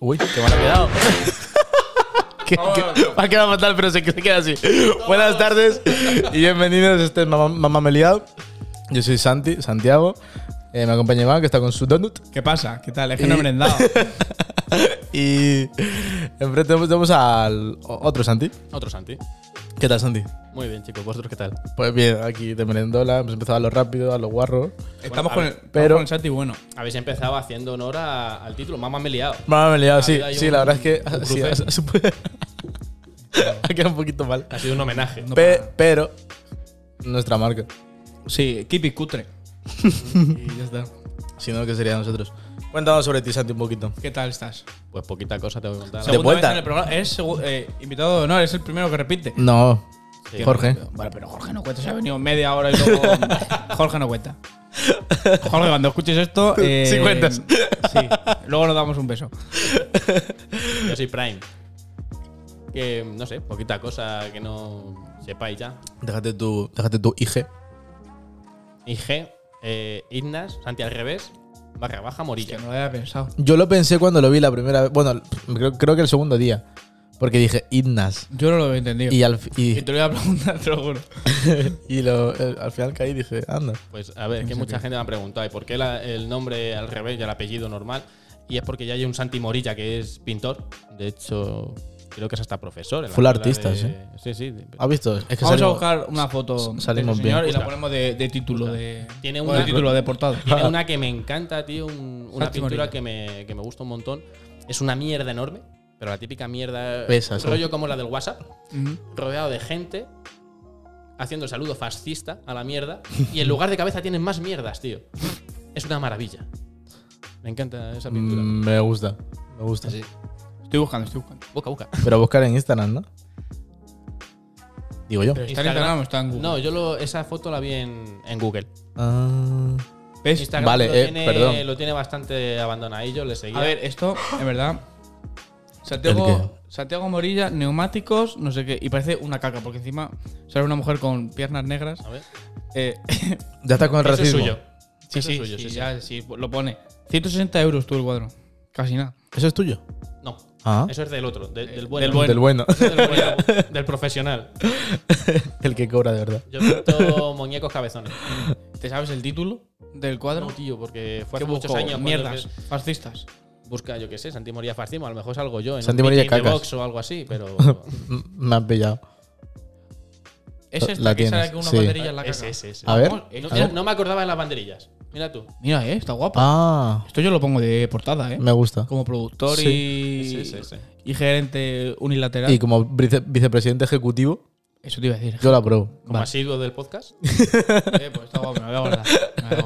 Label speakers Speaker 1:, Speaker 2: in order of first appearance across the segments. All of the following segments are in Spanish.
Speaker 1: Uy, qué mal ha quedado. Que- que- me ha quedado fatal, pero se, se queda así. Buenas tardes y bienvenidos. Este es Mamá, Mamá Me he Liado. Yo soy Santi, Santiago. Eh, me acompaña Iván, que está con su donut.
Speaker 2: ¿Qué pasa? ¿Qué tal? Es que no he merendado.
Speaker 1: Y enfrente tenemos al o- otro Santi.
Speaker 3: Otro Santi.
Speaker 1: ¿Qué tal, Santi?
Speaker 3: Muy bien, chicos. ¿Vosotros qué tal?
Speaker 1: Pues bien, aquí de merendola. Hemos empezado a lo rápido, a lo guarro.
Speaker 2: Estamos,
Speaker 3: a
Speaker 2: con,
Speaker 3: ver,
Speaker 2: el, estamos
Speaker 1: pero-
Speaker 2: con el Santi bueno.
Speaker 3: Habéis empezado haciendo honor a- al título. Mamá me he liado.
Speaker 1: Mamá Me he Liado, sí.
Speaker 3: habido ahí
Speaker 1: Sí,
Speaker 3: un-
Speaker 1: la verdad es que.
Speaker 3: un
Speaker 1: sí,
Speaker 3: cruce.
Speaker 1: ha- ha- ha quedado un poquito mal.
Speaker 3: Ha sido un homenaje.
Speaker 1: Pe- pero. Nuestra marca.
Speaker 2: Sí, keep it cutre. y ya está.
Speaker 1: Si no, ¿qué sería de nosotros? Cuéntanos sobre ti, Santi, un poquito.
Speaker 2: ¿Qué tal estás?
Speaker 3: Pues poquita cosa te voy a contar.
Speaker 1: De
Speaker 2: Segunda
Speaker 1: vuelta.
Speaker 2: vez en el programa. Es segu- eh, invitado de honor, es el primero que repite.
Speaker 1: No.
Speaker 3: Sí.
Speaker 1: Jorge.
Speaker 2: Vale, pero Jorge no cuenta. Se ha venido media hora y luego. Jorge no cuenta. Jorge, cuando escuches esto. eh,
Speaker 1: Sí cuentas.
Speaker 2: Sí. Luego nos damos un beso.
Speaker 3: Yo soy Prime. Que, no sé, poquita cosa que no sepáis ya.
Speaker 1: Déjate tu, déjate tu IG.
Speaker 3: IG, eh, Ignas, Santi al revés, barra baja,
Speaker 2: Que
Speaker 3: Morilla.
Speaker 2: no lo había pensado.
Speaker 1: Yo lo pensé cuando lo vi la primera vez. Bueno, creo, creo que el segundo día. Porque dije, Idnas.
Speaker 2: Yo no lo había entendido.
Speaker 1: Y al, fi-
Speaker 2: Y
Speaker 1: y,
Speaker 2: te lo iba a preguntar, te lo juro.
Speaker 1: y lo- el- al final caí y dije, anda.
Speaker 3: Pues a ver, que mucha gente me ha preguntado, ¿y por qué la- el nombre al revés y el apellido normal? Y es porque ya hay un Santi Morilla que es pintor. De hecho, creo que es hasta profesor. en la
Speaker 1: Full
Speaker 3: escuela
Speaker 1: artista,
Speaker 3: de-
Speaker 1: sí. Ah,
Speaker 3: Sí, sí. de-
Speaker 1: ¿Has visto? Es que
Speaker 2: Vamos a
Speaker 1: salimos-
Speaker 2: buscar una foto
Speaker 1: salimos
Speaker 2: de ese señor
Speaker 1: bien.
Speaker 2: y la ponemos de, de título de.
Speaker 3: Tiene
Speaker 2: o
Speaker 3: una-
Speaker 2: de título de portada.
Speaker 3: Tiene una que me encanta, tío. un- una
Speaker 2: Santi
Speaker 3: pintura
Speaker 2: Morilla.
Speaker 3: que me, que me gusta un montón. Es una mierda enorme, pero la típica mierda.
Speaker 1: Pesa, sí.
Speaker 3: rollo como la del WhatsApp.
Speaker 2: Ujú.
Speaker 3: rodeado de gente haciendo el saludo fascista a la mierda y en lugar de cabeza tienen más mierdas, tío. Es una maravilla. Me encanta esa pintura.
Speaker 1: Mm, Me gusta. Me gusta.
Speaker 3: Así.
Speaker 2: Estoy buscando, estoy buscando.
Speaker 3: Busca, busca.
Speaker 1: Pero buscar en Instagram, ¿no? Digo yo.
Speaker 2: ¿Está en Instagram o está en Google?
Speaker 3: No, yo lo- esa foto la vi en, en Google.
Speaker 1: Ah,
Speaker 2: ¿Ves?
Speaker 3: Instagram
Speaker 1: Vale,
Speaker 3: lo,
Speaker 1: eh,
Speaker 3: tiene,
Speaker 1: perdón.
Speaker 3: lo tiene bastante abandonadillo, le seguía.
Speaker 2: A ver, esto, en verdad.
Speaker 1: ¿El
Speaker 2: Santiago, Santiago Morilla, neumáticos, no sé qué. Y parece una caca, porque encima sale una mujer con piernas negras.
Speaker 3: A ver.
Speaker 2: Eh,
Speaker 1: ya está con el
Speaker 3: Eso es
Speaker 1: racismo.
Speaker 3: suyo.
Speaker 2: sí,
Speaker 3: Eso
Speaker 2: sí,
Speaker 3: es suyo,
Speaker 2: sí,
Speaker 3: sí, sí.
Speaker 2: ya, sí, lo pone. 160 euros tú el cuadro. Casi nada.
Speaker 1: ¿Eso es tuyo?
Speaker 3: No,
Speaker 1: Ah.
Speaker 3: eso es del otro, de- del bueno.
Speaker 2: del bueno.
Speaker 1: Del bueno.
Speaker 3: Del, bueno, del profesional.
Speaker 1: el que cobra de verdad.
Speaker 3: Yo pinto muñecos cabezones.
Speaker 2: ¿Te sabes el título del cuadro?
Speaker 3: No, tío, porque fue
Speaker 2: ¿Qué
Speaker 3: hace muchos
Speaker 2: busco?
Speaker 3: años. cuando
Speaker 2: Mierdas,
Speaker 3: empecé-
Speaker 2: fascistas.
Speaker 3: Busca, yo qué sé, Santi Moría Farcimo. A lo mejor salgo yo en
Speaker 1: Santi
Speaker 3: un
Speaker 1: Moría
Speaker 3: meeting de
Speaker 1: cacas.
Speaker 3: box o algo así, pero.
Speaker 1: M- Me han pillado.
Speaker 2: ¿Es esta
Speaker 1: La
Speaker 2: que sale
Speaker 1: tienes,
Speaker 2: aquí una
Speaker 1: sí.
Speaker 2: banderilla en la caca?
Speaker 3: ese, ese, ese.
Speaker 1: A ver.
Speaker 2: ¿Cómo? Eh,
Speaker 3: No,
Speaker 2: mira,
Speaker 3: no me acordaba de las banderillas. Mira tú.
Speaker 2: Mira, eh, está guapa.
Speaker 1: Ah,
Speaker 2: Esto yo lo pongo de portada, eh.
Speaker 1: me gusta.
Speaker 2: Como productor
Speaker 1: Sí.
Speaker 2: y,
Speaker 3: Sí, sí, sí.
Speaker 2: y gerente unilateral.
Speaker 1: Y como vice- vicepresidente ejecutivo,
Speaker 2: Eso te iba a decir.
Speaker 1: yo la apruebo.
Speaker 3: Como asiduo del podcast.
Speaker 2: Eh, pues está guapo, me voy a guardar. Me voy a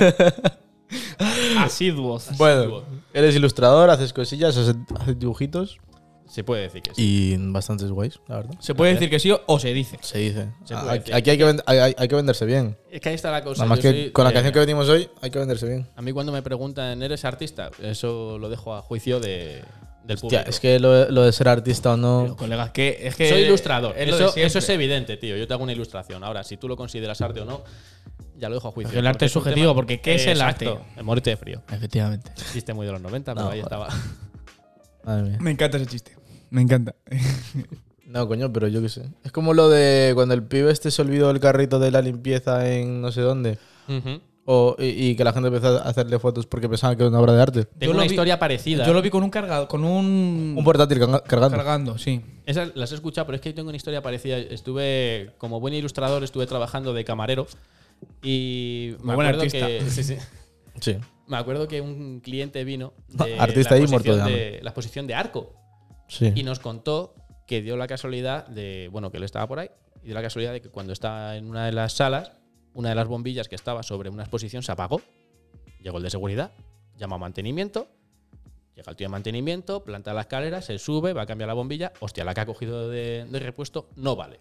Speaker 2: guardar. Asiduos.
Speaker 1: Bueno, eres ilustrador, haces cosillas, haces haces dibujitos
Speaker 3: Se puede decir que sí.
Speaker 1: y bastantes guays, la verdad.
Speaker 2: ¿Se puede decir que sí o se dice?
Speaker 1: Se dice. Ah,
Speaker 3: Se puede
Speaker 1: Aquí
Speaker 3: decir.
Speaker 1: aquí hay que, vend- hay- hay- hay que venderse bien.
Speaker 3: Es que ahí está la cosa.
Speaker 1: Nada más
Speaker 3: yo
Speaker 1: que
Speaker 3: soy-
Speaker 1: con la
Speaker 3: eh,
Speaker 1: canción que venimos hoy, hay que venderse bien.
Speaker 3: A mí cuando me preguntan, ¿eres artista? Eso lo dejo a juicio de, del público.
Speaker 1: Hostia, es que lo, lo de ser artista o
Speaker 2: Pero,
Speaker 1: no.
Speaker 2: colegas, que es que.
Speaker 3: Soy ilustrador.
Speaker 2: es lo de
Speaker 3: eso,
Speaker 2: siempre.
Speaker 3: eso es evidente, tío. Yo te hago una ilustración. Ahora, si tú lo consideras arte o no, ya lo dejo a juicio.
Speaker 2: Porque el arte es
Speaker 3: un
Speaker 2: subjetivo,
Speaker 3: tema-
Speaker 2: porque ¿qué es el
Speaker 3: Exacto,
Speaker 2: arte?
Speaker 3: El morirte de frío.
Speaker 2: Efectivamente.
Speaker 3: Chiste muy de los 90, pero
Speaker 1: No,
Speaker 3: ahí
Speaker 1: joder.
Speaker 3: estaba.
Speaker 1: Madre mía.
Speaker 2: Me encanta ese chiste. Me encanta.
Speaker 1: No, coño, pero yo qué sé. Es como lo de cuando el pibe este se olvidó el carrito de la limpieza en no sé dónde.
Speaker 3: Ujú.
Speaker 1: O, y, y que la gente empezó a hacerle fotos porque pensaban que era una obra de arte.
Speaker 3: Tengo
Speaker 2: lo
Speaker 3: una
Speaker 2: vi-
Speaker 3: historia parecida.
Speaker 2: Yo lo vi con un cargado, con un.
Speaker 1: Un portátil carga- cargando.
Speaker 2: cargando, sí.
Speaker 3: Esas las he escuchado, pero es que yo tengo una historia parecida. Estuve, como buen ilustrador, estuve trabajando de camarero y me
Speaker 2: Como buen
Speaker 3: acuerdo
Speaker 2: artista.
Speaker 3: que sí, sí.
Speaker 1: Sí.
Speaker 3: me acuerdo que un cliente vino de
Speaker 1: Ah, Artista
Speaker 3: la
Speaker 1: ahí muerto de
Speaker 3: exposición
Speaker 1: hambre.
Speaker 3: la exposición de Arco
Speaker 1: Sí.
Speaker 3: y nos contó que dio la casualidad de, bueno, que él estaba por ahí y dio la casualidad de que cuando estaba en una de las salas, una de las bombillas que estaba sobre una exposición se apagó. Llegó el de seguridad, llama a mantenimiento, llega el tío de mantenimiento, planta la escalera, se sube, va a cambiar la bombilla, hostia, la que ha cogido de- de repuesto no vale.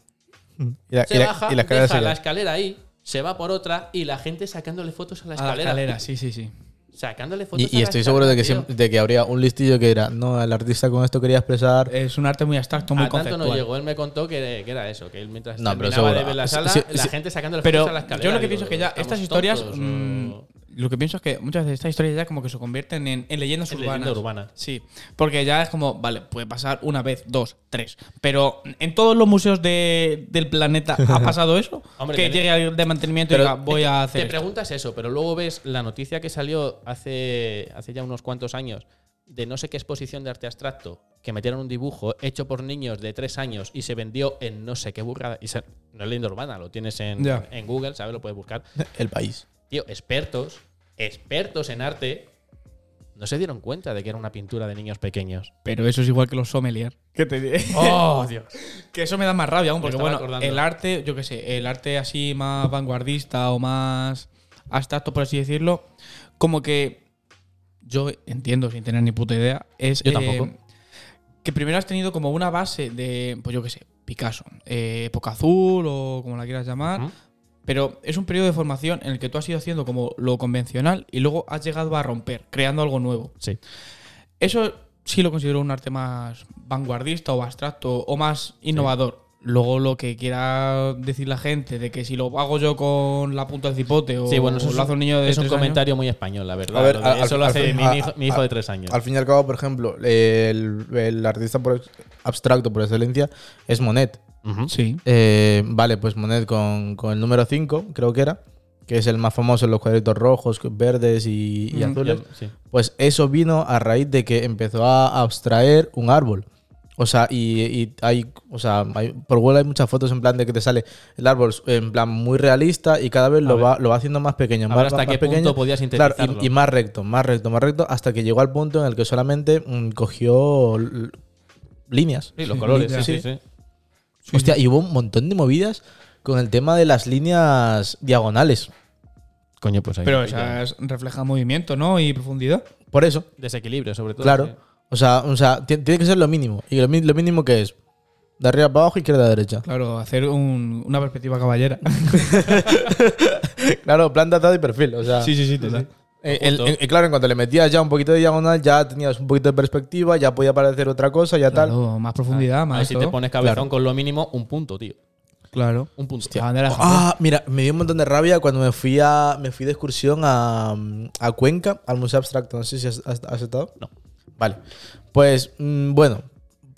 Speaker 1: Y la,
Speaker 3: Se
Speaker 1: y la-
Speaker 3: baja,
Speaker 1: y la escalera
Speaker 3: deja
Speaker 1: se
Speaker 3: la
Speaker 1: queda.
Speaker 3: escalera ahí, se va por otra y la gente sacándole fotos a la
Speaker 2: A la
Speaker 3: escalera.
Speaker 2: escalera, sí, sí, sí.
Speaker 3: Sacándole fotos.
Speaker 1: Y, y estoy seguro de que, siem- de que habría un listillo que era, no, el artista con esto quería expresar.
Speaker 2: Es un arte muy abstracto,
Speaker 3: a
Speaker 2: muy
Speaker 3: tanto
Speaker 2: conceptual.
Speaker 3: no llegó, él me contó que, que era eso, que él mientras
Speaker 1: No, pero
Speaker 3: terminaba
Speaker 1: seguro.
Speaker 3: de ver la
Speaker 1: Sí,
Speaker 3: sala,
Speaker 1: sí,
Speaker 3: la
Speaker 1: sí.
Speaker 3: gente sacando las
Speaker 2: Pero
Speaker 3: fotos a las escalera.
Speaker 2: yo lo que
Speaker 3: Digo,
Speaker 2: pienso es que ya
Speaker 3: ¿estamos
Speaker 2: estas historias.
Speaker 3: tontos o-
Speaker 2: mm, lo que pienso es que muchas de estas historias ya como que se convierten en, en leyendas
Speaker 3: En
Speaker 2: urbanas.
Speaker 3: leyenda urbana.
Speaker 2: Sí. Porque ya es como, vale, puede pasar una vez, dos, tres. Pero en todos los museos de- del planeta ha pasado eso.
Speaker 3: Hombre,
Speaker 2: que
Speaker 3: tenés-
Speaker 2: llegue alguien de mantenimiento
Speaker 1: Pero-
Speaker 2: y diga, voy a
Speaker 3: Te
Speaker 2: hacer. esto.
Speaker 3: preguntas eso, pero luego ves la noticia que salió hace, hace ya unos cuantos años de no sé qué exposición de arte abstracto que metieron un dibujo hecho por niños de tres años y se vendió en no sé qué burrada. Y se- no es leyenda urbana, lo tienes en,
Speaker 2: Ya.
Speaker 3: en Google, ¿sabes? Lo puedes buscar.
Speaker 1: El país.
Speaker 3: Tío, expertos, expertos en arte, no se dieron cuenta de que era una pintura de niños pequeños.
Speaker 2: Pero eso es igual que los sommelier.
Speaker 1: ¿Qué te dije?
Speaker 3: ¡Oh, Dios!
Speaker 2: Que eso me da más rabia aún,
Speaker 3: Me
Speaker 2: porque
Speaker 3: estaba
Speaker 2: bueno,
Speaker 3: acordando.
Speaker 2: el arte, yo qué sé, el arte así más vanguardista o más abstracto, por así decirlo, como que yo entiendo sin tener ni puta idea, es
Speaker 3: Yo
Speaker 2: eh,
Speaker 3: tampoco.
Speaker 2: que primero has tenido como una base de, pues yo qué sé, Picasso, eh, época azul o como la quieras llamar,
Speaker 3: Ujú.
Speaker 2: pero es un periodo de formación en el que tú has ido haciendo como lo convencional y luego has llegado a romper, creando algo nuevo.
Speaker 3: Sí.
Speaker 2: Eso sí lo considero un arte más vanguardista o abstracto o más innovador. Luego lo que quiera decir la gente de que si lo hago yo con la punta del cipote o
Speaker 3: Sí, bueno, eso es
Speaker 2: lo hace un niño de
Speaker 3: es un
Speaker 2: tres años-
Speaker 3: comentario muy español, la verdad.
Speaker 1: A ver,
Speaker 3: Lo de-
Speaker 1: al-
Speaker 3: eso lo
Speaker 1: al
Speaker 3: hace
Speaker 1: fin-
Speaker 3: mi,
Speaker 1: a-
Speaker 3: hijo, mi
Speaker 1: a-
Speaker 3: hijo de tres años.
Speaker 1: Al fin y al cabo, por ejemplo, el, el artista por ex- abstracto por excelencia es Monet.
Speaker 3: Ujú.
Speaker 2: Sí.
Speaker 1: Eh, vale, pues Monet con, con el número 5, creo que era, que es el más famoso en los cuadritos rojos, verdes y, y
Speaker 2: Mm,
Speaker 1: azules.
Speaker 3: Sí.
Speaker 1: Pues eso vino a raíz de que empezó a abstraer un árbol. O sea, y, y hay, o sea, hay- por Google hay muchas fotos en plan de que te sale el árbol en plan muy realista y cada vez lo
Speaker 3: ver.
Speaker 1: va, lo va haciendo más pequeño.
Speaker 3: A
Speaker 1: más,
Speaker 3: ver hasta
Speaker 1: más
Speaker 3: qué
Speaker 1: pequeño.
Speaker 3: punto podía
Speaker 1: Claro, y-
Speaker 3: sintetizarlo.
Speaker 1: y, más recto, más recto, más recto, hasta que llegó al punto en el que solamente mm, cogió l- líneas.
Speaker 3: Sí, los colores, sí,
Speaker 2: ya.
Speaker 3: sí, sí.
Speaker 1: Hostia, y hubo un montón de movidas con el tema de las líneas diagonales.
Speaker 3: Coño, pues ahí.
Speaker 2: Pero esas reflejan movimiento, ¿no? Y profundidad.
Speaker 1: Por eso.
Speaker 3: Desequilibrio, sobre todo.
Speaker 1: Claro. O sea, o sea, ti- tiene que ser lo mínimo. ¿Y lo, mi- lo mínimo que es? De arriba para abajo, izquierda a derecha.
Speaker 2: Claro, hacer un- una perspectiva caballera.
Speaker 1: Claro, planta, atado y perfil. O sea,
Speaker 2: sí, sí.
Speaker 1: total. eh, el- eh, claro, en cuanto le metías ya un poquito de diagonal, ya tenías un poquito de perspectiva, ya podía aparecer otra cosa, ya tal.
Speaker 2: Claro, más profundidad,
Speaker 3: Ah, A
Speaker 2: más
Speaker 3: ver si
Speaker 2: esto.
Speaker 3: te pones cabezón
Speaker 1: Claro.
Speaker 3: con lo mínimo, un punto, tío.
Speaker 2: Claro.
Speaker 3: Un punto.
Speaker 2: La bandera de Japón.
Speaker 1: Ah, mira, me dio un montón de rabia cuando me fui a me fui de excursión a, a Cuenca, al Museo Abstracto. No sé si has, has- has estado.
Speaker 3: No.
Speaker 1: Vale. Pues, mm, bueno.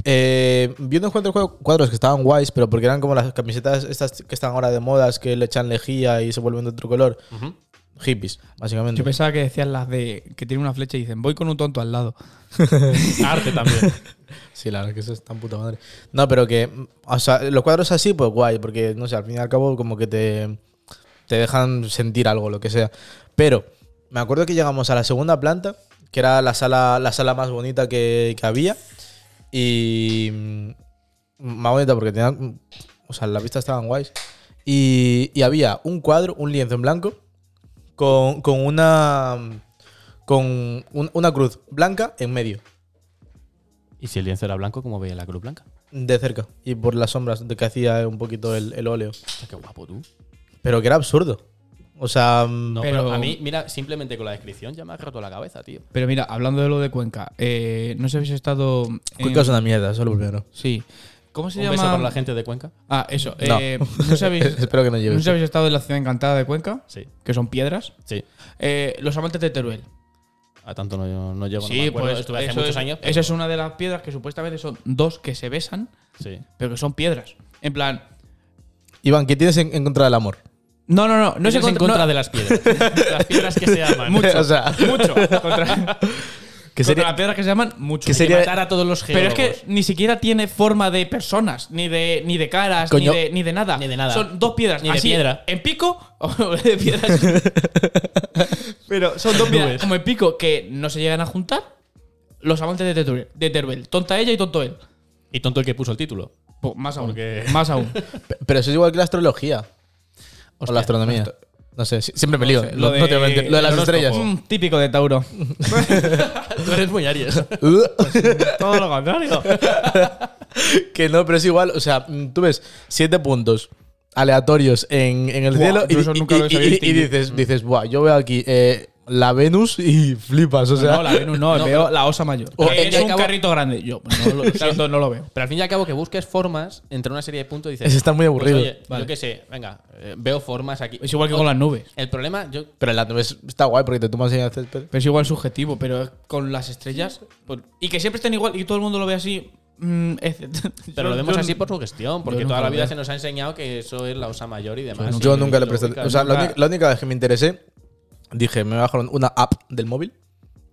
Speaker 1: Eh, vi unos cuantos cua- cuadros que estaban guays, pero porque eran como las camisetas estas que están ahora de modas, que le echan lejía y se vuelven de otro color.
Speaker 3: Ujú.
Speaker 1: Hippies, básicamente.
Speaker 2: Yo pensaba que decían las de que tiene una flecha y dicen, voy con un tonto al lado.
Speaker 3: Arte también.
Speaker 1: Sí, la verdad que eso es tan puta madre. No, pero que, mm, o sea, los cuadros así, pues guay, porque, no sé, al fin y al cabo como que te, te dejan sentir algo, lo que sea. Pero me acuerdo que llegamos a la segunda planta, que era la sala, la sala más bonita que, que había, y... mm, Más bonita porque tenía... mm, O sea, las vistas estaban guays. Y, y había un cuadro, un lienzo en blanco, con, con una... Con un- una cruz blanca en medio.
Speaker 3: ¿Y si el lienzo era blanco, cómo veía la cruz blanca?
Speaker 1: De cerca. Y por las sombras de que hacía un poquito el, el óleo.
Speaker 3: Hostia, qué guapo tú.
Speaker 1: Pero que era absurdo. O sea, mm,
Speaker 3: No,
Speaker 2: Pero-
Speaker 3: pero, a mí, mira, simplemente con la descripción ya me has roto la cabeza, tío.
Speaker 2: Pero mira, hablando de lo de Cuenca, eh, no sé si habéis estado. en-
Speaker 1: Cuenca es una mierda, eso es lo primero.
Speaker 2: Sí. ¿Cómo se
Speaker 3: Un
Speaker 2: llama?
Speaker 3: beso para la gente de Cuenca.
Speaker 2: Ah, eso.
Speaker 1: No.
Speaker 2: eh, no sé habéis-
Speaker 1: Espero que no lleves.
Speaker 2: no sé habéis estado en la ciudad encantada de Cuenca,
Speaker 3: Sí,
Speaker 2: que son piedras.
Speaker 3: sí.
Speaker 2: Eh, los amantes de Teruel.
Speaker 3: A tanto no, no llego. no me acuerdo. estuve hace
Speaker 2: pues, eso
Speaker 3: muchos
Speaker 2: es-
Speaker 3: años. pero-
Speaker 2: Esa es una de las piedras que supuestamente son dos que se besan,
Speaker 3: Sí.
Speaker 2: pero que son piedras. En plan.
Speaker 1: Iván, ¿qué tienes en, en contra del amor?
Speaker 2: No, no, no. No
Speaker 3: Eso
Speaker 2: se
Speaker 3: es en contra de las piedras. las piedras que se aman.
Speaker 2: Mucho.
Speaker 1: o sea,
Speaker 2: Mucho. Contra,
Speaker 1: que
Speaker 2: contra
Speaker 1: sería.
Speaker 2: las piedras que se llaman mucho.
Speaker 1: que
Speaker 3: Hay
Speaker 1: sería-
Speaker 3: que matar a todos los
Speaker 2: Pero es
Speaker 3: geólogos.
Speaker 2: que ni siquiera tiene forma de personas, ni de, ni de caras,
Speaker 1: Coño.
Speaker 2: ni, de, ni de nada.
Speaker 3: Ni de nada.
Speaker 2: Son dos piedras.
Speaker 3: Ni de
Speaker 2: así,
Speaker 3: piedra.
Speaker 2: En pico, o de piedras. Pero son dos piedras.
Speaker 3: Nubes.
Speaker 2: Como en pico, que no se llegan a juntar los amantes de Teruel. De Teruel. Tonta ella y tonto él.
Speaker 3: Y tonto el que puso el título.
Speaker 2: Po, más aún.
Speaker 3: Porque-
Speaker 2: Más aún.
Speaker 1: Pero eso es igual que la astrología. o
Speaker 3: Hostia,
Speaker 1: la astronomía. No sé, si- siempre me lío.
Speaker 2: sé,
Speaker 1: eh, lo- no te voy a mentir, lo de las
Speaker 2: el
Speaker 1: estrellas.
Speaker 2: horóscopo. Mm, típico de Tauro.
Speaker 3: Tú eres muy Aries.
Speaker 2: Mm. Todo lo contrario.
Speaker 1: que no, pero es igual. O sea, mm, tú ves siete puntos aleatorios en, en el
Speaker 2: Buah,
Speaker 1: cielo y,
Speaker 2: yo eso
Speaker 1: y-
Speaker 2: nunca lo he
Speaker 1: y-
Speaker 2: sabido
Speaker 1: y- y
Speaker 2: distinguir.
Speaker 1: dices, dices, buah, yo veo aquí eh, la Venus y flipas. O
Speaker 2: No,
Speaker 1: sea,
Speaker 2: no, la Venus no,
Speaker 3: No,
Speaker 2: veo
Speaker 3: pero-
Speaker 2: la osa mayor.
Speaker 3: O-
Speaker 2: Que es
Speaker 3: al
Speaker 2: un
Speaker 3: cabo-
Speaker 2: carrito grande. Yo no lo, lo siento, no lo veo.
Speaker 3: Pero al fin y al cabo que busques formas entre una serie de puntos y dices...
Speaker 1: Es estar muy
Speaker 3: pues,
Speaker 1: aburrido.
Speaker 3: oye,
Speaker 2: Vale.
Speaker 3: yo qué sé, venga, eh, veo formas aquí.
Speaker 2: Es igual que con las nubes.
Speaker 3: El problema, yo...
Speaker 1: pero en la nube es- está guay porque te tomas ahí el césped.
Speaker 2: Pero es igual subjetivo, pero es con las estrellas. pues- y que siempre estén igual y todo el mundo lo ve así. mm, excepto-
Speaker 3: Pero lo
Speaker 2: yo-
Speaker 3: vemos
Speaker 2: yo-
Speaker 3: así por sugestión, porque
Speaker 2: nunca
Speaker 3: toda la
Speaker 2: lo
Speaker 3: vida
Speaker 2: veo.
Speaker 3: se nos ha enseñado que eso es la osa mayor y demás.
Speaker 1: Yo
Speaker 3: Y
Speaker 1: nunca le
Speaker 3: lo
Speaker 1: presté.
Speaker 3: ubicas,
Speaker 1: O sea,
Speaker 3: ¿no?
Speaker 1: la, única- la única vez que me interesé, dije, me bajaron una app del móvil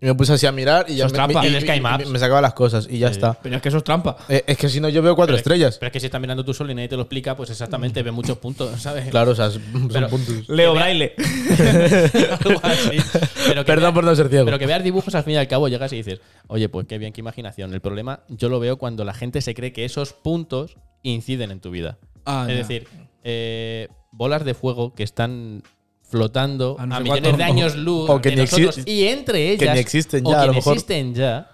Speaker 1: y me puse así a mirar y ya
Speaker 3: Eso es
Speaker 1: me,
Speaker 3: trampa.
Speaker 1: me- y-
Speaker 3: El Sky
Speaker 1: y- y-
Speaker 3: Maps.
Speaker 1: me sacaba las cosas y ya
Speaker 3: Sí.
Speaker 1: está.
Speaker 2: Pero es que eso es trampa.
Speaker 1: Eh, es que si no, yo veo cuatro
Speaker 3: Pero-
Speaker 1: estrellas.
Speaker 3: Pero es que si estás mirando tú solo y nadie te lo explica, pues exactamente ve muchos puntos, ¿sabes?
Speaker 1: Claro, o sea, son
Speaker 3: Pero-
Speaker 1: puntos.
Speaker 2: Leo Braille.
Speaker 3: Algo así. Pero que
Speaker 1: Perdón
Speaker 3: veas-
Speaker 1: por no ser ciego.
Speaker 3: Pero que veas dibujos al fin y al cabo llegas y dices, oye, pues qué bien, qué imaginación. El problema yo lo veo cuando la gente se cree que esos puntos inciden en tu vida.
Speaker 2: Ah,
Speaker 3: es
Speaker 2: ya.
Speaker 3: decir, eh, bolas de fuego que están flotando
Speaker 2: A
Speaker 1: Ah,
Speaker 3: a,
Speaker 2: no sé
Speaker 3: millones
Speaker 2: cuánto-
Speaker 3: de años luz
Speaker 1: o que
Speaker 3: de
Speaker 1: ni exi-
Speaker 3: nosotros, y entre
Speaker 1: que
Speaker 3: ellas
Speaker 1: ni existen
Speaker 3: o
Speaker 1: ya, a
Speaker 3: que
Speaker 1: lo
Speaker 3: ni
Speaker 1: mejor.
Speaker 3: existen ya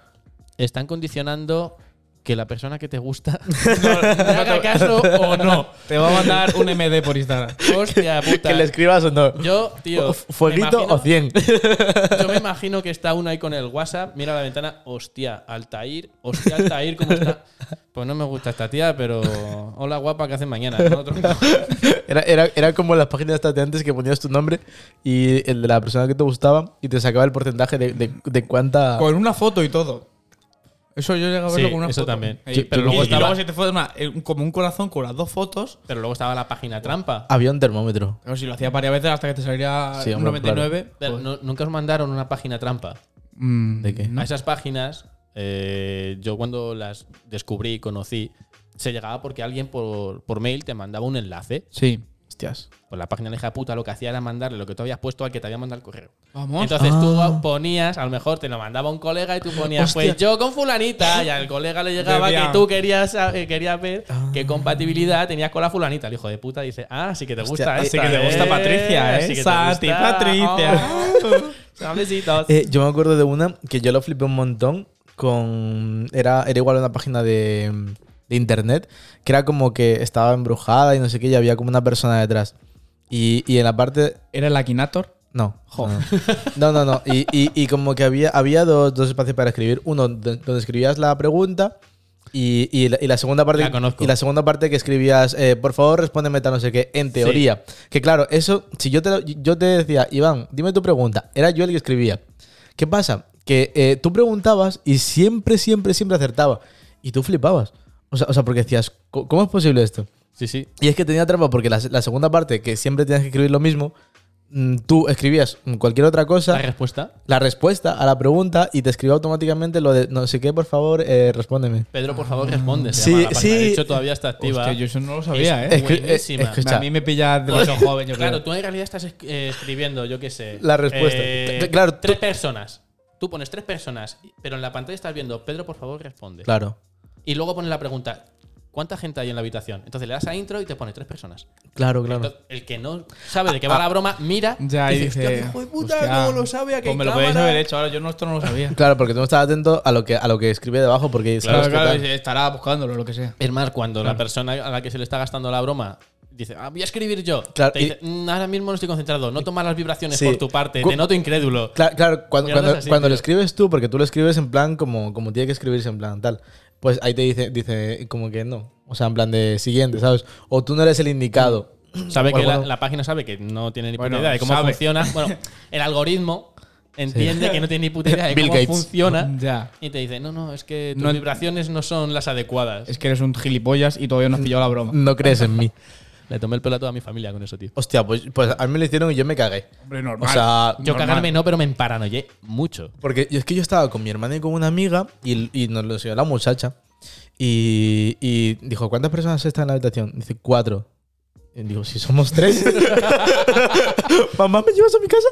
Speaker 3: están condicionando que la persona que te gusta
Speaker 2: No,
Speaker 3: te haga caso o no.
Speaker 2: Te va a mandar un MD por Instagram.
Speaker 3: Hostia puta.
Speaker 1: Que le escribas o no.
Speaker 3: Yo, tío,
Speaker 1: O- ¿Fueguito
Speaker 3: me
Speaker 1: o
Speaker 3: imagino-
Speaker 1: 100?
Speaker 3: Yo me imagino que está uno ahí con el WhatsApp, mira la ventana, hostia, Altair, hostia, Altair, ¿cómo está? Pues no me gusta esta tía, pero hola guapa, ¿qué hacen mañana? ¿No? Otro-
Speaker 1: Era, era, era como las páginas estas de antes que ponías tu nombre y el de la persona que te gustaba y te sacaba el porcentaje de, de, de cuánta.
Speaker 2: Con una foto y todo. Eso yo llego a verlo
Speaker 3: Sí,
Speaker 2: con una
Speaker 3: eso
Speaker 2: foto.
Speaker 3: también.
Speaker 2: Ey,
Speaker 3: Sí,
Speaker 2: pero
Speaker 3: pero
Speaker 2: luego,
Speaker 3: luego
Speaker 2: y,
Speaker 3: estaba-
Speaker 2: luego se te fue una- eh, como un corazón con las dos fotos.
Speaker 3: Pero luego estaba la página trampa.
Speaker 1: Había un termómetro.
Speaker 2: Pero si lo hacía varias veces hasta que te saliera
Speaker 1: Sí,
Speaker 2: un
Speaker 1: hombre,
Speaker 2: 99.
Speaker 3: Pero
Speaker 2: pues-
Speaker 3: no- nunca os mandaron una página trampa.
Speaker 2: Mm,
Speaker 1: ¿De qué?
Speaker 2: no.
Speaker 3: A esas páginas, eh, yo cuando las descubrí y conocí, se llegaba porque alguien por, por mail te mandaba un enlace.
Speaker 2: Sí.
Speaker 1: Hostias.
Speaker 3: Pues la página de hija puta lo que hacía era mandarle lo que tú habías puesto al que te había mandado el correo.
Speaker 2: Vamos.
Speaker 3: Entonces tú ponías, a lo mejor te lo mandaba un colega y tú ponías,
Speaker 1: Ah. Hostia.
Speaker 3: pues yo con fulanita, y al colega le llegaba
Speaker 2: Decía-
Speaker 3: que tú querías, sa- eh, querías ver
Speaker 1: Ah.
Speaker 3: qué compatibilidad tenías con la fulanita. El hijo de puta dice, ah, sí que te gusta
Speaker 1: Hostia,
Speaker 3: esta,
Speaker 1: sí que te
Speaker 3: ¿eh?
Speaker 1: gusta
Speaker 2: Patricia, ¿eh?
Speaker 3: Sí que te
Speaker 2: Santi,
Speaker 3: gusta.
Speaker 2: Patricia.
Speaker 3: Oh, sablecitos.
Speaker 1: Eh, yo me acuerdo de una que yo lo flipé un montón con... Era, era igual una página de, de internet que era como que estaba embrujada y no sé qué y había como una persona detrás. Y, y en la parte...
Speaker 2: ah, ¿Era el Akinator?
Speaker 1: No. No, no, no. no. Y, y- y como que había, había dos, dos espacios para escribir. Uno de- donde escribías la pregunta y, y la, y la segunda parte...
Speaker 3: La conozco.
Speaker 1: Y la segunda parte que escribías, eh, por favor, respóndeme tal no sé qué, en teoría. Que claro, eso, si yo te, lo- yo te decía, Iván, dime tu pregunta, era yo el que escribía. ¿Qué pasa? Que eh, tú preguntabas y siempre, siempre, siempre acertaba. Y tú flipabas. O sea, o sea, porque decías, "Co- ¿cómo es posible esto?
Speaker 3: Sí, sí.
Speaker 1: Y es que tenía trampa porque la, la segunda parte, que siempre tenías que escribir lo mismo, mm, tú escribías mm, cualquier otra
Speaker 3: La
Speaker 1: cosa,
Speaker 3: respuesta.
Speaker 1: la respuesta a la pregunta y te escribía automáticamente lo de, no sé qué, por favor, eh, respóndeme.
Speaker 3: Pedro, por favor, responde. se
Speaker 1: Sí,
Speaker 3: llama la página.
Speaker 1: sí.
Speaker 3: De hecho, todavía está activa.
Speaker 2: Hostia, yo eso no lo sabía,
Speaker 3: Es-
Speaker 2: ¿eh?
Speaker 1: Es que-
Speaker 3: buenísima.
Speaker 1: es- escucha,
Speaker 2: a mí me pillas demasiado joven, yo creo.
Speaker 3: Claro, tú en realidad estás es- eh, escribiendo, yo qué sé.
Speaker 1: La respuesta.
Speaker 3: eh,
Speaker 1: T- claro, tú-
Speaker 3: tres personas. Tú pones tres personas, pero en la pantalla estás viendo, Pedro, por favor, responde.
Speaker 1: Claro,
Speaker 3: Y luego pones la pregunta, ¿cuánta gente hay en la habitación? Entonces le das a intro y te pone tres personas.
Speaker 1: claro, claro. Ah,
Speaker 3: Entonces, el que no sabe de qué va la broma, mira.
Speaker 2: Ya, y
Speaker 3: "Hostia,
Speaker 2: dice.
Speaker 3: qué hijo de puta,
Speaker 2: hostia,
Speaker 3: ¿cómo lo sabe aquel
Speaker 2: Pues me lo
Speaker 3: cámara?".
Speaker 2: podéis haber hecho ahora, yo no, esto no lo sabía.
Speaker 1: Claro, porque tú no estás atento a lo que, a lo que escribe debajo porque
Speaker 2: Claro,
Speaker 1: sabes
Speaker 2: claro,
Speaker 1: que tal.
Speaker 2: dice, estará buscándolo, lo que sea.
Speaker 3: Es más, cuando la persona a la que se le está gastando la broma dice, "Ah, voy a escribir yo.
Speaker 1: Claro,
Speaker 3: te
Speaker 1: y-
Speaker 3: dice, "Mm, ahora mismo no estoy concentrado, no tomas las vibraciones
Speaker 1: Sí.
Speaker 3: por tu parte,
Speaker 1: Cu-
Speaker 3: te noto incrédulo.
Speaker 1: Cla- Claro, cuando,
Speaker 3: Mierdas
Speaker 1: cuando,
Speaker 3: así,
Speaker 1: cuando lo
Speaker 3: tío.
Speaker 1: escribes tú, porque tú lo escribes en plan como, como tiene que escribirse, en plan tal. Pues ahí te dice, dice como que no. O sea, en plan de siguiente, ¿sabes? O tú no eres el indicado.
Speaker 3: Sabe
Speaker 1: Bueno,
Speaker 3: que la-
Speaker 1: bueno.
Speaker 3: La, página sabe que no tiene ni puta
Speaker 2: Bueno,
Speaker 3: idea de cómo
Speaker 2: sabe.
Speaker 3: funciona. Bueno, el algoritmo entiende que no tiene ni puta idea de
Speaker 1: Bill
Speaker 3: cómo
Speaker 1: Gates.
Speaker 3: funciona.
Speaker 2: Ya.
Speaker 3: Y te dice, no, no, es que tus
Speaker 2: No-
Speaker 3: vibraciones no son las adecuadas.
Speaker 2: Es que eres un gilipollas y todavía no has pillado la broma.
Speaker 1: No crees en mí.
Speaker 3: Le tomé el pelo a toda mi familia con eso, tío.
Speaker 1: Hostia, pues, pues a mí me lo hicieron y yo me cagué.
Speaker 2: Hombre,
Speaker 1: O
Speaker 2: normal.
Speaker 1: sea,
Speaker 3: Yo
Speaker 2: Normal.
Speaker 3: cagarme no, pero me emparanoyé mucho.
Speaker 1: porque yo- es que yo estaba con mi hermana y con una amiga y, y nos lo enseñó la muchacha. Y, y dijo, ¿cuántas personas están en la habitación? Dice, cuatro. Y digo, si somos tres. Mamá, ¿me llevas a mi casa?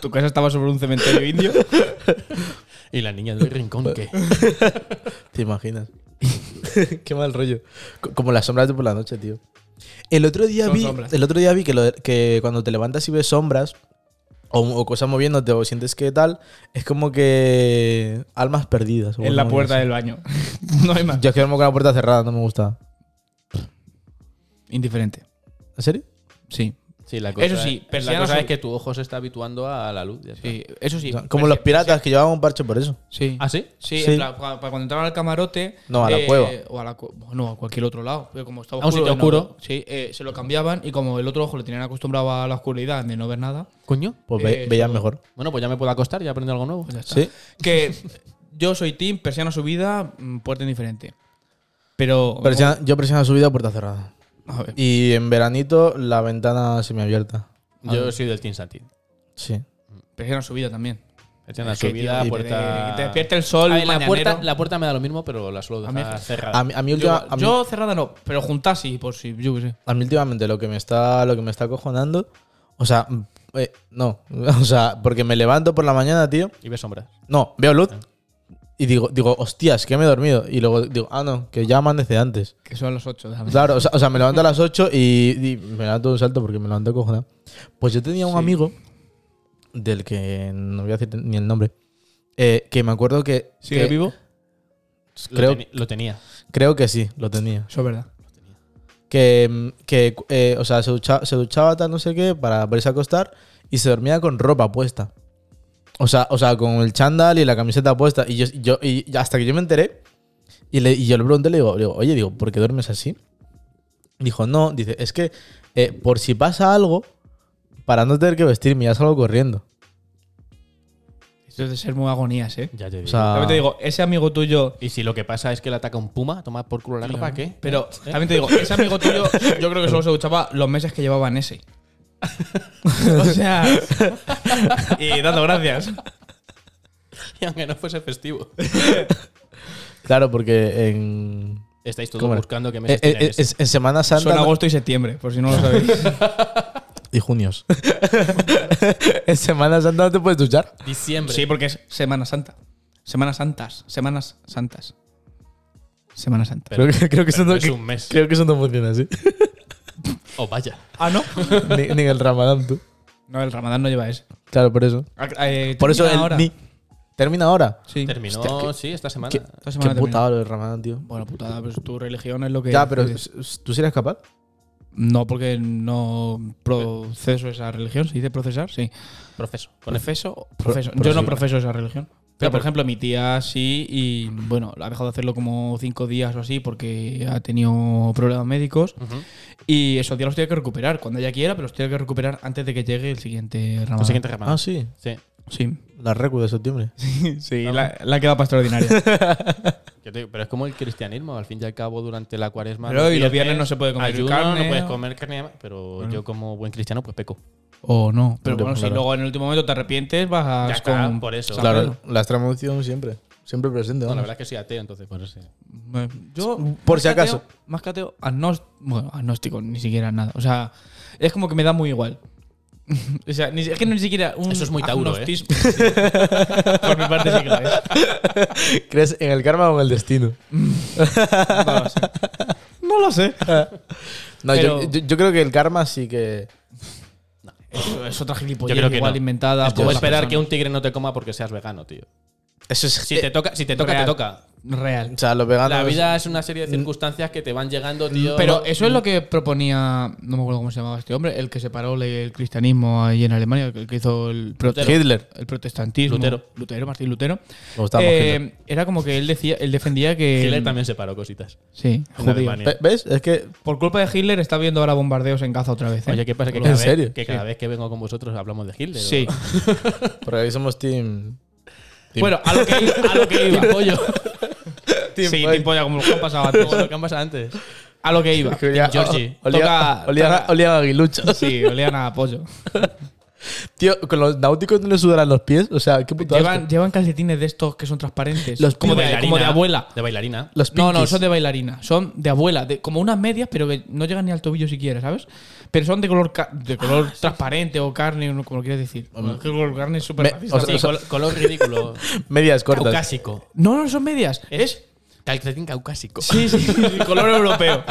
Speaker 2: tu casa estaba sobre un cementerio indio.
Speaker 3: Y la niña del rincón, ¿qué?
Speaker 1: ¿Te imaginas? Qué mal rollo. Co- Como las sombras de por la noche, tío. El otro día
Speaker 2: Son
Speaker 1: vi,
Speaker 2: sombras.
Speaker 1: el otro día vi que, lo de- que cuando te levantas y ves sombras o, o cosas moviéndote o sientes que tal, es como que almas perdidas. o
Speaker 2: en la
Speaker 1: algo
Speaker 2: puerta
Speaker 1: así.
Speaker 2: del baño. no hay más.
Speaker 1: Yo es que duermo con la puerta cerrada, no me gusta.
Speaker 2: Indiferente.
Speaker 1: ¿En serio?
Speaker 2: Sí.
Speaker 3: Sí, la cosa
Speaker 2: Eso
Speaker 3: es-
Speaker 2: sí,
Speaker 3: la
Speaker 2: persianas
Speaker 3: cosa es
Speaker 2: azul.
Speaker 3: que tu ojo se está habituando a la luz. ya está.
Speaker 2: Sí, eso sí.
Speaker 1: Como los piratas que llevaban un parche por eso.
Speaker 2: Sí.
Speaker 3: ¿Ah, sí?
Speaker 2: Sí,
Speaker 1: Sí.
Speaker 2: en plan, para para cuando entraban al camarote. eh,
Speaker 1: No, a la cueva.
Speaker 2: O a la cu- no, a cualquier otro lado. Pero como estaba
Speaker 3: A un
Speaker 2: oscuro.
Speaker 3: sitio
Speaker 2: de no ver-
Speaker 3: oscuro.
Speaker 2: sí, eh, se lo cambiaban y como el otro ojo lo tenían acostumbrado a la oscuridad de no ver nada.
Speaker 3: Coño.
Speaker 1: Pues ve-
Speaker 2: Eh,
Speaker 1: veían
Speaker 2: eso.
Speaker 1: mejor.
Speaker 3: Bueno, pues ya me puedo acostar, ya aprendo algo nuevo.
Speaker 2: pues ya está.
Speaker 1: Sí.
Speaker 2: Que yo soy team, persiana subida, mm, puerta indiferente. Pero.
Speaker 1: Persiana- yo persiana subida, puerta cerrada.
Speaker 2: A ver.
Speaker 1: Y en veranito, la ventana semiabierta.
Speaker 3: Yo soy del Team Santi.
Speaker 1: Sí.
Speaker 2: Persiana subida también.
Speaker 3: Echan la
Speaker 2: Es que,
Speaker 3: subida,
Speaker 2: tío,
Speaker 3: puerta.
Speaker 2: que te despierte el sol,
Speaker 3: A ver, la,
Speaker 2: mañanero.
Speaker 3: puerta, la puerta me da lo mismo, pero las suelo
Speaker 2: A mí-
Speaker 3: dejar cerradas.
Speaker 1: A mí, a mí
Speaker 2: Yo,
Speaker 1: última- a mí-
Speaker 2: yo cerrada no, pero juntas sí, por si, yo qué sé.
Speaker 1: a mí últimamente lo que me está lo que me está cojonando, o sea, mm, eh, no, o sea, porque me levanto por la mañana, tío,
Speaker 3: Y ves sombras.
Speaker 1: no, veo luz y digo, digo, hostias, que me he dormido y luego digo, ah no, que ya amanece antes.
Speaker 2: Que son las 8 de la mañana.
Speaker 1: Claro, o sea, o sea, me levanto a las 8 y, y me levanto de un salto porque me levanto cojonado. Pues yo tenía un
Speaker 2: Sí.
Speaker 1: amigo del que no voy a decir ni el nombre, eh, que me acuerdo que,
Speaker 2: ¿Sigue
Speaker 1: que-
Speaker 2: vivo?
Speaker 1: Creo-
Speaker 3: Lo, teni- lo tenía.
Speaker 1: creo que sí, lo tenía.
Speaker 2: Eso es verdad.
Speaker 1: que, mm, que, eh, o sea, se ducha- se duchaba tal no sé qué para irse a acostar y se dormía con ropa puesta. O sea, o sea, con el chándal y la camiseta puesta. Y yo, yo y hasta que yo me enteré y, le- y yo le pregunté, le digo, le digo, oye, digo, ¿por qué duermes así? Dijo, no, dice, es que eh, por si pasa algo, para no tener que vestirme, ya salgo corriendo.
Speaker 2: Esto es de ser muy agonías, ¿eh?
Speaker 3: Ya te digo.
Speaker 1: O sea,
Speaker 2: También te digo, ese amigo tuyo.
Speaker 3: y si lo que pasa es que le ataca un puma, toma por culo la ropa, ¿qué?
Speaker 2: Pero
Speaker 1: ¿Eh?
Speaker 2: también te digo, ese amigo tuyo, yo creo que solo se duchaba los meses que llevaba en ese. o sea. y dando gracias.
Speaker 3: Y aunque no fuese festivo.
Speaker 1: claro, porque en,
Speaker 3: Estáis todos
Speaker 1: ¿Cómo era?
Speaker 3: buscando que me
Speaker 1: eh, eh, en, en Semana Santa
Speaker 2: Son
Speaker 1: no-
Speaker 2: agosto y septiembre, por si no lo sabéis.
Speaker 1: y junios. en Semana Santa no te puedes duchar.
Speaker 3: Diciembre.
Speaker 2: sí, porque es Semana Santa. Semanas Santas. Semanas Santas. Semana Santa.
Speaker 1: Creo que, creo que eso
Speaker 3: pero
Speaker 1: no,
Speaker 3: es
Speaker 1: que-
Speaker 3: un mes.
Speaker 1: Creo que eso no funciona así.
Speaker 3: Oh, vaya.
Speaker 2: Ah, no.
Speaker 1: ni, ni en el Ramadán, tú.
Speaker 2: No, el Ramadán no lleva ese.
Speaker 1: Claro, por eso.
Speaker 2: Ah, eh,
Speaker 1: Por eso
Speaker 2: termina
Speaker 1: el
Speaker 2: ahora.
Speaker 1: ni- termina ahora.
Speaker 2: Sí.
Speaker 3: Terminó,
Speaker 1: Hostia, que-
Speaker 3: sí, esta semana.
Speaker 1: Qué,
Speaker 2: Esta
Speaker 1: qué
Speaker 2: semana termina.
Speaker 1: putada lo del Ramadán, tío.
Speaker 2: Bueno, putada, pues tu religión es lo que.
Speaker 1: ya, pero ¿tú serías capaz?
Speaker 2: No, porque no proceso esa religión. ¿Se dice procesar? Sí.
Speaker 3: Profeso. Con F.
Speaker 2: ¿Profeso? profeso.
Speaker 1: Pro-
Speaker 2: Yo no
Speaker 1: profe-
Speaker 2: profeso esa religión.
Speaker 3: pero-
Speaker 2: Pero, por ejemplo, mi tía sí, y bueno, ha dejado de hacerlo como cinco días o así porque ha tenido problemas médicos.
Speaker 3: Ujú.
Speaker 2: Y esos días los tiene que recuperar cuando ella quiera, pero los tiene que recuperar antes de que llegue el siguiente ramadán.
Speaker 3: La siguiente semana.
Speaker 1: Ah, sí.
Speaker 3: Sí.
Speaker 2: Sí.
Speaker 1: La recu de septiembre.
Speaker 2: Sí, la, la queda extraordinaria.
Speaker 3: Yo te digo, pero es como el cristianismo, al fin y al cabo, durante la cuaresma.
Speaker 2: Pero y los viernes no se puede comer
Speaker 3: ayuno,
Speaker 2: carne,
Speaker 3: no puedes
Speaker 2: o-
Speaker 3: comer carne, pero yo como buen cristiano, pues peco.
Speaker 2: o no. Pero
Speaker 1: Hombre,
Speaker 2: bueno, si
Speaker 1: claro.
Speaker 2: luego en el último momento te arrepientes, vas
Speaker 3: Ya está,
Speaker 2: con-
Speaker 3: por eso.
Speaker 2: San
Speaker 1: claro,
Speaker 2: Pedro.
Speaker 1: la extramución siempre. Siempre presente,
Speaker 3: No, la
Speaker 1: vamos.
Speaker 3: verdad es que soy ateo, entonces, por eso sí.
Speaker 2: Eh, Yo,
Speaker 1: Por
Speaker 2: más
Speaker 1: si
Speaker 2: que
Speaker 1: acaso.
Speaker 2: ateo- más que ateo, agnós- bueno, agnóstico, ni siquiera nada. O sea, es como que me da muy igual. o sea, ni- es que no ni siquiera un
Speaker 3: Eso es muy Tauro, ¿eh?
Speaker 2: agnostismo. Sí. Por mi parte sí que lo es.
Speaker 1: ¿Crees en el karma o en el destino?
Speaker 2: No lo sé. No lo sé.
Speaker 1: No,
Speaker 2: Pero-
Speaker 1: yo, yo- yo creo que el karma sí que.
Speaker 2: Eso es otra
Speaker 3: Yo
Speaker 2: gilipollez
Speaker 3: creo que
Speaker 2: igual
Speaker 3: no.
Speaker 2: inventada.
Speaker 3: Es como
Speaker 2: por la
Speaker 3: esperar que
Speaker 2: persona.
Speaker 3: un tigre no te coma porque seas vegano, tío.
Speaker 1: Eso es.
Speaker 3: Si te toca, si te toca,
Speaker 2: Eh, Real.
Speaker 3: te toca.
Speaker 2: Real.
Speaker 1: o sea, los veganos.
Speaker 3: La vida es una serie de circunstancias que te van llegando, tío.
Speaker 2: Mm, Pero eso es lo que proponía, no me acuerdo cómo se llamaba este hombre, el que separó le- el cristianismo ahí en Alemania, el que hizo el, prote-
Speaker 1: Hitler.
Speaker 2: el protestantismo.
Speaker 3: Lutero.
Speaker 2: Lutero, Martín Lutero.
Speaker 1: Me gustaba más
Speaker 2: Eh,
Speaker 1: Hitler.
Speaker 2: era como que él decía, él defendía que.
Speaker 3: Hitler también se paró cositas.
Speaker 2: Sí,
Speaker 3: En
Speaker 2: judío.
Speaker 3: Alemania.
Speaker 1: Ve- ¿Ves? Es que.
Speaker 2: Por culpa de Hitler está viendo ahora bombardeos en Gaza otra vez. ¿eh?
Speaker 3: Oye, ¿qué pasa? Que
Speaker 1: ¿En
Speaker 3: cada, vez,
Speaker 1: serio?
Speaker 3: que, cada vez que vengo con vosotros hablamos de Hitler.
Speaker 2: sí.
Speaker 1: Porque ahí somos team.
Speaker 2: bueno, a lo que, a lo que iba. Sí,
Speaker 1: Team Boy.
Speaker 2: tipo ya como lo que han pasado antes.
Speaker 3: Lo que han pasado antes.
Speaker 2: A lo que iba.
Speaker 1: Olía-
Speaker 2: Georgie.
Speaker 1: olía-
Speaker 2: Toca-
Speaker 1: olía-
Speaker 2: toca-
Speaker 1: olía a aguiluchos.
Speaker 2: Sí, olían a pollo.
Speaker 1: Tío, con los náuticos no les sudarán los pies. O sea, qué puto asco.
Speaker 2: Llevan, llevan calcetines de estos que son transparentes.
Speaker 1: Los
Speaker 2: como, de, como de abuela.
Speaker 3: De bailarina.
Speaker 1: Los
Speaker 2: No, no,
Speaker 1: pinkies.
Speaker 2: son de bailarina. Son de abuela. de- como unas medias, pero que no llegan ni al tobillo siquiera, ¿sabes? Pero son de color, ca- de
Speaker 1: Ah,
Speaker 2: color transparente o carne, o no- como lo quieras decir. Bueno, es que el color carne es súper
Speaker 1: Me-
Speaker 2: racista,
Speaker 1: o sea,
Speaker 2: pero-
Speaker 3: Sí, col- color ridículo.
Speaker 1: Medias cortas.
Speaker 3: caucásico.
Speaker 2: No, no son medias.
Speaker 3: Es calcetín caucásico.
Speaker 2: Sí, sí, sí, color europeo.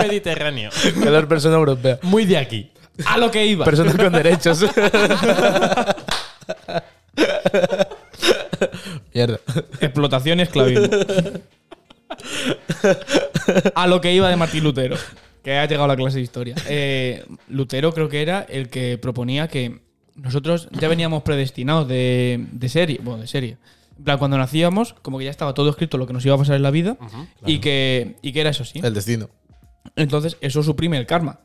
Speaker 3: Mediterráneo.
Speaker 1: Color persona europea.
Speaker 3: Muy de aquí.
Speaker 2: A lo que iba.
Speaker 1: Persona con derechos. Mierda.
Speaker 2: Explotación y esclavismo. A lo que iba de Martín Lutero. que ha llegado la clase de historia. Eh, Lutero creo que era el que proponía que nosotros ya veníamos predestinados de, de serie. Bueno, de serie. En plan, cuando nacíamos, como que ya estaba todo escrito lo que nos iba a pasar en la vida y, que, y que era eso sí.
Speaker 1: El destino.
Speaker 2: Entonces, eso suprime el karma.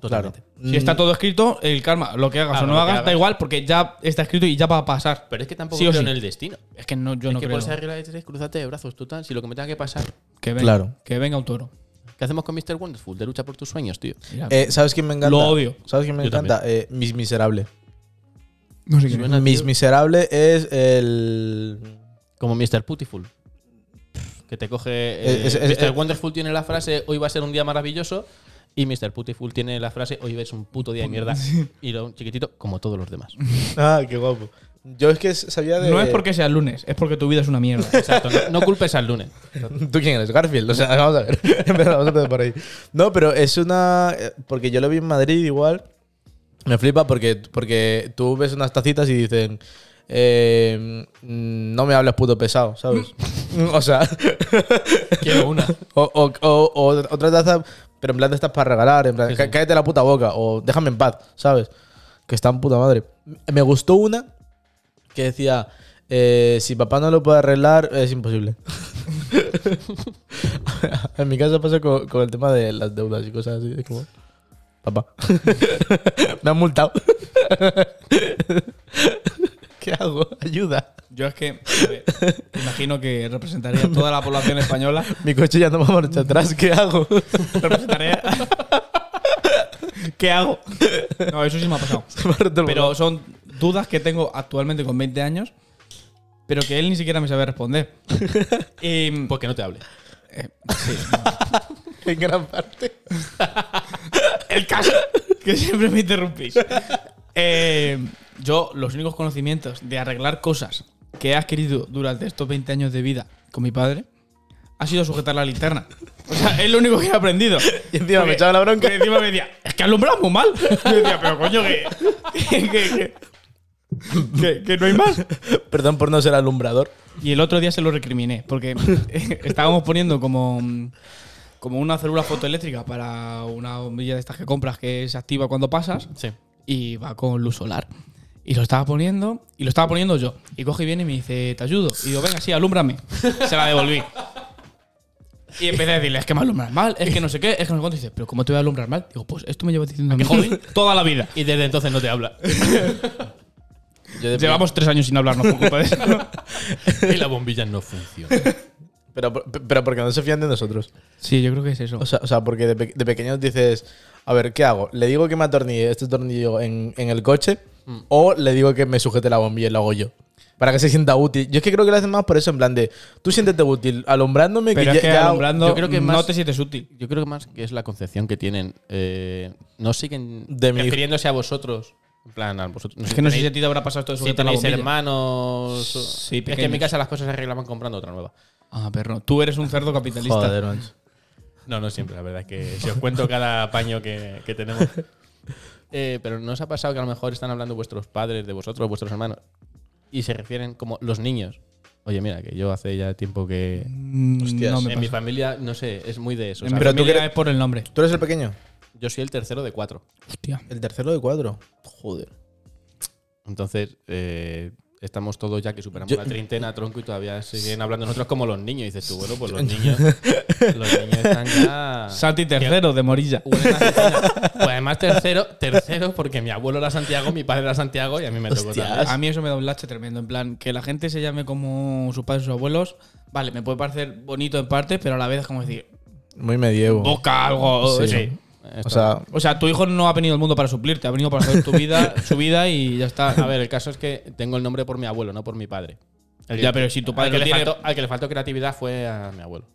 Speaker 3: Totalmente.
Speaker 2: Si
Speaker 1: Mm,
Speaker 2: está todo escrito, el karma, lo que hagas
Speaker 3: Claro,
Speaker 2: o no
Speaker 3: lo que
Speaker 2: hagas, da
Speaker 3: hagas.
Speaker 2: igual, porque ya está escrito y ya va a pasar.
Speaker 3: Pero es que tampoco
Speaker 2: Sí o
Speaker 3: creo
Speaker 2: sí.
Speaker 3: en el destino.
Speaker 2: Es que no, yo
Speaker 3: es
Speaker 2: no
Speaker 3: que
Speaker 2: creo.
Speaker 3: por esa regla de tres, cruzate de brazos, tú tan. Si lo que me tenga que pasar.
Speaker 2: Que venga,
Speaker 1: Claro.
Speaker 2: que venga un toro.
Speaker 3: ¿Qué hacemos con Mr. Wonderful? De lucha por tus sueños, tío.
Speaker 2: Mira,
Speaker 1: Eh, ¿Sabes quién me encanta?
Speaker 2: Lo odio.
Speaker 1: ¿Sabes quién me
Speaker 3: Yo
Speaker 1: encanta? Eh, Miss Miserable.
Speaker 2: no sé qué.
Speaker 3: Suena, tío,
Speaker 1: Miss Miserable es el.
Speaker 3: Como Mr. Putiful. Que te coge. eh,
Speaker 1: Es- es-
Speaker 3: Mr.
Speaker 1: es-
Speaker 3: Wonderful tiene la frase hoy va a ser un día maravilloso. Y Mr. Putiful tiene la frase hoy es un puto día de mierda. Y lo un chiquitito, como todos los demás.
Speaker 1: Ah, qué guapo. Yo es que sabía de.
Speaker 2: No es porque sea el lunes, es porque tu vida es una mierda.
Speaker 3: Exacto. No, no culpes al lunes.
Speaker 1: ¿Tú quién eres? Garfield. O sea, vamos a ver. Empezamos vamos a empezar por ahí. No, pero es una. eh, Porque yo lo vi en Madrid igual. Me flipa porque, porque tú ves unas tacitas y dicen. eh, mm, no me hablas puto pesado, ¿sabes? o sea,
Speaker 2: Quiero una.
Speaker 1: o, o- o- o otra taza, pero en plan de estas para regalar, en plan,
Speaker 3: Sí,
Speaker 1: "Cá-
Speaker 3: sí.
Speaker 1: cállate la puta boca o déjame en paz, ¿sabes? Que está en puta madre. Me gustó una que decía, eh, si papá no lo puede arreglar, es imposible. en mi casa pasa con, con el tema de las deudas y cosas así, es como, papá, me han multado. ¿Qué hago? Ayuda.
Speaker 2: Yo es que a ver, imagino que representaría a toda la población española.
Speaker 1: Mi coche ya no va a marcha atrás, ¿qué hago?
Speaker 2: Representaré. ¿Qué hago? No, eso sí me ha pasado.
Speaker 1: Se me ha roto el
Speaker 2: Pero son dudas que tengo actualmente con 20 años, pero que él ni siquiera me sabe responder. Em,
Speaker 3: Porque no te hable.
Speaker 1: volante en gran parte.
Speaker 2: El caso. Que siempre me interrumpís. Eh, yo, los únicos conocimientos de arreglar cosas que he adquirido durante estos 20 años de vida con mi padre ha sido sujetar la linterna. O sea, es lo único que he aprendido.
Speaker 1: Y encima me echaba la bronca.
Speaker 2: Y encima me decía, es que alumbras muy mal. Y yo decía, pero coño, que. que- que- que- que no hay más.
Speaker 1: Perdón por no ser alumbrador.
Speaker 2: Y el otro día se lo recriminé, porque estábamos poniendo como, como una célula fotoeléctrica para una bombilla de estas que compras que se activa cuando pasas
Speaker 3: Sí.
Speaker 2: y va con luz solar. Y lo estaba poniendo, y lo estaba poniendo yo. Y coge y viene y me dice, te ayudo. Y digo, venga, sí, alúmbrame. Se la devolví. Y empecé a decirle, es que me alumbras mal, es que no sé qué, es que no sé cuánto. Y dice, pero ¿cómo te voy a alumbrar mal? Digo, pues esto me lleva diciendo a mi joven toda la vida.
Speaker 3: Y desde entonces no te habla.
Speaker 2: Llevamos tres años sin hablarnos por culpa de eso.
Speaker 3: Y la bombilla no funciona.
Speaker 1: Pero, pero porque no se fían de nosotros.
Speaker 2: Sí, yo creo que es eso.
Speaker 1: O sea, o sea, porque de, pe- de pequeños dices, a ver, ¿qué hago? ¿Le digo que me atornille este tornillo en, en el coche?
Speaker 2: Mm.
Speaker 1: ¿O le digo que me sujete la bombilla y lo hago yo? Para que se sienta útil. Yo es que creo que lo hacen más por eso, en plan de, tú siéntete útil, alumbrándome,
Speaker 2: pero
Speaker 1: que
Speaker 2: es
Speaker 1: ya-
Speaker 2: que
Speaker 1: ya-
Speaker 2: alumbrando
Speaker 3: yo creo que
Speaker 2: no
Speaker 3: más-
Speaker 2: te sientes útil.
Speaker 3: Yo creo que más que es la concepción que tienen. eh, no siguen
Speaker 1: De mi-
Speaker 3: refiriéndose a vosotros. En plan, a vosotros.
Speaker 2: Es que no sé si a
Speaker 3: tenéis-
Speaker 2: ti te habrá pasado esto de
Speaker 3: si
Speaker 2: sujetar la
Speaker 3: tenéis
Speaker 2: bombilla.
Speaker 3: hermanos. o-
Speaker 2: Sí,
Speaker 3: es que en mi
Speaker 2: pequeños.
Speaker 3: casa las cosas se arreglaban comprando otra nueva.
Speaker 2: Ah, perro. Tú eres un cerdo capitalista.
Speaker 1: Joder, macho.
Speaker 3: No, no siempre, la verdad es que si os cuento cada paño que, que tenemos. Eh, pero ¿no os ha pasado que a lo mejor están hablando vuestros padres de vosotros, vuestros hermanos, y se refieren como los niños? Oye, mira, que yo hace ya tiempo que.
Speaker 2: Mm,
Speaker 1: Hostias.
Speaker 2: no
Speaker 1: En
Speaker 2: me
Speaker 3: En mi
Speaker 2: pasa.
Speaker 3: familia, no sé, es muy de eso.
Speaker 2: En mi
Speaker 3: ¿sabes?
Speaker 1: Pero tú
Speaker 2: familia
Speaker 1: crees-
Speaker 2: es por el nombre.
Speaker 1: ¿Tú eres el pequeño?
Speaker 3: Yo soy el tercero de cuatro.
Speaker 2: Hostia.
Speaker 1: El tercero de cuatro. Joder.
Speaker 3: Entonces, eh, estamos todos ya que superamos
Speaker 1: Yo-
Speaker 3: la treintena, tronco, y todavía siguen hablando nosotros como los niños. Y dices tú, bueno, pues los niños, los niños están ya.
Speaker 2: Santi tercero de Morilla.
Speaker 3: huelen a cecina. Pues además, tercero, tercero, porque mi abuelo era Santiago, mi padre era Santiago y a mí me tocó
Speaker 1: Hostias.
Speaker 3: también.
Speaker 2: A mí eso me da un lache tremendo. En plan, que la gente se llame como sus padres o sus abuelos. Vale, me puede parecer bonito en parte, pero a la vez es como decir,
Speaker 1: Muy medievo.
Speaker 2: busca algo.
Speaker 3: Pues
Speaker 1: Sí.
Speaker 2: eso.
Speaker 1: O sea,
Speaker 2: O sea, tu hijo no ha venido al mundo para suplirte, ha venido para hacer tu vida, su vida y ya está.
Speaker 3: a ver, el caso es que tengo el nombre por mi abuelo, no por mi padre. El
Speaker 2: Ya,
Speaker 3: que-
Speaker 2: pero si tu
Speaker 3: al
Speaker 2: padre
Speaker 3: que
Speaker 2: lo
Speaker 3: le
Speaker 2: tiene-
Speaker 3: faltó- al que le faltó creatividad fue a mi abuelo.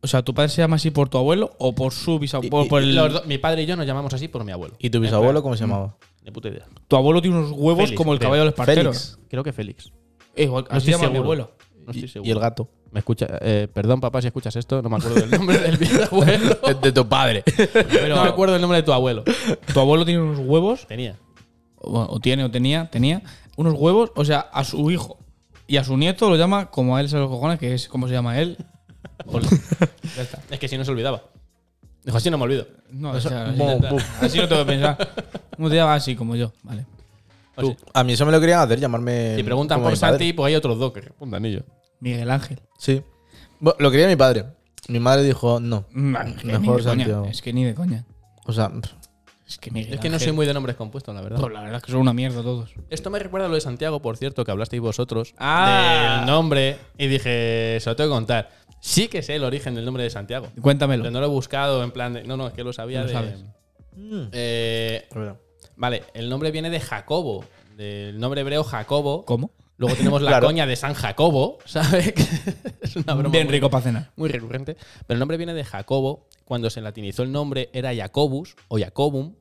Speaker 2: O sea, ¿tu padre se llama así por tu abuelo o por su bisabuelo? Por, por el-
Speaker 3: Los dos- mi padre y yo nos llamamos así por mi abuelo.
Speaker 1: ¿y tu bisabuelo cómo se llamaba?
Speaker 3: De puta idea.
Speaker 2: Tu abuelo tiene unos huevos
Speaker 3: Félix,
Speaker 2: como el
Speaker 3: creo.
Speaker 2: caballo de los parteros.
Speaker 1: Félix.
Speaker 3: Creo que Félix.
Speaker 2: Eh, igual,
Speaker 3: No
Speaker 2: así se
Speaker 3: estoy
Speaker 2: llama mi
Speaker 3: seguro.
Speaker 2: abuelo.
Speaker 3: No estoy
Speaker 1: Y-
Speaker 3: seguro.
Speaker 1: y el gato.
Speaker 3: Me escucha, eh, perdón papá si escuchas esto, no me acuerdo del nombre del bisabuelo.
Speaker 1: De, de tu padre.
Speaker 3: Pero no me acuerdo el nombre de tu abuelo.
Speaker 2: Tu abuelo tiene unos huevos,
Speaker 3: Tenía.
Speaker 2: o, o tiene, o tenía, tenía, unos huevos, o sea, a su hijo y a su nieto lo llama como a él se los cojones, que es como se llama él. Ole.
Speaker 3: Ya está. Es que si no se olvidaba. Dijo, así no me olvido.
Speaker 2: No,
Speaker 1: Eso-
Speaker 2: o sea,
Speaker 1: bum, bum.
Speaker 2: así no tengo que pensar. Un día va así como yo, vale.
Speaker 3: Tú.
Speaker 1: A mí eso me lo querían hacer, llamarme.
Speaker 3: Si preguntan
Speaker 1: como
Speaker 3: por
Speaker 1: mi padre.
Speaker 3: Santi, pues hay otros dos que respondan ellos.
Speaker 2: Miguel Ángel.
Speaker 1: Sí. Bueno, lo quería mi padre. Mi madre dijo no.
Speaker 2: Mm, es que
Speaker 1: Mejor
Speaker 2: ni de
Speaker 1: Santiago.
Speaker 2: coña. Es que ni de coña.
Speaker 1: O sea, pff,
Speaker 2: Es que Miguel
Speaker 3: Es que no
Speaker 2: Ángel-
Speaker 3: soy muy de nombres compuestos, la verdad.
Speaker 2: Pues la verdad es que son una mierda todos.
Speaker 3: Esto me recuerda a lo de Santiago, por cierto, que hablasteis vosotros
Speaker 2: Ah.
Speaker 3: del nombre y dije, se lo tengo que contar. Sí que sé el origen del nombre de Santiago.
Speaker 2: Cuéntamelo.
Speaker 3: Pero no lo he buscado en plan de. No, no, es que lo sabía
Speaker 2: Lo
Speaker 3: de-
Speaker 2: sabes.
Speaker 3: Eh,
Speaker 1: es verdad.
Speaker 3: vale, el nombre viene de Jacobo, del nombre hebreo Jacobo.
Speaker 2: ¿Cómo?
Speaker 3: Luego tenemos la
Speaker 1: Claro.
Speaker 3: coña de San Jacobo, ¿sabes? Que es una broma
Speaker 2: Bien
Speaker 3: muy-
Speaker 2: rico para cenar.
Speaker 3: muy recurrente. Pero el nombre viene de Jacobo. Cuando se latinizó el nombre era Jacobus o Jacobum.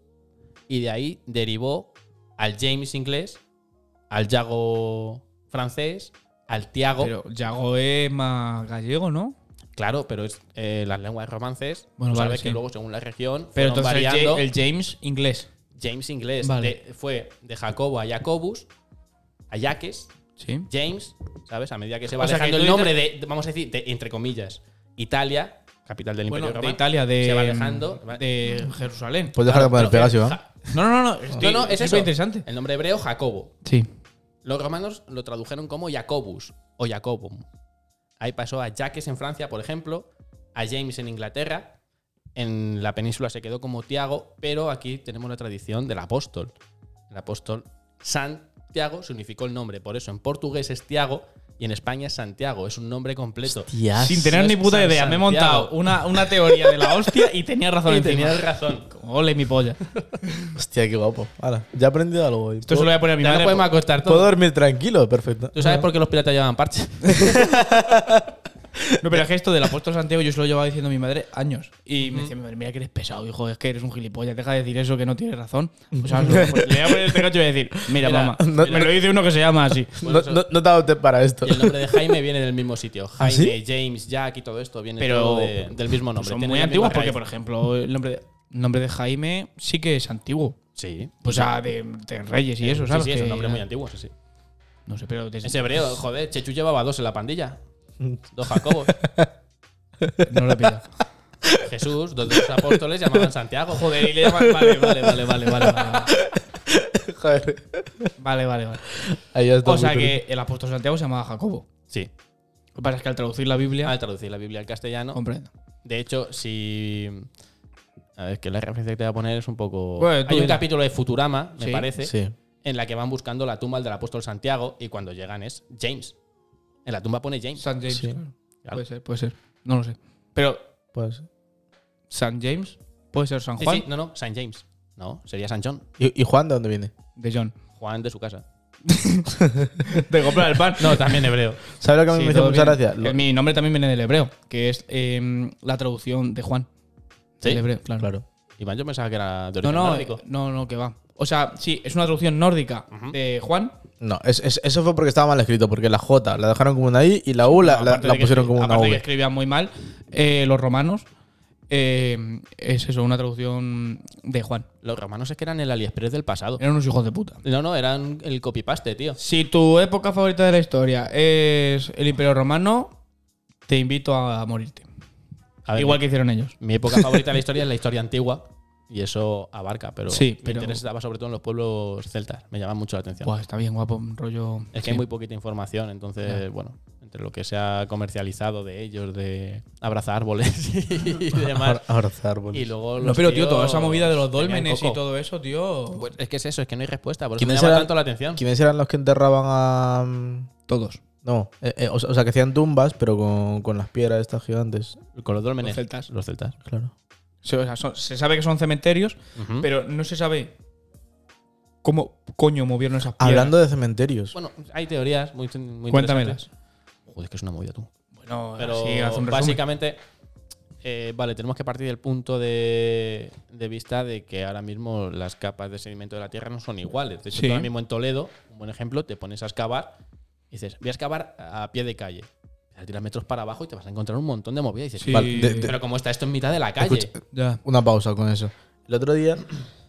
Speaker 3: Y de ahí derivó al James inglés, al Yago francés, al Tiago.
Speaker 2: Pero Yago es más gallego, ¿no?
Speaker 3: claro, pero es eh, las lenguas romances. Bueno,
Speaker 2: Bueno, vale,
Speaker 3: sabes
Speaker 2: sí.
Speaker 3: que luego según la región
Speaker 2: Pero
Speaker 3: fueron
Speaker 2: entonces el,
Speaker 3: variando.
Speaker 2: Ja- el James inglés.
Speaker 3: James inglés
Speaker 2: Vale.
Speaker 3: de- fue de Jacobo a Jacobus, a Jaques,
Speaker 2: Sí.
Speaker 3: James, ¿sabes? A medida que se va
Speaker 2: O sea, que
Speaker 3: alejando
Speaker 2: tú
Speaker 3: el nombre de, de- vamos a decir, de, entre comillas, Italia, capital del
Speaker 2: Bueno,
Speaker 3: Imperio
Speaker 2: de
Speaker 3: Romano.
Speaker 2: Italia, de, mm,
Speaker 3: se va alejando.
Speaker 2: de Jerusalén.
Speaker 1: Puedes dejar de poner
Speaker 3: Claro, pero-
Speaker 1: Pegasio, ¿eh?
Speaker 3: Ja-
Speaker 2: No, no, no. estoy-
Speaker 3: no, no, es
Speaker 2: súper
Speaker 3: eso.
Speaker 2: interesante.
Speaker 3: El nombre hebreo, Jacobo.
Speaker 2: Sí.
Speaker 3: Los romanos lo tradujeron como Jacobus o Jacobum. Ahí pasó a Jacques en Francia, por ejemplo, a James en Inglaterra. En la península se quedó como Tiago, pero aquí tenemos la tradición del apóstol. El apóstol Santiago se unificó el nombre, por eso en portugués es Tiago y en España es Santiago, es un nombre completo.
Speaker 2: Sin tener ni puta
Speaker 3: San
Speaker 2: idea, me he
Speaker 3: Santiago.
Speaker 2: montado una, una teoría de la hostia y tenía razón
Speaker 3: Y
Speaker 2: encima.
Speaker 3: tenías razón.
Speaker 2: Como, Ole, mi polla.
Speaker 1: Hostia, qué guapo. Ahora, ya he aprendido algo hoy.
Speaker 2: Esto se lo voy a poner a mi
Speaker 3: Ya no
Speaker 2: madre.
Speaker 3: podemos acostar
Speaker 1: Puedo
Speaker 3: todo.
Speaker 1: dormir tranquilo, perfecto.
Speaker 3: ¿Tú sabes por qué los piratas llevaban parches?
Speaker 2: No, pero es que esto del apóstol Santiago yo se lo llevaba diciendo a mi madre años. Y me decía, mi madre, mira que eres pesado, hijo, es que eres un gilipollas, deja de decir eso que no tienes razón. O sea, no, pues, le voy a poner este cacho y voy a decir, mira,
Speaker 3: Mira,
Speaker 2: mamá,
Speaker 1: no-
Speaker 2: me lo dice uno que se llama así.
Speaker 1: No, no, no te adopté para esto.
Speaker 3: Y el nombre de Jaime viene del mismo sitio. Jaime,
Speaker 1: sí?
Speaker 3: James, Jack y todo esto viene
Speaker 2: Pero-
Speaker 3: todo de- del mismo nombre.
Speaker 2: Son
Speaker 3: Tienen
Speaker 2: muy
Speaker 3: la misma
Speaker 2: antiguos porque,
Speaker 3: raíz.
Speaker 2: por ejemplo, el nombre de, el nombre de Jaime sí que es antiguo.
Speaker 3: Sí.
Speaker 2: O sea, de, de reyes y eso,
Speaker 3: Eh, Sí,
Speaker 2: ¿sabes?
Speaker 3: sí, es
Speaker 2: Que-
Speaker 3: un nombre muy antiguo, sí, sí.
Speaker 2: No sé, pero desde-
Speaker 3: Es hebreo, joder. Chechu llevaba dos en la pandilla.
Speaker 2: Mm.
Speaker 3: Dos Jacobos.
Speaker 2: no lo he pillado.
Speaker 3: Jesús, dos de los apóstoles llamaban Santiago. Joder, y le llaman...
Speaker 2: Vale, vale, vale, vale, vale, vale.
Speaker 1: Joder.
Speaker 2: Vale, vale, vale.
Speaker 1: Ahí ya está
Speaker 2: O sea
Speaker 1: muy
Speaker 2: que el apóstol Santiago se llamaba Jacobo.
Speaker 3: Sí.
Speaker 2: Lo que pasa es que al traducir la Biblia.
Speaker 3: Al traducir la Biblia al castellano.
Speaker 2: Comprendo.
Speaker 3: De hecho, si... A ver, que la referencia que te voy a poner es un poco...
Speaker 2: Bueno, tú
Speaker 3: Hay un
Speaker 2: dirás.
Speaker 3: capítulo de Futurama, me
Speaker 2: Sí.
Speaker 3: parece,
Speaker 1: Sí.
Speaker 3: en la que van buscando la tumba del apóstol Santiago y cuando llegan es James. En la tumba pone James.
Speaker 2: San James.
Speaker 1: Sí.
Speaker 2: claro.
Speaker 3: Claro.
Speaker 2: Puede ser, puede ser. No lo sé. Pero
Speaker 1: Pues.
Speaker 2: San James puede ser San
Speaker 3: Sí,
Speaker 2: Juan
Speaker 3: sí, no, no, San James. No, sería San John.
Speaker 1: ¿Y, y Juan de dónde viene?
Speaker 2: de John.
Speaker 3: Juan de su casa.
Speaker 2: De comprar el pan.
Speaker 3: No, también hebreo.
Speaker 1: ¿Sabes lo que a mí
Speaker 2: Sí,
Speaker 1: me hizo
Speaker 2: todo
Speaker 1: mucha
Speaker 2: bien.
Speaker 1: gracia?
Speaker 2: Eh, Mi nombre también viene del hebreo, que es eh, la traducción de Juan.
Speaker 3: Sí,
Speaker 2: Del hebreo, claro.
Speaker 3: Iván, yo pensaba que era de
Speaker 2: No,
Speaker 3: origen
Speaker 2: no,
Speaker 3: nórdico.
Speaker 2: eh, no, no, que va. O sea, sí, es una traducción nórdica de Juan.
Speaker 1: No, es- es- eso fue porque estaba mal escrito, porque la J la dejaron como una I y la U la, la-
Speaker 2: Aparte
Speaker 1: la
Speaker 2: de que
Speaker 1: pusieron
Speaker 2: escri-
Speaker 1: como una
Speaker 2: aparte de que
Speaker 1: V.
Speaker 2: escribían muy mal eh, los romanos. eh, es eso, una traducción de Juan.
Speaker 3: Los romanos es que eran el AliExpress del pasado.
Speaker 2: Eran unos hijos de puta.
Speaker 3: No, no, eran el copypaste, tío.
Speaker 2: Si tu época favorita de la historia es el Imperio Romano, te invito a morirte.
Speaker 3: A ver,
Speaker 2: Igual
Speaker 3: mi,
Speaker 2: que hicieron ellos.
Speaker 3: mi época favorita de la historia es la historia antigua. Y eso abarca, pero
Speaker 2: Sí,
Speaker 3: me
Speaker 2: pero-
Speaker 3: interesaba sobre todo en los pueblos celtas. Me llama mucho la atención.
Speaker 2: Buah, está bien guapo, un rollo.
Speaker 3: Es que
Speaker 2: sí.
Speaker 3: hay muy poquita información, entonces, bueno, entre lo que se ha comercializado de ellos, de abrazar árboles y demás.
Speaker 1: Ahora- ahora hace árboles.
Speaker 3: Y luego
Speaker 2: No,
Speaker 3: los
Speaker 2: pero tío, toda
Speaker 3: tíos
Speaker 2: esa movida de los
Speaker 3: tenían
Speaker 2: dólmenes y
Speaker 3: coco.
Speaker 2: todo eso, tío.
Speaker 3: Pues es que es eso, es que no hay respuesta. Por eso me
Speaker 1: ¿Quiénes
Speaker 3: llama
Speaker 1: eran-
Speaker 3: tanto la atención.
Speaker 1: ¿Quiénes eran los que enterraban a. mm,
Speaker 2: Todos.
Speaker 1: No, eh, eh, o, sea- o sea, que hacían tumbas, pero con, con las piedras estas gigantes.
Speaker 3: Con los dólmenes.
Speaker 2: Los celtas.
Speaker 3: Los celtas.
Speaker 1: Claro.
Speaker 2: Sí, o sea, son- se sabe que son cementerios,
Speaker 3: Ujú.
Speaker 2: pero no se sabe cómo coño movieron esas piedras.
Speaker 1: Hablando de cementerios.
Speaker 3: Bueno, hay teorías muy, muy
Speaker 2: Cuéntamelas.
Speaker 3: interesantes. Joder, que es una movida tú.
Speaker 2: Bueno,
Speaker 3: Pero
Speaker 2: sí, haz un resumen.
Speaker 3: básicamente, eh, vale, tenemos que partir del punto de, de vista de que ahora mismo las capas de sedimento de la Tierra no son iguales. De hecho,
Speaker 2: Sí.
Speaker 3: tú ahora mismo en Toledo, un buen ejemplo, te pones a excavar y dices, voy a excavar a pie de calle. Te tiras metros para abajo y te vas a encontrar un montón de movidas. Y dices,
Speaker 2: Sí.
Speaker 1: Vale, de- de-
Speaker 3: pero como está esto en mitad de la calle.
Speaker 1: Escucha,
Speaker 2: Ya.
Speaker 1: una pausa con eso. El otro día,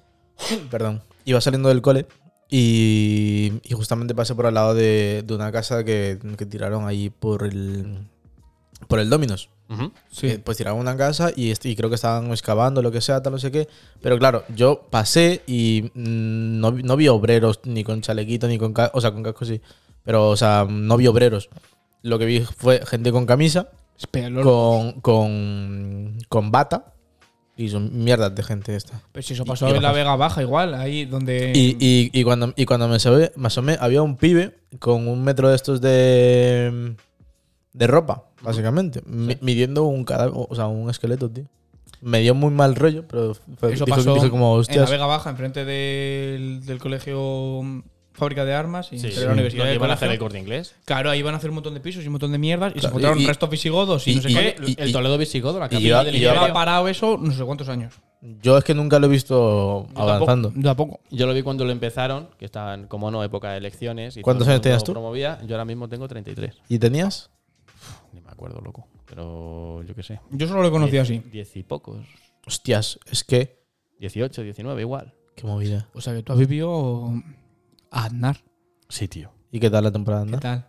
Speaker 1: perdón, iba saliendo del cole y, y justamente pasé por al lado de, de una casa que, que tiraron ahí por el, Por el Dominos.
Speaker 3: Ujú.
Speaker 1: Que, pues tiraron una casa y, est- y creo que estaban excavando, lo que sea, tal, no sé qué. Pero claro, yo pasé y mm, no, vi- no vi obreros ni con chalequito, ni con ca- O sea, con casco sí. Pero, o sea, no vi obreros. Lo que vi fue gente con camisa,
Speaker 2: Espera, Lolo.
Speaker 1: con, con, con bata y son mierdas de gente esta.
Speaker 2: Pero si eso pasó
Speaker 1: y
Speaker 2: en la
Speaker 1: bajas.
Speaker 2: Vega Baja, igual, ahí donde.
Speaker 1: Y, y- y cuando, y cuando me, asomé, me asomé, había un pibe con un metro de estos de, de ropa, básicamente, mi- midiendo un cadáver, o sea, un esqueleto, tío. Me dio muy mal rollo, pero fue,
Speaker 2: eso
Speaker 1: dijo-
Speaker 2: pasó
Speaker 1: dije como,
Speaker 2: en la
Speaker 1: hostias,
Speaker 2: Vega Baja, enfrente del, del colegio mm, Fábrica de Armas y
Speaker 3: Sí,
Speaker 2: entre
Speaker 3: sí.
Speaker 2: la
Speaker 3: Lo
Speaker 2: universidad.
Speaker 3: que
Speaker 2: y el
Speaker 3: iban a hacer el
Speaker 2: colegio.
Speaker 3: corte inglés.
Speaker 2: Claro, ahí van a hacer un montón de pisos y un montón de mierdas y se
Speaker 1: Claro,
Speaker 2: encontraron
Speaker 1: y-
Speaker 2: restos visigodos y,
Speaker 1: y-
Speaker 2: no sé
Speaker 1: y-
Speaker 2: qué.
Speaker 3: Pues el Toledo Visigodo, la
Speaker 1: yo-
Speaker 3: capilla del
Speaker 1: y
Speaker 2: Y
Speaker 1: yo-
Speaker 3: imperio.
Speaker 2: lleva parado eso no sé cuántos años.
Speaker 1: yo es que nunca lo he visto
Speaker 2: Yo
Speaker 1: avanzando.
Speaker 2: tampoco- Yo tampoco.
Speaker 3: Yo lo vi cuando lo empezaron, que estaban, como no, época de elecciones. Y
Speaker 1: ¿Cuántos
Speaker 3: todo el
Speaker 1: años tenías
Speaker 3: mundo
Speaker 1: tú?
Speaker 3: Promovía. Yo ahora mismo tengo 33.
Speaker 1: ¿Y tenías?
Speaker 3: Ni me acuerdo, loco. Pero yo qué sé.
Speaker 2: Yo solo lo conocí así.
Speaker 3: Diez- Diez y pocos.
Speaker 1: Hostias, es que,
Speaker 3: 18, 19, igual.
Speaker 1: qué movida.
Speaker 2: O sea que tú has vivido a Aznar.
Speaker 3: Sí, tío.
Speaker 1: ¿Y qué tal la temporada?
Speaker 2: ¿Qué
Speaker 1: andar?
Speaker 2: tal?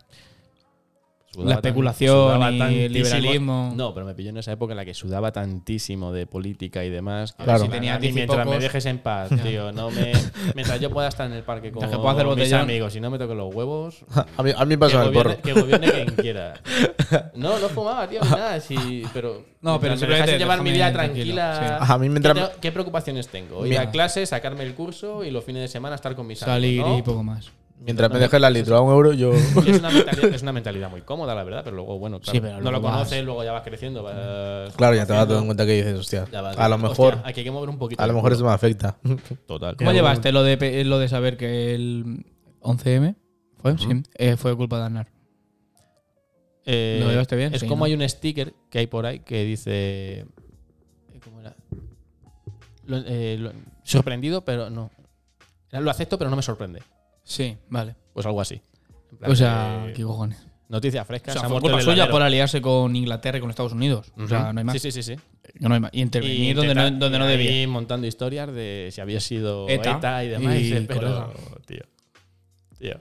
Speaker 3: Sudaba
Speaker 2: La
Speaker 3: tan-
Speaker 2: especulación
Speaker 3: sudaba
Speaker 2: y
Speaker 3: tantísimo-
Speaker 2: el liberalismo.
Speaker 3: No, pero me pilló en esa época en la que sudaba tantísimo de política y demás. que
Speaker 1: Claro.
Speaker 3: si tenía
Speaker 2: Nada,
Speaker 3: diez
Speaker 2: y
Speaker 3: y mientras
Speaker 2: pocos-
Speaker 3: me dejes en paz, tío. No me, mientras yo pueda estar en el parque con
Speaker 2: Mientras que pueda hacer
Speaker 3: mis
Speaker 2: botellón.
Speaker 3: amigos y no me toquen los huevos.
Speaker 1: A mí, a mí me
Speaker 3: que,
Speaker 1: pasó el porro.
Speaker 2: eh.
Speaker 3: gobierne, que gobierne quien quiera. No, no fumaba, tío, ni nada. sí, pero
Speaker 2: No,
Speaker 3: mientras me
Speaker 2: pero simplemente
Speaker 3: dejase llevar mi
Speaker 2: déjame
Speaker 3: vida
Speaker 2: tranquilo,
Speaker 3: tranquila.
Speaker 2: sí.
Speaker 1: Ajá, a mí mientras
Speaker 3: ¿Qué,
Speaker 1: me-
Speaker 3: te- qué preocupaciones tengo? Ir
Speaker 1: Mira.
Speaker 3: a clase, sacarme el curso y los fines de semana estar con mis
Speaker 2: Salir
Speaker 3: amigos. ¿no?
Speaker 2: y poco más.
Speaker 1: Mientras me dejes la litro a un euro, yo...
Speaker 3: Que es, una mentalidad, es una mentalidad muy cómoda, la verdad, pero luego, bueno, claro,
Speaker 2: Sí, pero
Speaker 3: no lo
Speaker 2: luego vas-
Speaker 3: conoces, luego ya vas creciendo. vas
Speaker 1: Claro, ya te vas dando en
Speaker 3: conociendo,
Speaker 1: cuenta que dices, hostias,
Speaker 3: ya vas-
Speaker 1: a lo
Speaker 3: hostia,
Speaker 1: mejor,
Speaker 3: aquí hay que mover un poquito.
Speaker 1: a lo
Speaker 3: el
Speaker 1: mejor
Speaker 3: culo.
Speaker 1: eso me afecta.
Speaker 3: Total.
Speaker 2: ¿Cómo
Speaker 1: Pero-
Speaker 2: llevaste lo de, pe- lo de saber que el 11M fue, sí, eh, fue culpa de Aznar?
Speaker 3: Eh,
Speaker 2: ¿Lo llevaste bien?
Speaker 3: Es
Speaker 2: Sí,
Speaker 3: como
Speaker 2: ¿no?
Speaker 3: hay un sticker que hay por ahí que dice. eh, ¿Cómo era? Lo- eh, lo- sorprendido, pero no. Era, Lo acepto, pero no me sorprende.
Speaker 2: Sí, vale.
Speaker 3: Pues algo así. En plan
Speaker 2: O sea,
Speaker 3: de-
Speaker 2: qué cojones.
Speaker 3: noticia fresca.
Speaker 2: O sea,
Speaker 3: se ha
Speaker 2: fue
Speaker 3: muerto el
Speaker 2: culpa suya
Speaker 3: heladero.
Speaker 2: por aliarse con Inglaterra y con Estados Unidos. O sea,
Speaker 3: Ujú.
Speaker 2: no hay más.
Speaker 3: Sí, sí, sí. sí.
Speaker 2: Que no hay más. Y intervenir donde, no,
Speaker 3: intentar-
Speaker 2: donde no
Speaker 3: y ahí
Speaker 2: debía.
Speaker 3: montando historias de si había sido
Speaker 2: ETA
Speaker 3: ETA, y demás.
Speaker 2: y
Speaker 3: Y dices, pero,
Speaker 2: colega.
Speaker 3: tío. Tío.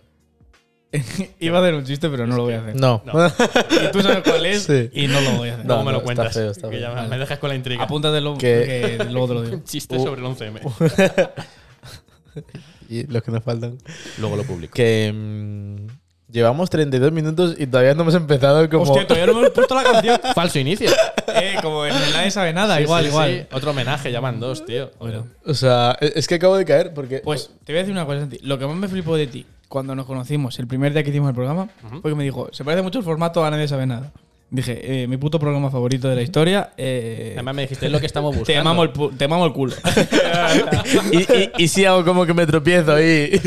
Speaker 2: Iba a hacer un chiste, pero no lo voy a hacer.
Speaker 1: No.
Speaker 3: No.
Speaker 2: Y tú sabes cuál es
Speaker 1: Sí.
Speaker 2: y no lo voy a hacer.
Speaker 1: No,
Speaker 3: Luego me
Speaker 1: no,
Speaker 3: lo
Speaker 1: está
Speaker 3: cuentas.
Speaker 1: feo, está
Speaker 3: que ya
Speaker 1: feo.
Speaker 3: me- me dejas con la intriga.
Speaker 2: Apúntatelo
Speaker 1: Que-
Speaker 2: que luego te lo digo.
Speaker 3: Un chiste sobre el 11M.
Speaker 1: y los que nos faltan.
Speaker 3: Luego lo publico.
Speaker 1: Que mm, llevamos 32 minutos y todavía no hemos empezado como...
Speaker 2: Hostia, todavía no me he puesto la canción.
Speaker 3: Falso inicio.
Speaker 2: Eh, como en el nadie sabe nada,
Speaker 3: Sí,
Speaker 2: Ah, igual,
Speaker 3: sí,
Speaker 2: igual.
Speaker 3: sí. Otro homenaje, llaman dos, tío. Eh,
Speaker 2: Bueno.
Speaker 1: o sea, e-, es es que acabo de caer porque...
Speaker 2: Pues te voy a decir una cosa, Santi. Lo que más me flipó de ti cuando nos conocimos, el primer día que hicimos el programa, fue que me dijo: Se parece mucho el formato a Nadie Sabe Nada. Dije: eh, Mi puto programa favorito de la historia. eh,
Speaker 3: Además me dijiste, es lo que estamos buscando.
Speaker 2: te, mamo el pu- te mamo el culo.
Speaker 1: y, y- y sí hago como que me tropiezo y...
Speaker 2: y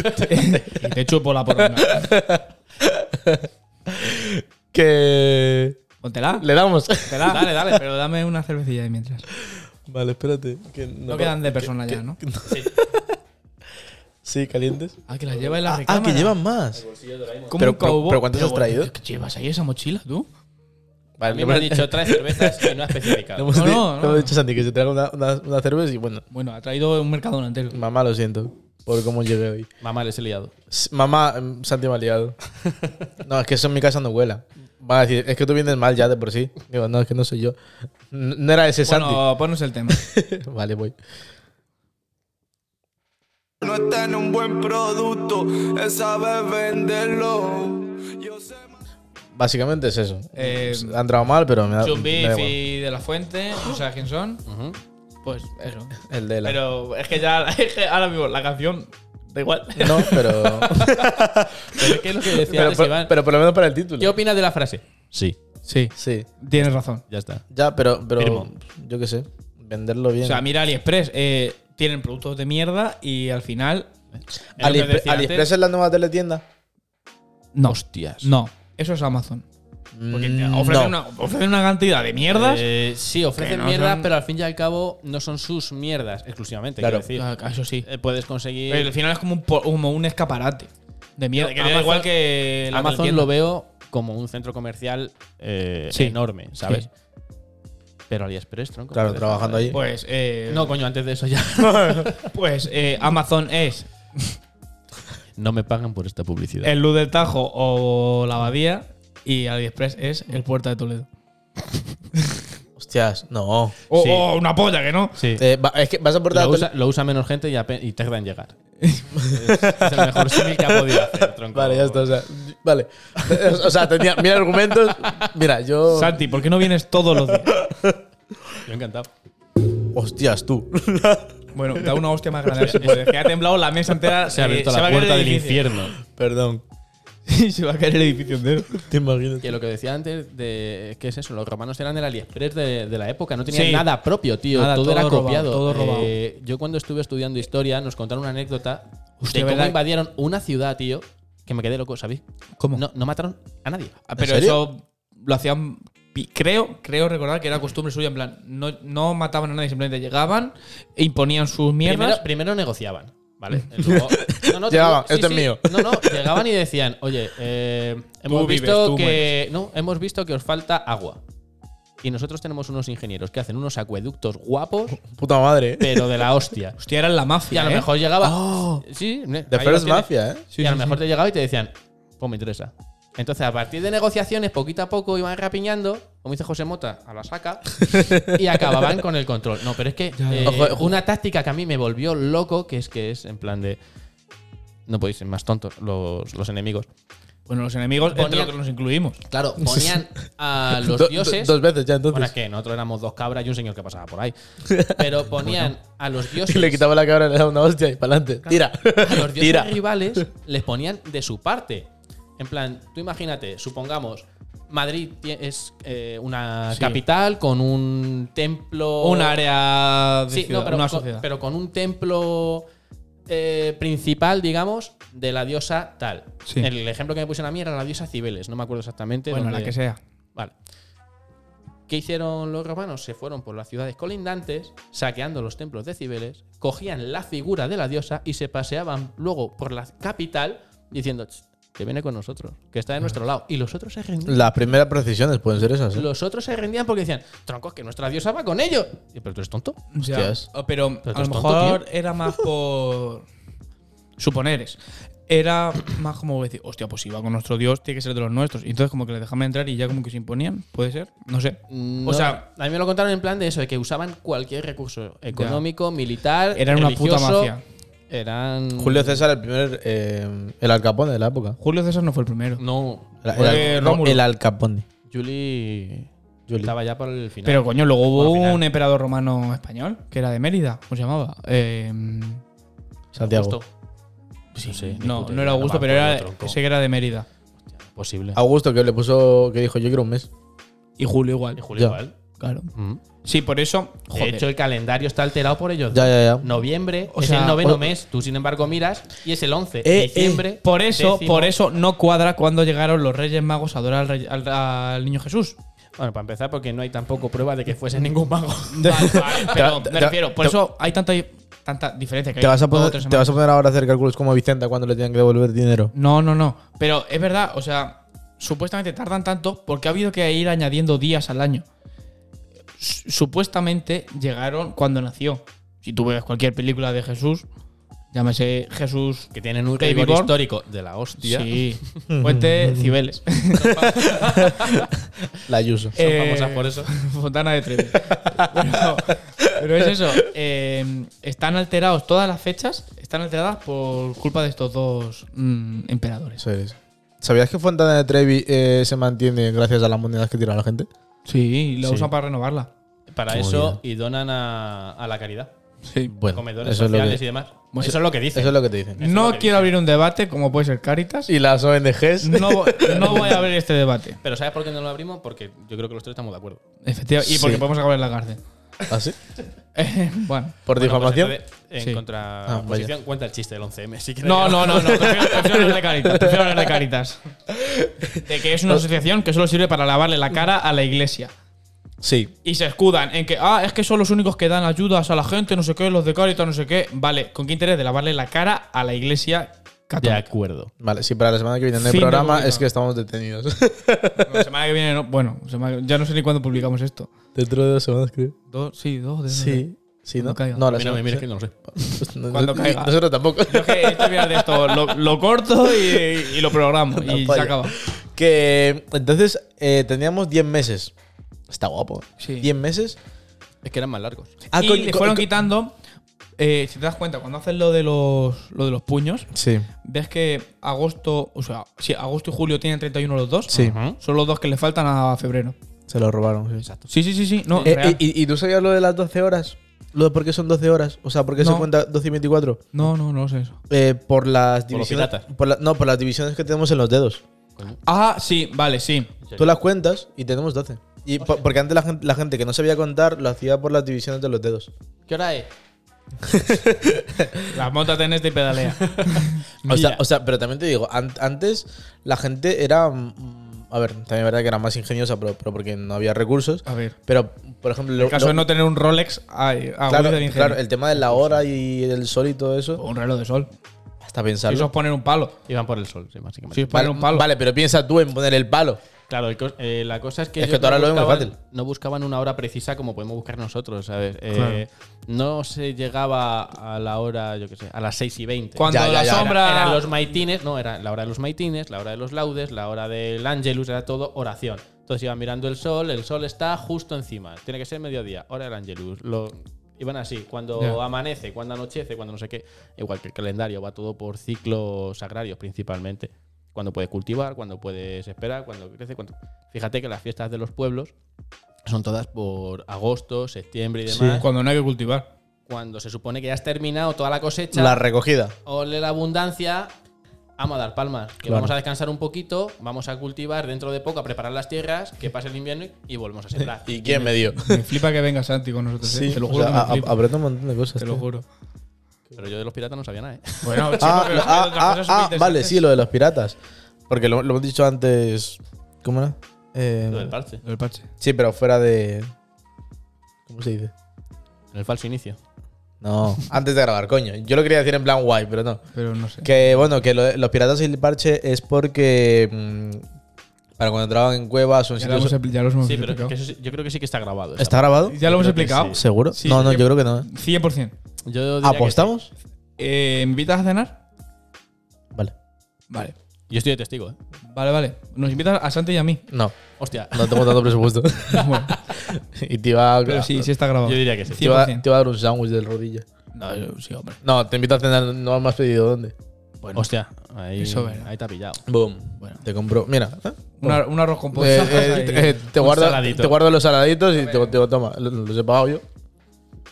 Speaker 2: te chupo la poronga.
Speaker 1: que...
Speaker 2: Póntela.
Speaker 1: Le damos.
Speaker 2: póntela. Dale, dale, pero dame una cervecilla ahí mientras.
Speaker 1: vale, espérate. que
Speaker 2: No quedan de persona ya, ¿no?
Speaker 1: Sí, calientes.
Speaker 2: Ah, que la lleva en la
Speaker 1: Ah, ah, que llevan más.
Speaker 2: Pues ¿Cómo
Speaker 1: Pero- pero- pero ¿cuántos has traído?
Speaker 2: ¿Llevas ahí esa mochila tú?
Speaker 3: A
Speaker 1: Vale,
Speaker 3: mí
Speaker 1: le
Speaker 3: me han
Speaker 1: hemos-
Speaker 3: dicho tres cervezas y no ha
Speaker 1: le
Speaker 3: especificado.
Speaker 1: hemos
Speaker 2: No,
Speaker 1: di-
Speaker 2: no,
Speaker 1: le
Speaker 2: no.
Speaker 1: hemos dicho a Santi que se traiga una, una- una cerveza y bueno,
Speaker 2: Bueno, ha traído un mercado entero.
Speaker 1: mamá lo siento por cómo llegué hoy.
Speaker 3: Mamá, les he liado.
Speaker 1: S- Mamá, mm, Santi me ha liado. No, es que eso en mi casa no huela. Va a decir, es que tú vienes mal ya de por sí. Digo, no, es que no soy yo. N- No era ese
Speaker 2: Bueno, ponos el tema.
Speaker 1: Santi. Vale, voy.
Speaker 4: No está en un buen producto, es saber venderlo. Yo sé
Speaker 1: Básicamente es eso. Pues,
Speaker 2: Eh,
Speaker 1: Han entrado mal, pero me da, me ah, da
Speaker 2: Chumbif
Speaker 1: igual.
Speaker 2: y de la Fuente, no sabes quién son. Pues eso.
Speaker 1: El de la.
Speaker 2: Pero es que ya es que ahora mismo la canción da igual.
Speaker 1: No, pero.
Speaker 3: Pero es que es lo que decía
Speaker 1: pero,
Speaker 3: antes,
Speaker 1: por,
Speaker 3: Iván.
Speaker 1: pero por lo menos para el título.
Speaker 3: ¿Qué opinas de la frase? Sí.
Speaker 2: Sí,
Speaker 1: Sí.
Speaker 2: tienes razón.
Speaker 3: Ya está.
Speaker 1: Ya, pero. pero
Speaker 3: Firmo.
Speaker 1: yo qué sé. Venderlo bien.
Speaker 2: O sea, mira AliExpress, eh, tienen productos de mierda y al final. es lo que
Speaker 1: Aliexpre-
Speaker 2: decía antes.
Speaker 1: AliExpress es la nueva teletienda.
Speaker 2: No,
Speaker 3: Hostias.
Speaker 2: no, eso es Amazon. Porque te
Speaker 1: Mm,
Speaker 2: ofrecen,
Speaker 1: no.
Speaker 2: una, ofrecen una cantidad de mierdas.
Speaker 3: Eh, sí, ofrecen
Speaker 2: Que no
Speaker 3: mierda,
Speaker 2: son-
Speaker 3: pero al fin y al cabo no son sus mierdas exclusivamente.
Speaker 1: Claro.
Speaker 3: Claro. Decir.
Speaker 2: Ah, Eso sí.
Speaker 3: Eh, Puedes conseguir.
Speaker 2: Pero al final es como un, po- como un escaparate de mierda. Que da
Speaker 3: Amazon-
Speaker 2: igual que la
Speaker 3: Amazon
Speaker 2: tienda.
Speaker 3: lo veo como un centro comercial eh,
Speaker 2: Sí.
Speaker 3: enorme, ¿sabes? Pero AliExpress, tronco.
Speaker 1: Claro,
Speaker 3: ¿qué te
Speaker 1: trabajando
Speaker 3: dejas?
Speaker 1: allí.
Speaker 2: Pues, eh,
Speaker 3: No, coño, antes de eso ya.
Speaker 2: pues eh, Amazon es
Speaker 3: no me pagan por esta publicidad.
Speaker 2: el Luz del Tajo o la Abadía y AliExpress es el Puerta de Toledo.
Speaker 1: Hostias, no.
Speaker 2: O,
Speaker 3: Sí.
Speaker 2: o una polla, que no.
Speaker 3: Sí.
Speaker 1: Te va- es que vas a portar
Speaker 3: Lo
Speaker 1: la
Speaker 3: usa, lo usa menos gente y, ape- y tarda en llegar. es, es el mejor símil que ha podido hacer, tronco.
Speaker 1: Vale, ya está. O sea, vale. O sea, tenía mil argumentos. Mira, yo.
Speaker 2: Santi, ¿por qué no vienes todos los días?
Speaker 3: Yo encantado.
Speaker 1: Hostias, tú.
Speaker 2: Bueno, da una hostia más grande. a ver si puede. Que ha temblado la mesa entera.
Speaker 3: Se ha
Speaker 2: eh,
Speaker 3: abierto
Speaker 2: va
Speaker 3: la
Speaker 2: a caer
Speaker 3: puerta
Speaker 2: el
Speaker 3: del
Speaker 2: edificio.
Speaker 3: infierno.
Speaker 1: Perdón.
Speaker 2: Sí, se va a caer el edificio entero.
Speaker 1: Te imaginas.
Speaker 3: Que lo que decía antes de que es eso, los romanos eran el AliExpress de, de la época, no tenían
Speaker 2: Sí.
Speaker 3: nada propio, tío,
Speaker 2: Nada,
Speaker 3: todo,
Speaker 2: todo
Speaker 3: era
Speaker 2: robado,
Speaker 3: copiado.
Speaker 2: todo robado.
Speaker 3: Eh, yo cuando estuve estudiando historia nos contaron una anécdota
Speaker 2: Hostia,
Speaker 3: de cómo
Speaker 2: ¿verdad?
Speaker 3: invadieron una ciudad, tío, que me quedé loco, ¿sabéis?
Speaker 2: ¿Cómo?
Speaker 3: No, no mataron a nadie.
Speaker 2: Ah, Pero
Speaker 1: ¿En serio?
Speaker 2: eso lo hacían. pi- Creo, creo recordar que era costumbre suya, en plan, no, no mataban a nadie, simplemente llegaban e imponían sus
Speaker 3: Primero,
Speaker 2: mierdas.
Speaker 3: primero negociaban, ¿vale? Luego- no, no,
Speaker 1: Llegaban,
Speaker 3: sí,
Speaker 1: "Este es
Speaker 3: sí.
Speaker 1: mío".
Speaker 3: No, no, llegaban y decían, oye, eh, hemos
Speaker 2: vives,
Speaker 3: visto
Speaker 2: tú
Speaker 3: que. No, hemos visto que os falta agua. Y nosotros tenemos unos ingenieros que hacen unos acueductos guapos,
Speaker 1: Puta madre. ¿eh?
Speaker 3: pero de la hostia.
Speaker 2: Hostia, eran la mafia.
Speaker 3: Y a lo
Speaker 2: ¿eh?
Speaker 3: mejor llegaba.
Speaker 1: Oh.
Speaker 3: Sí, ne-
Speaker 1: The
Speaker 3: Ah. ahí
Speaker 1: First
Speaker 3: lo tienes.
Speaker 1: Mafia, ¿eh?
Speaker 2: Sí,
Speaker 3: y a lo
Speaker 2: sí,
Speaker 3: mejor
Speaker 2: sí.
Speaker 3: te llegaba y te decían, pues me interesa. Entonces, a partir de negociaciones, poquito a poco iban rapiñando, como dice José Mota, a la saca, y acababan con el control. No, pero es que
Speaker 2: Ya, ya.
Speaker 3: eh,
Speaker 1: Ojo, ojo.
Speaker 3: una táctica que a mí me volvió loco, que es que es en plan de. No podéis ser más tontos los, los enemigos.
Speaker 2: Bueno, Pues los enemigos, entre
Speaker 3: Ponían-
Speaker 2: los que nos incluimos.
Speaker 3: Claro, ponían a
Speaker 1: Do-
Speaker 3: los
Speaker 1: do-
Speaker 3: dioses.
Speaker 1: dos veces ya, entonces.
Speaker 3: Bueno, es que nosotros éramos dos cabras y un señor que pasaba por ahí. Pero ponían a los dioses.
Speaker 1: Y le quitaba la cabra, le daba una hostia y para adelante. Tira.
Speaker 3: a los dioses
Speaker 1: Tira.
Speaker 3: rivales les ponían de su parte. En plan, tú imagínate, supongamos, Madrid tie- es eh, una
Speaker 2: Sí.
Speaker 3: capital con un templo.
Speaker 2: Un área de
Speaker 3: Sí,
Speaker 2: ciudad,
Speaker 3: no, pero,
Speaker 2: una
Speaker 3: con,
Speaker 2: sociedad.
Speaker 3: pero con un templo eh, principal, digamos, de la diosa tal.
Speaker 2: Sí.
Speaker 3: El ejemplo que me pusieron a mí era la diosa Cibeles, no me acuerdo exactamente.
Speaker 2: bueno, la
Speaker 3: dónde-
Speaker 2: que sea.
Speaker 3: Vale. ¿Qué hicieron los romanos? Se fueron por las ciudades colindantes, saqueando los templos de Cibeles, cogían la figura de la diosa y se paseaban luego por la capital diciendo "Ch, que viene con nosotros, que está de nuestro lado. Y los otros se rendían.
Speaker 1: Las primeras precisiones pueden ser esas. ¿eh?
Speaker 3: Los otros se rendían porque decían, troncos, que nuestra diosa va con ellos. Y, Pero tú eres tonto.
Speaker 1: Hostias.
Speaker 2: Ya, Pero,
Speaker 3: Pero tú
Speaker 2: a lo
Speaker 3: eres tonto,
Speaker 2: mejor era más por. Suponeres. Era más como decir, hostia, pues si va con nuestro Dios, tiene que ser de los nuestros. Y entonces, como que le dejaban entrar y ya como que se imponían, puede ser. No sé.
Speaker 3: Mm, No,
Speaker 2: o sea,
Speaker 3: a mí me lo contaron en plan de eso, de que usaban cualquier recurso económico, militar.
Speaker 2: Eran una puta
Speaker 3: religioso.
Speaker 2: mafia.
Speaker 3: Eran.
Speaker 1: Julio César, el primer. eh, el alcapone de la época.
Speaker 2: Julio César no fue el primero.
Speaker 3: No.
Speaker 1: El, el,
Speaker 2: Fue
Speaker 1: Al- no,
Speaker 2: Rómulo.
Speaker 1: el alcapone.
Speaker 3: Julie,
Speaker 1: Julie.
Speaker 3: estaba ya por el final.
Speaker 2: Pero coño, luego hubo
Speaker 3: Al final.
Speaker 2: un emperador romano español que era de Mérida, ¿cómo se llamaba? Eh,
Speaker 1: Santiago.
Speaker 3: Augusto. Sí, sí, ni
Speaker 2: no,
Speaker 3: puta
Speaker 2: no
Speaker 3: idea,
Speaker 2: era Augusto,
Speaker 3: me
Speaker 2: pero
Speaker 3: acuerdo,
Speaker 2: era
Speaker 3: tronco.
Speaker 2: ese que era de Mérida.
Speaker 3: Posible.
Speaker 1: Augusto, que le puso. Que dijo, yo quiero un mes.
Speaker 2: Y Julio igual.
Speaker 3: Y Julio
Speaker 1: Ya.
Speaker 3: igual.
Speaker 2: Claro.
Speaker 3: Mm.
Speaker 2: Sí, por eso.
Speaker 3: De
Speaker 2: Joder.
Speaker 3: hecho, el calendario está alterado por ellos.
Speaker 1: Ya, ya, ya.
Speaker 3: Noviembre
Speaker 2: O
Speaker 3: es
Speaker 2: sea,
Speaker 3: el noveno
Speaker 1: o-
Speaker 3: mes. Tú, sin embargo, miras y es el 11.
Speaker 1: Eh,
Speaker 3: diciembre.
Speaker 2: por eso,
Speaker 3: décimo.
Speaker 2: por e- eso no cuadra cuando llegaron los Reyes Magos a adorar al, rey- al- al niño Jesús.
Speaker 3: Bueno, para empezar, porque no hay tampoco prueba de que fuese ningún mago.
Speaker 2: Vale, vale, pero
Speaker 1: Te-
Speaker 2: me
Speaker 1: te-
Speaker 2: refiero, por
Speaker 1: te-
Speaker 2: eso hay tanta, tanta diferencia. Que
Speaker 1: ¿Te
Speaker 2: hay
Speaker 1: vas, a
Speaker 2: dos o
Speaker 1: poner, te
Speaker 2: tres semanas.
Speaker 1: vas a poner ahora a hacer cálculos como a Vicenta cuando le tienen que devolver dinero.
Speaker 2: No, no, no. Pero es verdad, o sea, supuestamente tardan tanto porque ha habido que ir añadiendo días al año. S- Supuestamente llegaron cuando nació. Si tú ves cualquier película de Jesús, llámese Jesús.
Speaker 3: Que tienen un
Speaker 2: Baby
Speaker 3: rigor
Speaker 2: born.
Speaker 3: histórico de la hostia.
Speaker 2: Sí, Puente Cibeles.
Speaker 1: La Yuso.
Speaker 3: Son
Speaker 2: Eh,
Speaker 3: famosas por eso.
Speaker 2: Fontana de Trevi. pero, pero es eso. eh, están alterados todas las fechas, están alteradas por culpa de estos dos mm, emperadores.
Speaker 1: Eso es. ¿Sabías que Fontana de Trevi eh, se mantiene gracias a las monedas que tira la gente?
Speaker 2: Sí, la
Speaker 3: Sí.
Speaker 2: usan para renovarla.
Speaker 3: Para
Speaker 1: Qué
Speaker 3: eso
Speaker 1: movida.
Speaker 3: y donan a, a la caridad.
Speaker 2: Sí.
Speaker 1: Bueno,
Speaker 3: comedores
Speaker 1: eso es lo
Speaker 3: sociales
Speaker 1: que-
Speaker 3: y demás.
Speaker 2: Pues
Speaker 3: eso es lo que dicen.
Speaker 1: Eso es lo que te dicen.
Speaker 3: es lo
Speaker 2: No
Speaker 3: que
Speaker 2: quiero abrir un debate como puede ser Caritas.
Speaker 1: Y las ONGs.
Speaker 2: No, vo- no voy a abrir este debate.
Speaker 3: Pero ¿sabes por qué no lo abrimos? Porque yo creo que los tres estamos de acuerdo.
Speaker 2: Efectivamente. Y porque
Speaker 1: Sí.
Speaker 2: podemos acabar en la cárcel.
Speaker 1: ¿Así?
Speaker 2: Eh,
Speaker 1: ¿Ah,
Speaker 2: bueno.
Speaker 1: ¿Por
Speaker 3: Bueno, pues
Speaker 1: difamación?
Speaker 3: entonces, en
Speaker 2: Sí. Ah,
Speaker 3: contraposición, cuenta el chiste del 11M. Si quieres
Speaker 2: No,
Speaker 3: que-
Speaker 2: no, no, no. Prefiero, prefiero hablar de Caritas. Prefiero hablar de Caritas. De que es una asociación que solo sirve para lavarle la cara a la iglesia.
Speaker 1: sí.
Speaker 2: Y se escudan en que, ah, es que son los únicos que dan ayudas a la gente, no sé qué, los de Caritas, no sé qué. Vale, ¿con qué interés de lavarle la cara a la iglesia
Speaker 3: De
Speaker 2: católica?
Speaker 3: acuerdo.
Speaker 1: Vale, sí, para la semana que viene no hay
Speaker 2: Fin de
Speaker 1: programa,
Speaker 2: comunicado.
Speaker 1: es que estamos detenidos.
Speaker 2: La semana que viene, no, bueno, semana- ya no sé ni cuándo publicamos esto.
Speaker 1: Dentro de dos semanas, creo.
Speaker 2: Dos, sí, dos. de-
Speaker 1: Sí. Sí, ¿no?
Speaker 2: Cuando caiga.
Speaker 1: No, la
Speaker 3: Mira,
Speaker 1: semana-
Speaker 3: mira, que no lo sé.
Speaker 1: No,
Speaker 2: Cuando
Speaker 1: no-
Speaker 2: caiga.
Speaker 1: Nosotros tampoco.
Speaker 2: Yo es que esto al final de esto lo, lo corto y, y lo programo.
Speaker 1: La
Speaker 2: y se
Speaker 1: polla.
Speaker 2: acaba.
Speaker 1: Que entonces eh, teníamos 10 meses. Está guapo.
Speaker 2: Sí.
Speaker 1: 10 meses.
Speaker 3: Es que eran más largos.
Speaker 1: Ah,
Speaker 2: y
Speaker 1: coño,
Speaker 2: le
Speaker 1: co-
Speaker 2: fueron
Speaker 1: co-
Speaker 2: quitando. eh, si te das cuenta, cuando haces lo de los, lo de los puños,
Speaker 1: Sí.
Speaker 2: ves que agosto, o sea, si agosto y julio tienen 31 los dos,
Speaker 1: Sí.
Speaker 3: Ajá.
Speaker 2: son los dos que le faltan a febrero.
Speaker 1: Se lo robaron. sí.
Speaker 3: Exacto.
Speaker 2: Sí, sí, sí, sí. No,
Speaker 1: Eh,
Speaker 2: real.
Speaker 1: eh, y, y tú sabías lo de las 12 horas? ¿Lo de por qué son 12 horas? O sea, ¿por qué se
Speaker 2: No.
Speaker 1: cuenta 12 y 24?
Speaker 2: no, no, no lo sé eso.
Speaker 1: Eh, por las
Speaker 3: Por los
Speaker 1: divisiones.
Speaker 3: piratas.
Speaker 1: por la- no, por las divisiones que tenemos en los dedos.
Speaker 2: Ah, sí, vale, sí.
Speaker 1: Tú las cuentas y tenemos 12. Y po- porque antes la gente, la gente que no sabía contar lo hacía por las divisiones de los dedos.
Speaker 3: ¿Qué hora es?
Speaker 2: Las montas en este y pedalea.
Speaker 1: O sea,
Speaker 3: Mira.
Speaker 1: o sea, pero también te digo, an- antes la gente era. mm, A ver, también es verdad que era más ingeniosa, pero, pero porque no había recursos.
Speaker 2: A ver.
Speaker 1: Pero, por ejemplo,
Speaker 2: Ah. En el caso de no tener un Rolex, ay, a
Speaker 1: claro,
Speaker 2: Wilson
Speaker 1: claro,
Speaker 2: Ingeniero.
Speaker 1: el tema de la hora y el sol y todo eso,
Speaker 2: un reloj de sol.
Speaker 1: hasta
Speaker 2: Si
Speaker 1: pensarlo.
Speaker 2: Eso es poner un palo.
Speaker 3: Iban por el sol, sí,
Speaker 2: Si
Speaker 3: básicamente.
Speaker 2: es poner
Speaker 1: vale,
Speaker 2: un palo.
Speaker 1: vale, pero piensa tú en poner el palo.
Speaker 3: Claro, el cos- eh, la cosa es que.
Speaker 1: Es que
Speaker 3: ellos
Speaker 1: tú ahora lo ves muy
Speaker 3: buscaban-
Speaker 1: fácil.
Speaker 3: No buscaban una hora precisa como podemos buscar nosotros, ¿sabes? Eh,
Speaker 2: Claro.
Speaker 3: No se llegaba a la hora, yo qué sé, a las 6 y 20.
Speaker 2: Cuando
Speaker 1: Ya, ya,
Speaker 2: la
Speaker 1: ya, era-
Speaker 2: sombra.
Speaker 3: Eran los maitines, no, era la hora de los maitines, la hora de los laudes, la hora del angelus, era todo oración. Entonces iban mirando el sol, el sol está justo encima, tiene que ser mediodía, hora del angelus. Lo, iban así, cuando
Speaker 2: Ya.
Speaker 3: amanece, cuando anochece, cuando no sé qué. Igual que el calendario, va todo por ciclos agrarios principalmente. Cuando puedes cultivar, cuando puedes esperar, cuando crece, cuando... Fíjate que las fiestas de los pueblos son todas por agosto, septiembre y demás.
Speaker 2: Cuando no hay que cultivar.
Speaker 3: Cuando se supone que ya has terminado toda la cosecha
Speaker 1: La recogida.
Speaker 3: ole la abundancia, vamos a dar palmas. Que
Speaker 1: Claro.
Speaker 3: vamos a descansar un poquito, vamos a cultivar dentro de poco, a preparar las tierras, que pase el invierno y- y volvemos a sembrar.
Speaker 1: ¿Y quién me dio?
Speaker 2: Me flipa que venga Santi con nosotros. eh. Te lo
Speaker 1: o
Speaker 2: juro.
Speaker 1: sea,
Speaker 2: que me
Speaker 1: a- a-
Speaker 2: flipa.
Speaker 1: aprieto un montón de cosas.
Speaker 2: te lo
Speaker 1: tío.
Speaker 2: juro.
Speaker 3: Pero yo de los piratas no sabía nada, ¿eh?
Speaker 2: Bueno, chico,
Speaker 1: Ah,
Speaker 2: pero
Speaker 1: ah,
Speaker 2: otras
Speaker 1: ah,
Speaker 2: cosas
Speaker 1: ah,
Speaker 2: súper
Speaker 1: vale, sí,
Speaker 2: interesantes.
Speaker 1: lo de los piratas. Porque lo, lo hemos dicho antes. ¿Cómo era? Eh,
Speaker 3: Lo del parche,
Speaker 2: Lo del parche.
Speaker 1: sí, pero fuera de. ¿Cómo se dice?
Speaker 3: el falso inicio.
Speaker 1: No, antes de grabar, coño. Yo lo quería decir en plan guay, pero no.
Speaker 2: Pero no sé.
Speaker 1: Que bueno, que lo- los piratas y el parche es porque. mm, para cuando entraban en cuevas o en
Speaker 2: Ya lo, hemos,
Speaker 1: sitios.
Speaker 2: expli- ya lo hemos
Speaker 3: Sí, pero
Speaker 2: explicado.
Speaker 3: que eso sí- yo creo que sí que está grabado. ¿eh? esa
Speaker 1: ¿Está grabado?
Speaker 2: ya lo hemos
Speaker 3: creo que
Speaker 2: explicado.
Speaker 1: ¿Seguro?
Speaker 2: Sí,
Speaker 1: no, no,
Speaker 2: sí.
Speaker 1: yo creo que no. ¿eh?
Speaker 2: 100%.
Speaker 3: parte. Yo diría que
Speaker 1: ¿Apostamos?
Speaker 2: Eh, ¿Me invitas a cenar?
Speaker 1: Vale.
Speaker 2: Vale.
Speaker 3: sí. Yo estoy de testigo, ¿eh?
Speaker 2: Vale, vale. Nos invitas a Santi y a mí.
Speaker 1: No,
Speaker 3: Hostia,
Speaker 1: no tengo tanto presupuesto.
Speaker 2: Bueno,
Speaker 1: y te iba, a-
Speaker 2: pero sí, sí está grabado.
Speaker 3: yo diría que sí.
Speaker 1: te, iba,
Speaker 2: 100%.
Speaker 1: te iba a dar un sándwich del rodillo.
Speaker 2: No, yo- sí, hombre.
Speaker 1: No, te invito a cenar, no me has pedido dónde.
Speaker 3: Hostia, ahí,
Speaker 2: Eso, ¿verdad?
Speaker 3: ahí te ha pillado.
Speaker 1: Boom. Te compro. Mira. ¿eh?
Speaker 2: Una- un arroz con
Speaker 1: Eh,
Speaker 2: pollo.
Speaker 1: eh, te- eh, te,
Speaker 3: Un
Speaker 1: guardo,
Speaker 3: saladito.
Speaker 1: te guardo los saladitos y te, te- toma. Los, los he pagado yo.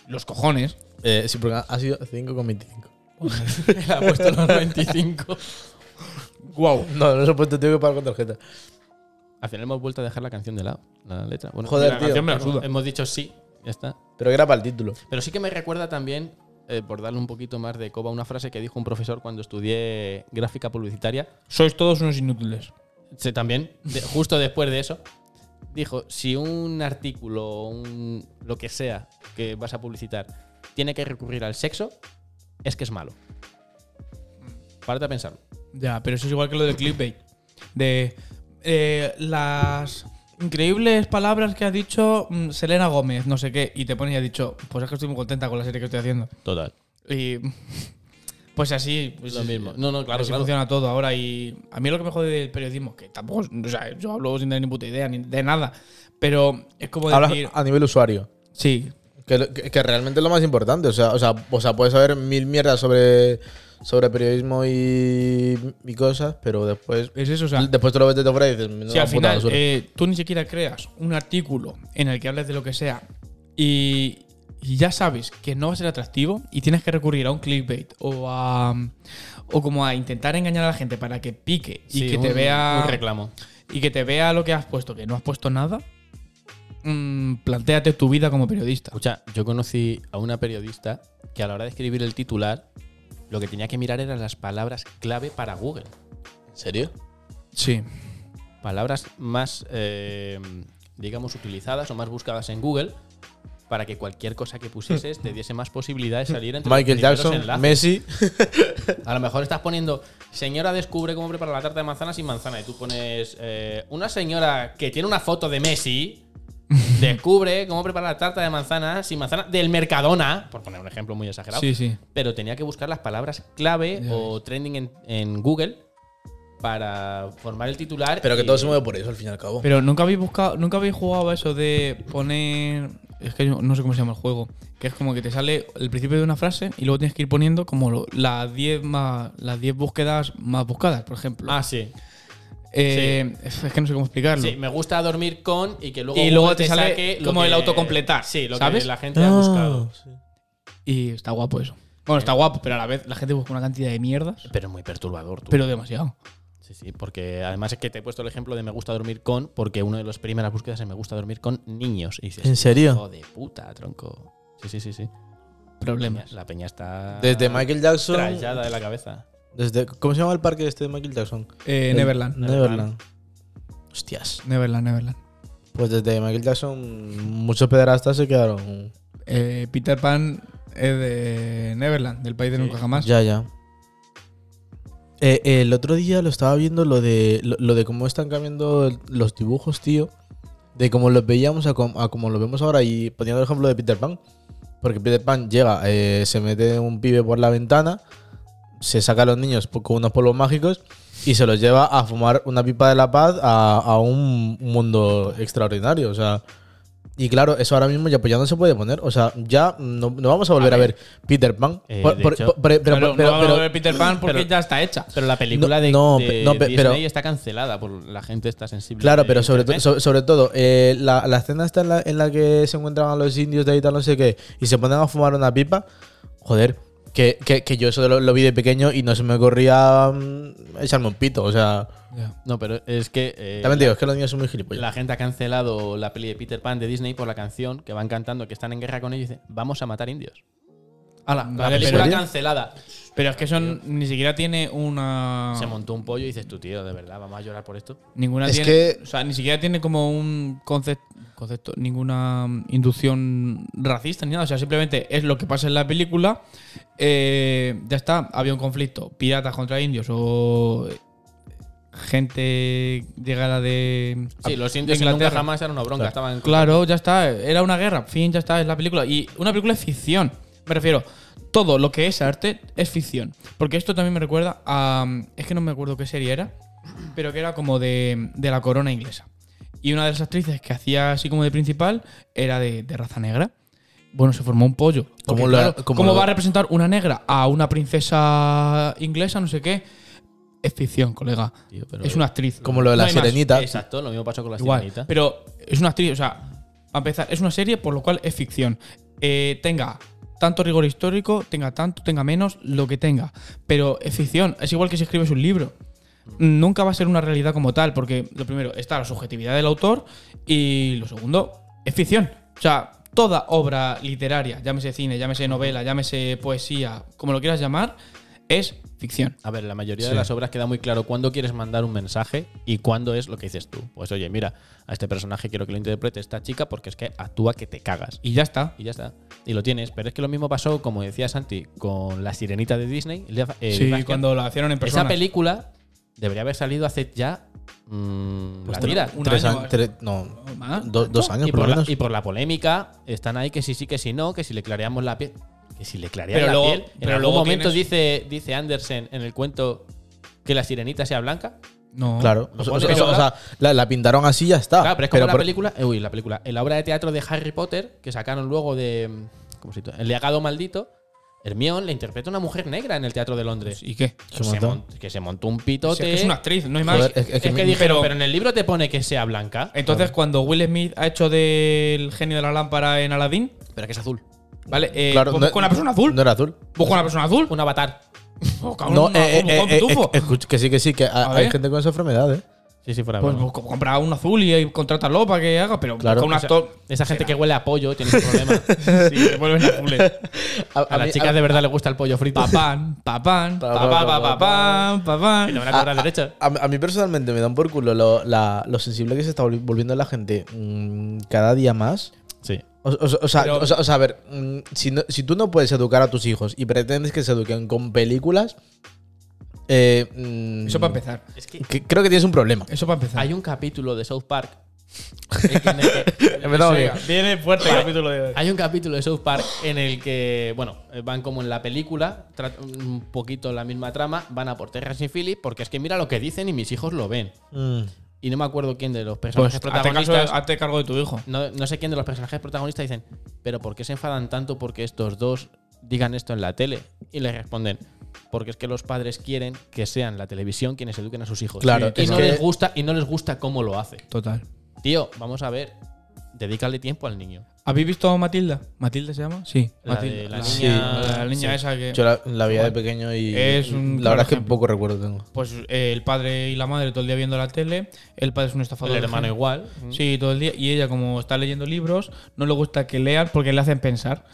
Speaker 2: Los cojones.
Speaker 1: Eh, sí, porque ha sido 5,25.
Speaker 3: Le ha puesto los 95.
Speaker 1: Wow. No, no lo he puesto, tengo que pagar con tarjeta.
Speaker 3: Al final hemos vuelto a dejar la canción de lado, la letra. Bueno,
Speaker 1: Joder,
Speaker 3: la
Speaker 1: tío.
Speaker 3: canción me la
Speaker 2: Hemos-
Speaker 3: suda. Hemos dicho sí, ya está.
Speaker 1: Pero que era para el título.
Speaker 3: Pero sí que me recuerda también, eh, por darle un poquito más de coba, una frase que dijo un profesor cuando estudié gráfica publicitaria.
Speaker 2: Sois todos unos inútiles.
Speaker 3: Se- también, de- justo después de eso, dijo: si un artículo o un, lo que sea que vas a publicitar tiene que recurrir al sexo, es que es malo.
Speaker 2: Mm.
Speaker 3: Párate a pensarlo.
Speaker 2: Ya, pero eso es igual que lo del clickbait. De eh, las increíbles palabras que ha dicho mm, Selena Gómez, no sé qué, y te pone y ha dicho, pues es que estoy muy contenta con la serie que estoy haciendo.
Speaker 3: Total.
Speaker 2: Y pues así, pues,
Speaker 3: Lo mismo. No, no, claro,
Speaker 2: así
Speaker 3: claro.
Speaker 2: funciona todo ahora. Y a mí lo que me jode del periodismo, que tampoco, es- o sea, yo hablo sin tener ni puta idea ni de nada, pero es como
Speaker 1: Hablas
Speaker 2: decir,
Speaker 1: a nivel usuario.
Speaker 2: sí,
Speaker 1: Que, lo- que- que realmente es lo más importante. O sea, o sea, o sea, puedes saber mil mierdas sobre, sobre periodismo y, y cosas, pero después,
Speaker 2: es eso, o sea,
Speaker 1: después te lo ves desde fuera y dices, no,
Speaker 2: Si al
Speaker 1: puta
Speaker 2: final
Speaker 1: basura.
Speaker 2: eh, tú ni siquiera creas un artículo en el que hables de lo que sea y, y ya sabes que no va a ser atractivo y tienes que recurrir a un clickbait o a o como a intentar engañar a la gente para que pique y
Speaker 3: Sí,
Speaker 2: que te
Speaker 3: un-
Speaker 2: vea
Speaker 3: Un reclamo.
Speaker 2: y que te vea lo que has puesto que no has puesto nada mm, plantéate tu vida como periodista
Speaker 3: Escucha, yo conocí a una periodista que a la hora de escribir el titular, lo que tenía que mirar eran las palabras clave para Google.
Speaker 1: ¿En serio?
Speaker 2: sí
Speaker 3: palabras más, eh, digamos, utilizadas o más buscadas en Google para que cualquier cosa que pusieses te diese más posibilidades de salir entre los
Speaker 1: Michael
Speaker 3: primeros
Speaker 1: Jackson,
Speaker 3: enlaces.
Speaker 1: Messi.
Speaker 3: A lo mejor estás poniendo señora descubre cómo preparar la tarta de manzana sin manzana y tú pones eh, una señora que tiene una foto de Messi descubre cómo preparar la tarta de manzana sin manzana del Mercadona, por poner un ejemplo muy exagerado
Speaker 2: sí sí
Speaker 3: pero tenía que buscar las palabras clave
Speaker 2: Ya
Speaker 3: o trending en, en Google para formar el titular.
Speaker 1: Pero que
Speaker 3: y-
Speaker 1: todo se mueve por eso, al fin y al cabo.
Speaker 2: Pero nunca habéis buscado, nunca habéis jugado a eso de poner. Es que yo no sé cómo se llama el juego. Que es como que te sale el principio de una frase y luego tienes que ir poniendo como lo- las 10 más. Las 10 búsquedas más buscadas, por ejemplo.
Speaker 3: Ah, sí.
Speaker 2: Eh, Es que no sé cómo explicarlo.
Speaker 3: Sí, me gusta dormir con y que luego.
Speaker 2: Y luego
Speaker 3: Google
Speaker 2: te sale
Speaker 3: saque lo
Speaker 2: como
Speaker 3: que-
Speaker 2: el autocompletar,
Speaker 3: Sí, lo
Speaker 2: ¿sabes?
Speaker 3: que la gente ha
Speaker 1: Ah,
Speaker 3: buscado.
Speaker 2: Y está guapo eso. Bueno, está guapo, pero a la vez la gente busca una cantidad de mierdas.
Speaker 3: Pero es muy perturbador, tú.
Speaker 2: Pero demasiado.
Speaker 3: Sí, sí, porque además es que te he puesto el ejemplo de me gusta dormir con, porque una de las primeras búsquedas es me gusta dormir con niños. Y dices,
Speaker 1: ¿En serio?
Speaker 3: Hijo de puta, tronco. Sí, sí, sí, sí.
Speaker 2: Problemas.
Speaker 3: La peña está.
Speaker 1: Desde Michael Jackson.
Speaker 3: Trallada de la cabeza.
Speaker 1: Desde, ¿Cómo se llama el parque este de Michael Jackson?
Speaker 2: Eh,
Speaker 1: El-
Speaker 2: Neverland.
Speaker 1: Neverland. Hostias.
Speaker 2: Neverland, Neverland.
Speaker 1: Pues desde Michael Jackson, muchos pederastas se quedaron.
Speaker 2: Eh, Peter Pan es de Neverland, del país de nunca jamás.
Speaker 1: Ya, ya. Eh, el otro día lo estaba viendo lo de lo, lo de cómo están cambiando el- los dibujos, tío. De cómo los veíamos a, com- a como los vemos ahora. Y poniendo el ejemplo de Peter Pan. Porque Peter Pan llega, eh, se mete un pibe por la ventana, se saca a los niños po- con unos polvos mágicos y se los lleva a fumar una pipa de la paz a, a un mundo extraordinario. O sea. Y claro, eso ahora mismo ya, pues ya no se puede poner. O sea, ya no, no vamos a volver a ver, Peter Pan.
Speaker 3: Eh,
Speaker 1: Por-
Speaker 3: de
Speaker 1: por-
Speaker 3: hecho-
Speaker 1: por- pero- pero-
Speaker 2: Claro,
Speaker 1: pero-
Speaker 2: no vamos
Speaker 1: pero-
Speaker 2: a ver Peter Pan porque
Speaker 3: pero-
Speaker 2: ya está hecha.
Speaker 3: Pero la película
Speaker 1: No,
Speaker 3: de,
Speaker 1: no,
Speaker 3: de
Speaker 1: pe- no, pe-
Speaker 3: Disney
Speaker 1: pero-
Speaker 3: está cancelada por la gente está sensible.
Speaker 1: Claro,
Speaker 3: de
Speaker 1: pero sobre, to-
Speaker 3: internet.
Speaker 1: so- sobre todo, eh, la, la escena está en la, en la que se encuentran los indios de ahí, tal, no sé qué, y se ponen a fumar una pipa. Joder, que, que- que yo eso lo, lo vi de pequeño y no se me ocurría mm, echarme un pito. O sea,
Speaker 3: No, pero es que. eh,
Speaker 1: también te digo, es que los niños son muy gilipollas.
Speaker 3: la gente ha cancelado la peli de Peter Pan de Disney por la canción que van cantando que están en guerra con ellos y dicen, vamos a matar indios.
Speaker 2: Ala,
Speaker 3: La
Speaker 2: vale,
Speaker 3: película
Speaker 2: pero,
Speaker 3: cancelada.
Speaker 2: pero es que eso ni siquiera tiene una.
Speaker 3: Se montó un pollo y dices, tú tío, de verdad, vamos a llorar por esto.
Speaker 2: Ninguna
Speaker 1: Es
Speaker 2: tiene.
Speaker 1: que-
Speaker 2: O sea, ni siquiera tiene como un concepto. Concepto, ninguna mm, inducción racista ni nada. O sea, simplemente es lo que pasa en la película. Eh, ya está, había un conflicto. Piratas contra indios o gente llegada de.
Speaker 3: Sí, los indios en nunca
Speaker 2: Inglaterra.
Speaker 3: jamás eran una bronca, estaban
Speaker 2: Claro, ya está. Era una guerra. Fin, ya está. Es la película. Y una película es ficción. Me refiero, todo lo que es arte es ficción. Porque esto también me recuerda a. Es que no me acuerdo qué serie era. Pero que era como de, de la corona inglesa. Y una de las actrices que hacía así como de principal era de, de raza negra. Bueno, se formó un pollo. Porque,
Speaker 1: Como la-
Speaker 2: claro,
Speaker 1: como
Speaker 2: ¿Cómo
Speaker 1: la-
Speaker 2: va a representar una negra a una princesa inglesa? No sé qué. Es ficción, colega.
Speaker 3: Tío, pero-
Speaker 2: es una actriz.
Speaker 1: Como lo de la
Speaker 2: No hay más.
Speaker 1: sirenita.
Speaker 3: Exacto, lo mismo pasó con la
Speaker 2: Igual.
Speaker 3: sirenita.
Speaker 2: Pero es una actriz, o sea, para empezar, es una serie por lo cual es ficción. Eh, tenga tanto rigor histórico, tenga tanto, tenga menos, lo que tenga. Pero es ficción, es igual que si escribes un libro. Nunca va a ser una realidad como tal, porque lo primero está la subjetividad del autor y lo segundo es ficción. O sea, toda obra literaria, llámese cine, llámese novela, llámese poesía, como lo quieras llamar, es ficción.
Speaker 3: A ver, la mayoría de las obras queda muy claro cuándo quieres mandar un mensaje y cuándo es lo que dices tú. Pues oye, mira, a este personaje quiero que lo interprete esta chica porque es que actúa que te cagas.
Speaker 2: Y ya está.
Speaker 3: Y ya está. Y lo tienes. Pero es que lo mismo pasó, como decía Santi, con la sirenita de Disney. Live- eh,
Speaker 2: sí,
Speaker 3: live action.
Speaker 2: cuando la hicieron en persona.
Speaker 3: Esa película debería haber salido hace ya. mm,
Speaker 1: Pues
Speaker 3: la
Speaker 1: tre-
Speaker 3: vida.
Speaker 2: un
Speaker 1: tres
Speaker 2: año,
Speaker 1: an-
Speaker 2: ¿eh?
Speaker 1: tres- no,
Speaker 2: ¿Más?
Speaker 1: do- dos años
Speaker 3: ¿Ah? y,
Speaker 1: por
Speaker 3: por
Speaker 1: lo
Speaker 3: la,
Speaker 1: menos.
Speaker 3: y por la polémica, están ahí que sí, sí, que sí, no, que si le clareamos la piel. Que si le clareamos
Speaker 2: Pero
Speaker 3: la
Speaker 2: luego-
Speaker 3: piel. En
Speaker 2: pero
Speaker 3: algún
Speaker 2: luego
Speaker 3: momento
Speaker 2: tienes-
Speaker 3: dice, dice Andersen en el cuento que la sirenita sea blanca.
Speaker 2: No.
Speaker 1: Claro,
Speaker 3: Lo
Speaker 1: o sea,
Speaker 3: pones-
Speaker 1: o sea, o sea, la, la pintaron así y ya está.
Speaker 3: Claro, pero es como la
Speaker 1: Ah, por-
Speaker 3: película. eh, Uy, la película. En la obra de teatro de Harry Potter, que sacaron luego de. mm, ¿Cómo se llama? El legado maldito. Hermione le interpreta a una mujer negra en el teatro de Londres.
Speaker 2: ¿Y qué?
Speaker 1: Se
Speaker 3: Se
Speaker 1: montó.
Speaker 3: mon- que se montó un
Speaker 2: Si es
Speaker 3: pitote.
Speaker 2: que es una actriz, no hay más.
Speaker 1: Joder, es-
Speaker 3: Es que,
Speaker 1: me-
Speaker 3: dijeron,
Speaker 2: pero-
Speaker 3: pero en el libro te pone que sea blanca.
Speaker 2: Entonces, cuando Will Smith ha hecho del genio de la lámpara en Aladdin,
Speaker 3: Pero que es azul.
Speaker 2: ¿vale? Eh,
Speaker 1: Claro,
Speaker 2: pues
Speaker 1: no-
Speaker 2: busca una persona azul.
Speaker 1: No era azul.
Speaker 2: busca una persona azul.
Speaker 3: Un avatar.
Speaker 2: Oh,
Speaker 3: Ah,
Speaker 2: cabrón,
Speaker 1: No,
Speaker 2: una-
Speaker 1: eh, eh,
Speaker 2: un-
Speaker 1: eh,
Speaker 2: un
Speaker 1: eh,
Speaker 2: pitufo.
Speaker 1: eh, escucha, que sí, que sí, que
Speaker 2: A
Speaker 1: hay
Speaker 2: ver.
Speaker 1: gente con esa enfermedad, ¿eh?
Speaker 3: Sí, sí, fuera.
Speaker 2: Pues
Speaker 3: broma.
Speaker 2: busca- compra un azul y, y contrátalo para que haga, pero
Speaker 1: Claro.
Speaker 2: busca un
Speaker 1: O
Speaker 2: actor.
Speaker 3: Esa gente que huele a pollo tiene un problema.
Speaker 2: sí, que vuelven azules.
Speaker 1: A,
Speaker 3: A las chicas de verdad les gusta el pollo frito.
Speaker 2: eh. Papán, papán,
Speaker 1: Papán,
Speaker 3: Y
Speaker 2: papán, papán, papán.
Speaker 3: no van a cobrar derecho.
Speaker 1: A, a mí personalmente me dan por culo lo, la- lo sensible que se está volvi- volviendo la gente mm, cada día más.
Speaker 3: Sí.
Speaker 1: O, o- o sea,
Speaker 2: Pero-
Speaker 1: o sea- o sea, a ver, mm, si, no- si tú no puedes educar a tus hijos y pretendes que se eduquen con películas, eh, mm,
Speaker 2: Eso para empezar.
Speaker 3: Es que
Speaker 1: que- creo que tienes un problema.
Speaker 2: Eso para empezar.
Speaker 3: hay un capítulo de South Park en que- en el que-
Speaker 5: Empezamos bien.
Speaker 2: Venga, Viene fuerte el capítulo de hoy.
Speaker 3: Hay un capítulo de South Park en el que, bueno, eh, van como en la película, tra- un poquito la misma trama, van a por Terras y Philly, porque es que mira lo que dicen y mis hijos lo ven.
Speaker 2: Eh,
Speaker 3: Y no me acuerdo quién de los
Speaker 2: Pues
Speaker 3: personajes
Speaker 2: hazte, caso,
Speaker 3: protagonistas.
Speaker 2: hazte cargo de tu hijo.
Speaker 3: no, no sé quién de los personajes protagonistas dicen, pero ¿por qué se enfadan tanto porque estos dos digan esto en la tele? Y les responden, porque es que los padres quieren que sean la televisión quienes eduquen a sus hijos.
Speaker 1: Claro,
Speaker 3: y
Speaker 1: es
Speaker 3: no
Speaker 1: que-
Speaker 3: les gusta y no les gusta cómo lo hace.
Speaker 2: Total.
Speaker 3: Tío, vamos a ver, dedícale tiempo al niño.
Speaker 2: ¿Habéis visto Matilda? ¿Matilda se llama? Sí.
Speaker 3: La
Speaker 2: Matilda.
Speaker 3: de la
Speaker 2: la,
Speaker 3: niña-
Speaker 2: la niña
Speaker 3: Ah, sí.
Speaker 2: esa que.
Speaker 1: Yo la, la veía de pequeño y
Speaker 2: Es un
Speaker 1: la
Speaker 2: claro
Speaker 1: verdad es que
Speaker 2: ejemplo.
Speaker 1: poco recuerdo tengo.
Speaker 2: Pues eh, el padre y la madre todo el día viendo la tele. El padre es un
Speaker 3: El
Speaker 2: estafador. de
Speaker 3: hermano
Speaker 2: gente.
Speaker 3: igual.
Speaker 2: Sí, todo el día. Y ella, como está leyendo libros, no le gusta que lean porque le hacen pensar.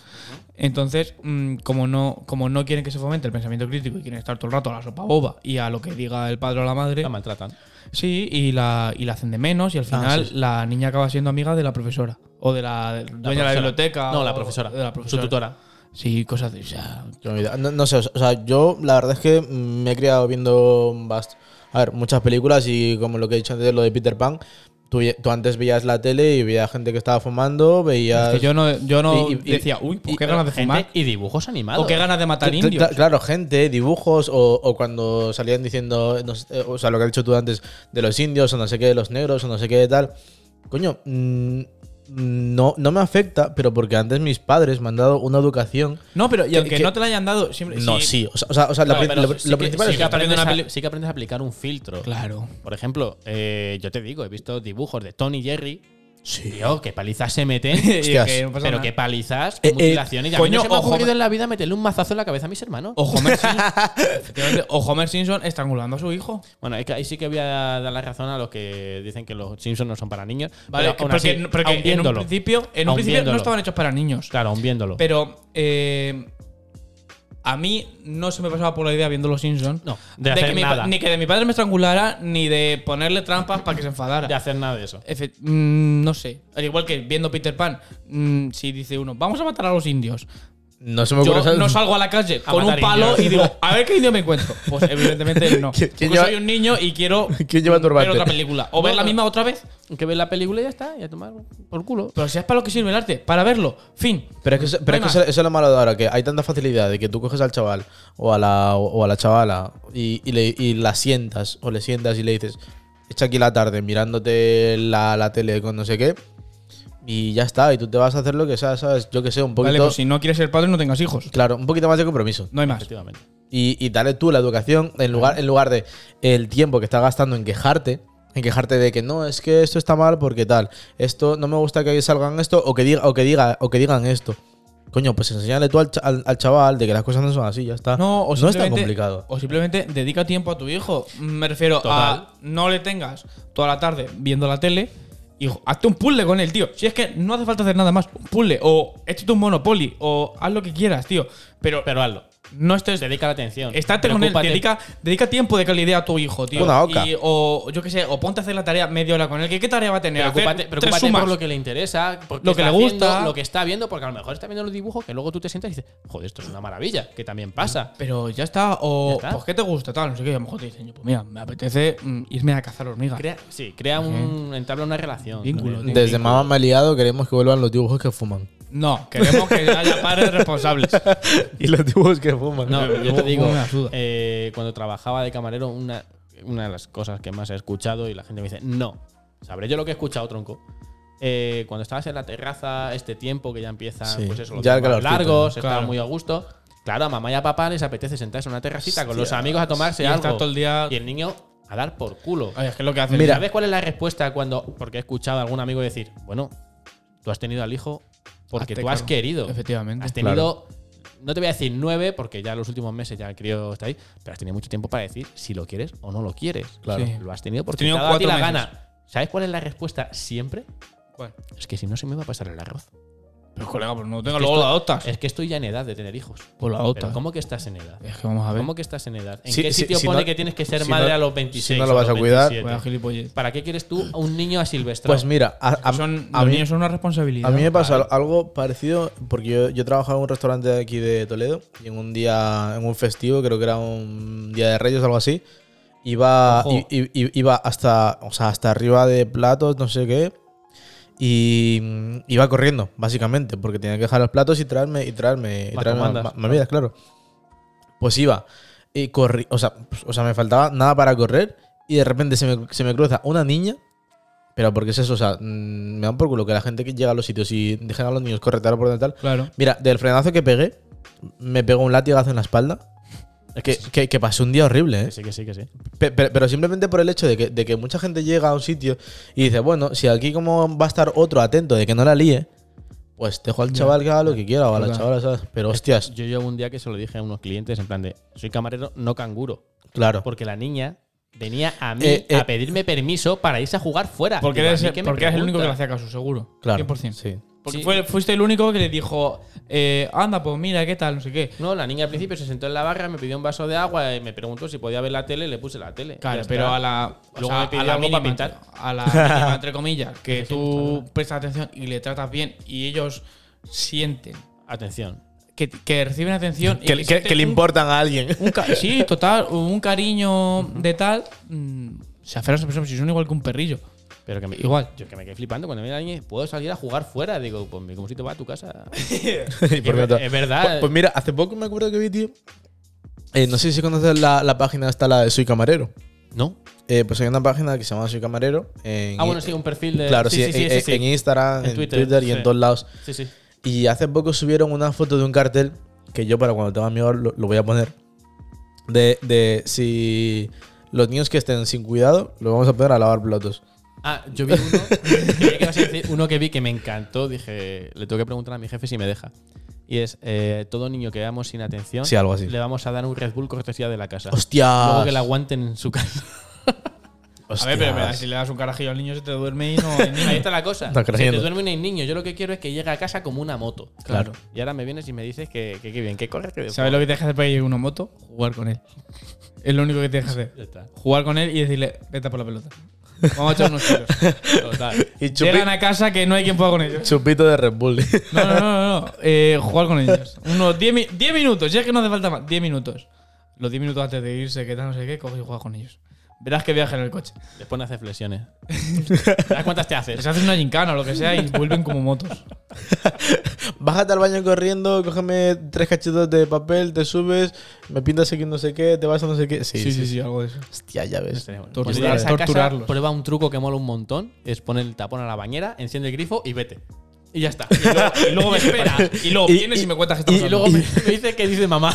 Speaker 2: Entonces, mm, como, no, como no quieren que se fomente el pensamiento crítico y quieren estar todo el rato a la sopa boba y a lo que diga el padre o la madre,
Speaker 3: La Ah, maltratan.
Speaker 2: sí, y la, y la hacen de menos y al final la niña acaba siendo amiga de la profesora o de la dueña de la
Speaker 3: profesora.
Speaker 2: biblioteca.
Speaker 3: No, la
Speaker 2: o
Speaker 3: profesora.
Speaker 2: de la profesora.
Speaker 3: Su tutora.
Speaker 2: Sí, cosas de... o sea,
Speaker 1: Yo me olvidaba. No, no sé, o sea, yo la verdad es que me he criado viendo bast- a ver, muchas películas y como lo que he dicho antes, lo de Peter Pan, tú, ye- tú antes veías la tele y veías gente que estaba fumando,
Speaker 2: es
Speaker 1: veías...
Speaker 2: que yo no, yo no
Speaker 1: Y- y- y-
Speaker 2: decía, uy, pues qué
Speaker 3: Y-
Speaker 2: ganas de
Speaker 3: gente
Speaker 2: fumar.
Speaker 3: Y dibujos animados.
Speaker 2: O qué ganas de matar
Speaker 1: Cl- cl-
Speaker 2: indios.
Speaker 1: Claro, gente, dibujos, o, o cuando salían diciendo, no sé, eh, o sea, lo que has dicho tú antes, de los indios, o no sé qué, de los negros, o no sé qué, de tal. Coño, mm, no, no me afecta, pero porque antes mis padres me han dado una educación.
Speaker 2: No, pero y
Speaker 1: Que-
Speaker 2: aunque
Speaker 1: que-
Speaker 2: no te la hayan dado, siempre...
Speaker 1: No, sí, o sea, o sea, o sea, lo
Speaker 3: Claro,
Speaker 1: pri-
Speaker 3: pero
Speaker 1: lo,
Speaker 3: sí
Speaker 1: lo
Speaker 3: que-
Speaker 1: principal
Speaker 3: sí
Speaker 1: es
Speaker 3: que
Speaker 1: que
Speaker 3: aprendes
Speaker 2: aprendes
Speaker 3: a- sí que aprendes a aplicar un filtro.
Speaker 2: Claro.
Speaker 3: Por ejemplo, eh, yo te digo, he visto dibujos de Tony Jerry. Tío, qué palizas se meten.
Speaker 1: Hostias,
Speaker 2: que no pasa
Speaker 3: pero
Speaker 2: nada.
Speaker 3: qué palizas,
Speaker 1: Eh, eh,
Speaker 3: mutilaciones. Y a mí
Speaker 2: coño,
Speaker 3: no se me ha
Speaker 2: ojo, Oh.
Speaker 3: ocurrido
Speaker 2: me-
Speaker 3: en la vida meterle un mazazo en la cabeza a mis hermanos.
Speaker 2: O Homer Simpson, efectivamente, o Homer Simpson estrangulando a su hijo.
Speaker 3: Bueno, es que ahí sí que voy a dar la razón a los que dicen que los Simpsons no son para niños.
Speaker 2: Vale,
Speaker 3: pero aún
Speaker 2: porque,
Speaker 3: así,
Speaker 2: porque
Speaker 3: aún
Speaker 2: en un
Speaker 3: viéndolo.
Speaker 2: principio, en un
Speaker 3: Aun
Speaker 2: principio no
Speaker 3: viéndolo.
Speaker 2: estaban hechos para niños.
Speaker 3: Claro, aún viéndolo.
Speaker 2: Pero eh, a mí no se me pasaba por la idea viendo los Simpsons.
Speaker 3: No, de hacer
Speaker 2: que mi
Speaker 3: nada.
Speaker 2: pa- ni que de mi padre me estrangulara, ni de ponerle trampas para que se enfadara.
Speaker 3: de hacer nada de eso.
Speaker 2: Efe- mm, no sé. Al igual que viendo Peter Pan, mm, si dice uno, vamos a matar a los indios.
Speaker 1: No se me ocurre.
Speaker 2: Yo
Speaker 1: esa-
Speaker 2: no salgo a la calle
Speaker 3: A
Speaker 2: con un
Speaker 3: matar
Speaker 2: palo
Speaker 3: indios.
Speaker 2: y digo, a ver qué indio me encuentro. Pues evidentemente no.
Speaker 1: ¿Quién-
Speaker 2: Porque
Speaker 1: quién lleva-
Speaker 2: soy un niño y quiero
Speaker 1: ¿Quién lleva
Speaker 2: ver
Speaker 1: turbante?
Speaker 2: otra película. O
Speaker 3: No,
Speaker 2: ver la
Speaker 3: no.
Speaker 2: misma otra vez.
Speaker 3: Que ves la película y ya está, y a tomar por culo.
Speaker 2: Pero si es para lo que sirve el arte, para verlo. Fin.
Speaker 1: Pero es que, eso, pero es
Speaker 2: No hay
Speaker 1: que eso- eso es lo malo de ahora, que hay tanta facilidad de que tú coges al chaval o a la, o a la chavala y, y le- y la sientas o le sientas y le dices, echa aquí la tarde mirándote la, la tele con no sé qué y ya está, y tú te vas a hacer lo que sea, ¿sabes? Yo que sé, un poquito...
Speaker 2: Vale, pues si no quieres ser padre, no tengas hijos.
Speaker 1: Claro, un poquito más de compromiso.
Speaker 2: No hay más.
Speaker 3: Efectivamente.
Speaker 1: Y, y dale tú la educación en lugar, en lugar de el tiempo que estás gastando en quejarte, en quejarte de que no, es que esto está mal porque tal, esto no me gusta que salgan esto o que diga o que diga o que digan esto. Coño, pues enséñale tú al, cha- al- al chaval de que las cosas no son así, ya está.
Speaker 2: No, o
Speaker 1: es tan
Speaker 2: simplemente-
Speaker 1: complicado.
Speaker 2: O simplemente dedica tiempo a tu hijo. Me refiero
Speaker 3: Total.
Speaker 2: a no le tengas toda la tarde viendo la tele. Y jo- hazte un puzzle con él, tío. Si es que no hace falta hacer nada más. Un puzzle. O échate un monopoly. O haz lo que quieras, tío. Pero,
Speaker 3: Pero hazlo.
Speaker 2: no estés
Speaker 3: Dedica la atención.
Speaker 2: Estate con él,
Speaker 3: Preocúpate.
Speaker 2: dedica, dedica tiempo de calidad a tu hijo, tío.
Speaker 1: Una oca.
Speaker 2: Y- o yo qué sé, o ponte a hacer la tarea media hora con él. ¿Qué, qué tarea va a tener?
Speaker 3: Preocúpate,
Speaker 2: Hacer tres
Speaker 3: preocúpate
Speaker 2: sumas.
Speaker 3: por lo que le interesa, por qué
Speaker 2: Lo que
Speaker 3: está
Speaker 2: le gusta.
Speaker 3: haciendo, lo que está viendo, porque a lo mejor está viendo los dibujos que luego tú te sientas y dices, joder, esto es una maravilla, que también pasa.
Speaker 2: Pero ya está, o
Speaker 3: Ya está.
Speaker 2: pues qué te gusta, tal, no sé qué. y A lo mejor te dicen, yo, pues mira, me apetece mm, irme a cazar hormigas.
Speaker 3: Crea, sí, crea un. entabla una relación.
Speaker 2: Vínculo,
Speaker 3: también.
Speaker 1: Desde mamá me ha liado, queremos que vuelvan los dibujos que fuman.
Speaker 2: No, queremos que haya padres responsables.
Speaker 1: y los dibujos que fuman.
Speaker 3: No, yo te
Speaker 2: Como
Speaker 3: digo,
Speaker 2: una suda.
Speaker 3: eh, cuando trabajaba de camarero, una, una de las cosas que más he escuchado y la gente me dice, no, sabré yo lo que he escuchado, tronco. Eh, cuando estabas en la terraza, este tiempo que ya empiezan,
Speaker 1: Sí,
Speaker 3: pues eso, los
Speaker 1: ya el
Speaker 3: días más
Speaker 1: calorcito,
Speaker 3: largos,
Speaker 2: ¿no?
Speaker 3: estaba
Speaker 2: Claro.
Speaker 3: muy a gusto. Claro, a mamá y a papá les apetece sentarse en una terracita con los amigos a tomarse
Speaker 2: Y
Speaker 3: algo.
Speaker 2: estar todo el día-
Speaker 3: Y el niño a dar por culo.
Speaker 2: Ay, es que es lo que hacen.
Speaker 1: Mira.
Speaker 3: ¿Sabes cuál es la respuesta cuando.? Porque he escuchado a algún amigo decir, bueno, tú has tenido al hijo porque
Speaker 2: Hazte
Speaker 3: tú has
Speaker 2: cargo.
Speaker 3: querido.
Speaker 2: Efectivamente.
Speaker 3: Has tenido. No te voy a decir nueve, porque ya los últimos meses ya el crío está ahí, pero has tenido mucho tiempo para decir si lo quieres o no lo quieres.
Speaker 2: Claro. Sí.
Speaker 3: Lo has tenido porque
Speaker 2: tenido
Speaker 3: te ha dado a ti la
Speaker 2: cuatro meses.
Speaker 3: gana. ¿Sabes cuál es la respuesta siempre?
Speaker 2: ¿Cuál?
Speaker 3: Es que si no se me va a pasar el arroz.
Speaker 2: Pero colega, pues no tengo,
Speaker 3: Es que
Speaker 2: luego
Speaker 3: esto-
Speaker 2: lo
Speaker 1: Ah.
Speaker 2: adoptas.
Speaker 3: Es que estoy ya en edad de tener hijos.
Speaker 2: Pues lo
Speaker 3: Pero
Speaker 2: adoptas.
Speaker 3: ¿Cómo que estás en edad?
Speaker 2: Es que vamos a ver.
Speaker 3: ¿Cómo que estás en edad? ¿En
Speaker 1: Sí,
Speaker 3: qué
Speaker 1: sí,
Speaker 3: sitio
Speaker 1: si
Speaker 3: pone
Speaker 1: no-
Speaker 3: que tienes que ser
Speaker 1: si
Speaker 3: madre
Speaker 1: no-
Speaker 3: a los
Speaker 1: si
Speaker 3: 26?
Speaker 1: no lo
Speaker 3: a
Speaker 1: vas
Speaker 3: los
Speaker 1: a cuidar-
Speaker 3: 27?
Speaker 2: Vaya gilipollas.
Speaker 3: ¿Para qué quieres tú a un niño asilvestrado?
Speaker 1: Pues mira, a, a-
Speaker 2: Son,
Speaker 1: a
Speaker 2: los
Speaker 1: mí-
Speaker 2: niños son una responsabilidad.
Speaker 1: A mí me pasa algo parecido, porque yo, yo trabajaba en un restaurante de aquí de Toledo y en un día, en un festivo, creo que era un día de Reyes o algo así, iba,
Speaker 3: Ojo.
Speaker 1: i- i- i- iba hasta, o sea, hasta arriba de platos, no sé qué, Y mm, iba corriendo, básicamente, porque tenía que dejar los platos y traerme, y traerme, y
Speaker 3: Las
Speaker 1: traerme
Speaker 3: comandas,
Speaker 1: ma- movidas, claro. Pues iba, y corrí, o sea, pues, o sea, me faltaba nada para correr, y de repente se me, se me cruza una niña, pero porque es eso, o sea, mm, me dan por culo que la gente que llega a los sitios y dejan a los niños correr tal por donde tal.
Speaker 2: Claro.
Speaker 1: Mira, del frenazo que pegué, me pegó un latigazo en la espalda. Que, que, que pasé un día horrible, ¿eh?
Speaker 3: Que sí, que sí, que sí.
Speaker 1: Pe- pe- Pero, simplemente por el hecho de que, de que mucha gente llega a un sitio y dice, bueno, si aquí como va a estar otro atento de que no la líe, pues dejo al chaval que haga lo que quiera o a la
Speaker 2: Claro.
Speaker 1: chavala, ¿sabes? Pero hostias,
Speaker 3: Yo llevo un día que se lo dije a unos clientes en plan de, soy camarero, no canguro.
Speaker 1: claro.
Speaker 3: Porque la niña venía a mí
Speaker 1: Eh, eh.
Speaker 3: a pedirme permiso para irse a jugar fuera.
Speaker 2: Porque
Speaker 3: Digo, ¿a
Speaker 2: eres,
Speaker 3: mí qué me
Speaker 2: porque eres el
Speaker 3: preguntas?
Speaker 2: único que le hacía caso, seguro.
Speaker 1: Claro.
Speaker 2: 100%.
Speaker 1: Sí.
Speaker 2: Porque
Speaker 3: Sí.
Speaker 2: fue- fuiste el único que le dijo, eh, anda, pues mira, ¿qué tal? No sé qué.
Speaker 3: No, la niña al principio se sentó en la barra, me pidió un vaso de agua y me preguntó si podía ver la tele, le puse la tele.
Speaker 2: Claro,
Speaker 3: Ya
Speaker 2: pero
Speaker 3: está.
Speaker 2: a la, o
Speaker 3: Luego
Speaker 2: sea,
Speaker 3: me pidió
Speaker 2: a la
Speaker 3: algo para
Speaker 2: mínima,
Speaker 3: pintar.
Speaker 2: a la mínima, entre comillas, que
Speaker 3: Sí, sí,
Speaker 2: tú prestas atención y le tratas bien y ellos sienten
Speaker 3: Atención.
Speaker 2: que, que reciben atención. y
Speaker 1: Que, que-
Speaker 2: sienten
Speaker 1: que le
Speaker 2: un-
Speaker 1: importan a alguien.
Speaker 2: un ca- sí, total, un cariño de tal. mm, se aferran a esa persona, si son igual que un perrillo.
Speaker 3: Pero que me,
Speaker 2: Igual.
Speaker 3: Yo que me quedé flipando cuando me la niña, puedo salir a jugar fuera. Digo, pues mi te va a tu casa.
Speaker 1: Y por
Speaker 3: Es-
Speaker 1: tanto-
Speaker 3: es verdad.
Speaker 1: Pues, pues mira, hace poco me acuerdo que vi, tío. eh, no sé si conoces la, la página esta, la de Soy Camarero.
Speaker 3: ¿No?
Speaker 1: Eh, pues hay una página que se llama Soy Camarero. En,
Speaker 3: Ah, bueno, sí, un perfil de.
Speaker 1: Claro, sí,
Speaker 3: sí, sí,
Speaker 1: en,
Speaker 3: sí,
Speaker 1: en-
Speaker 3: sí.
Speaker 1: en Instagram,
Speaker 3: En
Speaker 1: en,
Speaker 3: Twitter,
Speaker 1: Twitter, y en
Speaker 3: sí.
Speaker 1: todos lados.
Speaker 3: Sí, sí.
Speaker 1: Y hace poco subieron una foto de un cartel que yo para cuando tenga miedo lo, lo voy a poner. De, de si los niños que estén sin cuidado, lo vamos a poner a lavar platos.
Speaker 3: Ah, yo vi uno. creía que ibas a decir uno que vi que me encantó. Dije, le tengo que preguntar a mi jefe si me deja. Y es, eh, todo niño que veamos sin atención,
Speaker 1: Sí, algo así.
Speaker 3: le vamos a dar un Red Bull cortesía de la casa.
Speaker 1: ¡Hostia!
Speaker 3: Luego que la aguanten en su casa.
Speaker 2: A ver, pero mira, si le das un carajillo al niño se te duerme y no. hay niño.
Speaker 3: Ahí está la cosa.
Speaker 1: No,
Speaker 3: Se te
Speaker 1: creyendo.
Speaker 3: duerme un niño. Yo lo que quiero es que llegue a casa como una moto. Claro. Y ahora me vienes y me dices que, que, que bien, que corres, que
Speaker 2: ¿Sabes lo que tienes que hacer para ir a una moto? Jugar con él. Es lo único que tienes que
Speaker 3: Ya
Speaker 2: hacer.
Speaker 3: está.
Speaker 2: Jugar con él y decirle, vete a por la pelota. Vamos a echar unos tiros.
Speaker 3: Total.
Speaker 1: Y chupi-
Speaker 2: Llegan a casa que no hay quien pueda con ellos.
Speaker 1: chupito de Red Bull.
Speaker 2: No, no, no, no. no. Eh, jugar con ellos. Unos 10 mi- 10 minutos, ya que no hace falta más. 10 minutos. Los 10 minutos antes de irse, que tal, no sé qué, coge y juega con ellos. Verás que viajan en el coche.
Speaker 3: Después no haces flexiones. ¿Te das cuántas te
Speaker 2: Les
Speaker 3: haces?
Speaker 2: haces una gincana o lo que sea y vuelven como motos.
Speaker 1: Bájate al baño corriendo, cógeme tres cachitos de papel, te subes, me pintas aquí no sé qué, te vas a no sé qué. Sí, sí, sí.
Speaker 2: algo de eso.
Speaker 1: Hostia, ya ves.
Speaker 3: Cuando
Speaker 2: Torturar-
Speaker 3: llegues a casa,
Speaker 2: torturarlos.
Speaker 3: prueba un truco que mola un montón. Es poner el tapón a la bañera, enciende el grifo y vete. Y ya está. Y luego, y luego me espera.
Speaker 2: Y luego
Speaker 1: Y-
Speaker 2: vienes y,
Speaker 1: y-
Speaker 2: me cuentas que
Speaker 3: Y,
Speaker 2: estamos
Speaker 3: luego me, me dice que dice mamá.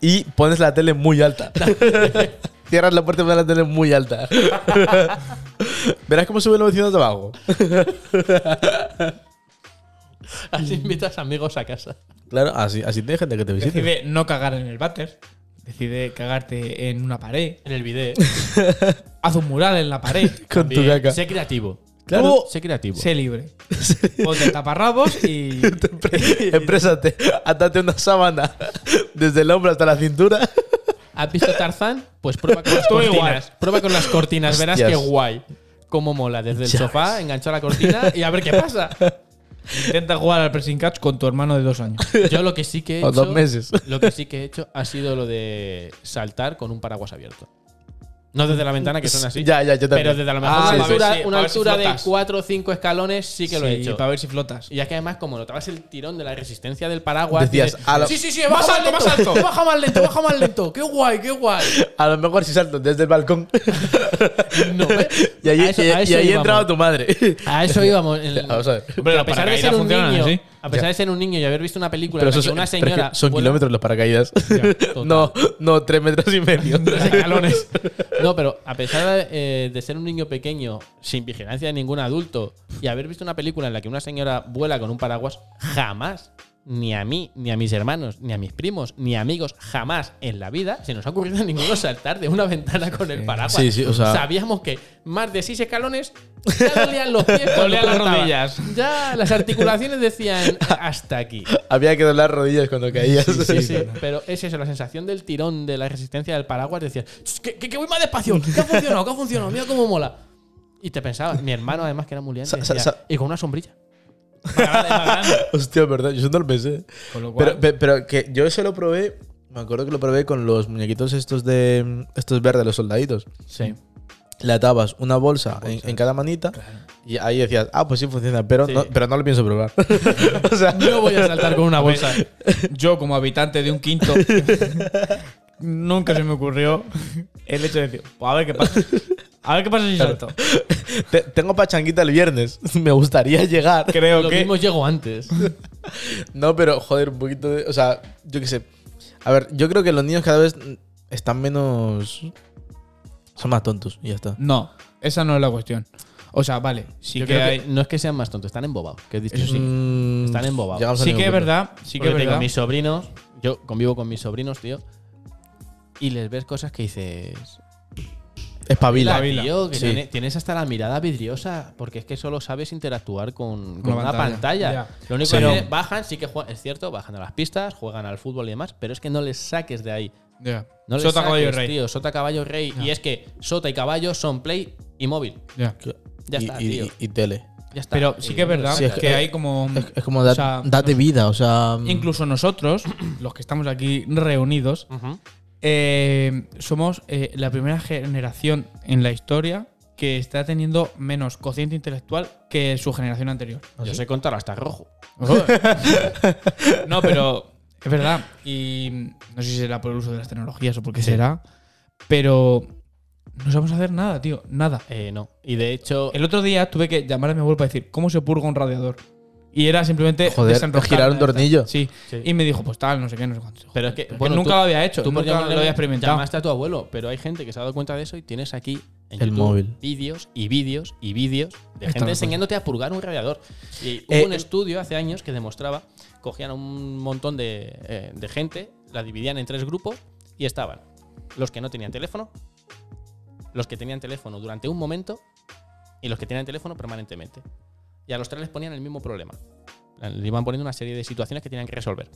Speaker 1: Y pones la tele muy alta. Cierras la puerta y pones la tele muy alta. Verás cómo suben los vecinos de abajo.
Speaker 3: Así invitas amigos a casa.
Speaker 1: Claro, así, así tienes gente que te visite.
Speaker 2: Decide no cagar en el váter. Decide cagarte en una pared.
Speaker 3: En el video.
Speaker 2: Haz un mural en la pared.
Speaker 1: Con tu
Speaker 3: Bien,
Speaker 1: caca.
Speaker 3: Sé creativo.
Speaker 1: Claro.
Speaker 3: Sé creativo.
Speaker 2: sé libre. Ponte taparrabos y.
Speaker 1: Emprésate, atate una sábana desde el hombro hasta la cintura.
Speaker 3: ¿Has visto Tarzán? Pues prueba con las
Speaker 2: Tú igual.
Speaker 3: cortinas. Prueba con las cortinas, verás
Speaker 1: Hostias.
Speaker 3: qué guay. Cómo mola. Desde el sofá, enganchar la cortina y a ver qué pasa.
Speaker 2: Intenta jugar al pressing catch con tu hermano de dos años.
Speaker 3: Yo lo que sí que he
Speaker 1: O
Speaker 3: hecho.
Speaker 1: dos meses.
Speaker 3: Lo que sí que he hecho ha sido lo de saltar con un paraguas abierto. No desde la ventana, que son así.
Speaker 1: Ya, ya, yo también.
Speaker 3: Pero desde a lo mejor
Speaker 2: Ah,
Speaker 3: una
Speaker 2: sí, sí.
Speaker 3: altura,
Speaker 2: Sí,
Speaker 3: una
Speaker 2: para ver si
Speaker 3: altura de
Speaker 2: flotas.
Speaker 3: 4 o 5 escalones sí que lo he hecho.
Speaker 2: Para ver si flotas.
Speaker 3: Y ya que además, como notabas el tirón de la resistencia del paraguas,
Speaker 1: Decías, a lo-
Speaker 3: sí, sí, sí, baja más alto, más alto, baja más lento, baja más lento, qué guay, qué guay.
Speaker 1: A lo mejor si salto desde el balcón
Speaker 3: No, ¿eh?
Speaker 1: y ahí,
Speaker 3: A eso-
Speaker 1: y-
Speaker 3: a eso
Speaker 1: y ahí
Speaker 3: íbamos.
Speaker 1: entraba tu madre.
Speaker 3: A eso íbamos. el-
Speaker 1: Vamos a ver.
Speaker 2: Hombre,
Speaker 3: a
Speaker 2: los
Speaker 3: pesar de
Speaker 2: paracaídas
Speaker 3: ser un
Speaker 2: funcionan
Speaker 3: niño,
Speaker 2: así.
Speaker 3: a pesar de ser un niño y haber visto una película
Speaker 1: Pero
Speaker 3: en
Speaker 1: eso
Speaker 3: la que
Speaker 1: son-
Speaker 3: una
Speaker 1: pero es que
Speaker 3: señora
Speaker 1: son
Speaker 3: vuela-
Speaker 1: kilómetros los paracaídas.
Speaker 3: total.
Speaker 1: no, no, tres metros y medio.
Speaker 2: Escalones.
Speaker 3: No, pero a pesar eh, de ser un niño pequeño, sin vigilancia de ningún adulto, y haber visto una película en la que una señora vuela con un paraguas, jamás, ni a mí, ni a mis hermanos, ni a mis primos, ni amigos, jamás en la vida se nos ha ocurrido a ninguno saltar de una ventana con el paraguas.
Speaker 1: Sí, sí, o sea-
Speaker 3: Sabíamos que más de seis escalones ya dolían los pies, cuando
Speaker 2: Dolían las
Speaker 3: saltaba.
Speaker 2: rodillas.
Speaker 3: Ya las articulaciones decían hasta aquí.
Speaker 1: Había que doblar rodillas cuando caías.
Speaker 3: Sí, sí, pero es eso, la sensación del tirón, de la resistencia del paraguas, decías, "Ch, que, que- que voy más despacio, que ha funcionado, que ha funcionado, mira cómo mola. Y te pensabas, mi hermano además que era muy liante,
Speaker 1: Sa- sa-
Speaker 3: decía,
Speaker 1: sa-
Speaker 3: y con una sombrilla.
Speaker 1: Hostia, verdad, yo no lo pensé.
Speaker 2: Con lo cual-
Speaker 1: Pero, pe- pero que yo eso lo probé, me acuerdo que lo probé con los muñequitos estos de estos verdes, los soldaditos.
Speaker 2: sí.
Speaker 1: le atabas una bolsa, en- en, cada manita y ahí decías, ah, pues sí funciona, pero, no, pero no lo pienso probar. o sea,
Speaker 2: Yo voy a saltar con una bolsa. Yo, como habitante de un quinto, nunca se me ocurrió el hecho de decir, "Pues a ver qué pasa. A ver qué pasa si salto.
Speaker 1: te- tengo pachanguita el viernes, me gustaría llegar.
Speaker 2: Creo
Speaker 3: Lo
Speaker 2: que.
Speaker 3: mismo llego antes.
Speaker 1: No, pero joder, un poquito de. O sea, yo qué sé. A ver, yo creo que los niños cada vez están menos. Son más tontos y ya está.
Speaker 2: No, esa no es la cuestión. O sea, vale, sí
Speaker 3: Yo
Speaker 2: que
Speaker 3: creo
Speaker 2: hay.
Speaker 3: que no es que sean más tontos, están embobados. Que he dicho
Speaker 2: Eso sí.
Speaker 3: sí.
Speaker 1: Mm,
Speaker 3: Están embobados.
Speaker 1: llegamos al
Speaker 2: Sí
Speaker 1: mismo
Speaker 2: que es
Speaker 1: punto.
Speaker 2: verdad, sí que
Speaker 3: Porque
Speaker 2: es
Speaker 3: tengo
Speaker 2: verdad.
Speaker 3: mis sobrinos, yo convivo con mis sobrinos, tío, y les ves cosas que dices.
Speaker 1: Espabila.
Speaker 3: "Pila,
Speaker 2: Pila".
Speaker 3: tío, que
Speaker 1: Sí.
Speaker 3: tiene- tienes hasta la mirada vidriosa, porque es que solo sabes interactuar con, con
Speaker 2: Una
Speaker 3: una
Speaker 2: pantalla.
Speaker 3: pantalla.
Speaker 2: Ya.
Speaker 3: Lo único
Speaker 2: Sí.
Speaker 3: que hacen es- bajan, sí que juegan, es cierto, bajan a las pistas, juegan al fútbol y demás, pero es que no les saques de ahí.
Speaker 2: Ya.
Speaker 3: No les
Speaker 2: Sota,
Speaker 3: saques,
Speaker 2: caballo y rey.
Speaker 3: tío, Sota, caballo, rey. Y es que Sota y caballo son play y móvil.
Speaker 2: Ya.
Speaker 3: Ya
Speaker 1: y,
Speaker 3: está,
Speaker 1: y-
Speaker 3: tío.
Speaker 1: y tele.
Speaker 3: Ya está.
Speaker 2: Pero sí
Speaker 3: Y
Speaker 2: que es
Speaker 3: no les
Speaker 2: verdad
Speaker 1: Sí, es
Speaker 2: que,
Speaker 1: que-
Speaker 2: hay como.
Speaker 1: Es, es como da-
Speaker 2: o sea,
Speaker 1: date vida, o sea. mm,
Speaker 2: Incluso nosotros, los que estamos aquí reunidos,
Speaker 3: Ujú.
Speaker 2: eh, somos eh, la primera generación en la historia que está teniendo menos cociente intelectual que su generación anterior.
Speaker 1: ¿Ah,
Speaker 3: Yo sé contar hasta rojo.
Speaker 2: No, pero es verdad. Y no sé si será por el uso de las tecnologías o por qué será. Pero no sabemos hacer nada, tío. Nada.
Speaker 3: Eh, no. Y de hecho,
Speaker 2: El otro día tuve que llamar a mi abuelo para decir cómo se purga un radiador. Y era simplemente
Speaker 1: Joder,
Speaker 2: desenroscar
Speaker 1: girar un
Speaker 2: la esta.
Speaker 1: tornillo.
Speaker 2: Sí.
Speaker 3: Sí.
Speaker 2: Y me dijo, pues tal, no sé qué, no sé cuánto.
Speaker 3: Pero es que,
Speaker 2: Pero es que
Speaker 3: bueno,
Speaker 2: nunca
Speaker 3: tú-
Speaker 2: lo había hecho,
Speaker 3: tú por
Speaker 2: nunca
Speaker 3: llamarle-
Speaker 2: lo había experimentado.
Speaker 3: Llamaste a tu abuelo, pero hay gente que se ha dado cuenta de eso y tienes aquí en
Speaker 1: El
Speaker 3: YouTube
Speaker 1: móvil.
Speaker 3: vídeos y vídeos y vídeos de
Speaker 2: Esta
Speaker 3: gente
Speaker 2: me
Speaker 3: enseñándote a purgar un radiador. Y
Speaker 1: Eh,
Speaker 3: hubo un estudio hace años que demostraba, cogían a un montón de, eh, de gente, la dividían en tres grupos y estaban los que no tenían teléfono, los que tenían teléfono durante un momento y los que tenían teléfono permanentemente. Y a los tres les ponían el mismo problema. Le iban poniendo una serie de situaciones que tenían que resolver.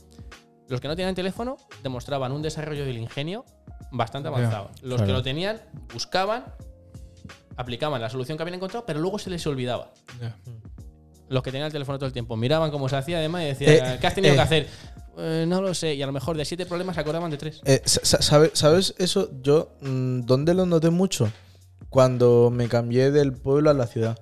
Speaker 3: Los que no tenían teléfono demostraban un desarrollo del ingenio bastante
Speaker 2: Ya,
Speaker 3: avanzado. Los que
Speaker 1: claro.
Speaker 3: lo tenían buscaban, aplicaban la solución que habían encontrado, pero luego se les olvidaba. Los que tenían el teléfono todo el tiempo miraban cómo se hacía además y decían,
Speaker 1: Eh,
Speaker 3: ¿qué has tenido
Speaker 1: eh.
Speaker 3: que hacer? "Eh, no lo sé. Y a lo mejor de siete problemas se acordaban de tres.
Speaker 1: Eh, sa- sa- sabe- ¿Sabes eso? Yo, mm, ¿dónde lo noté mucho? Cuando me cambié del pueblo a la ciudad.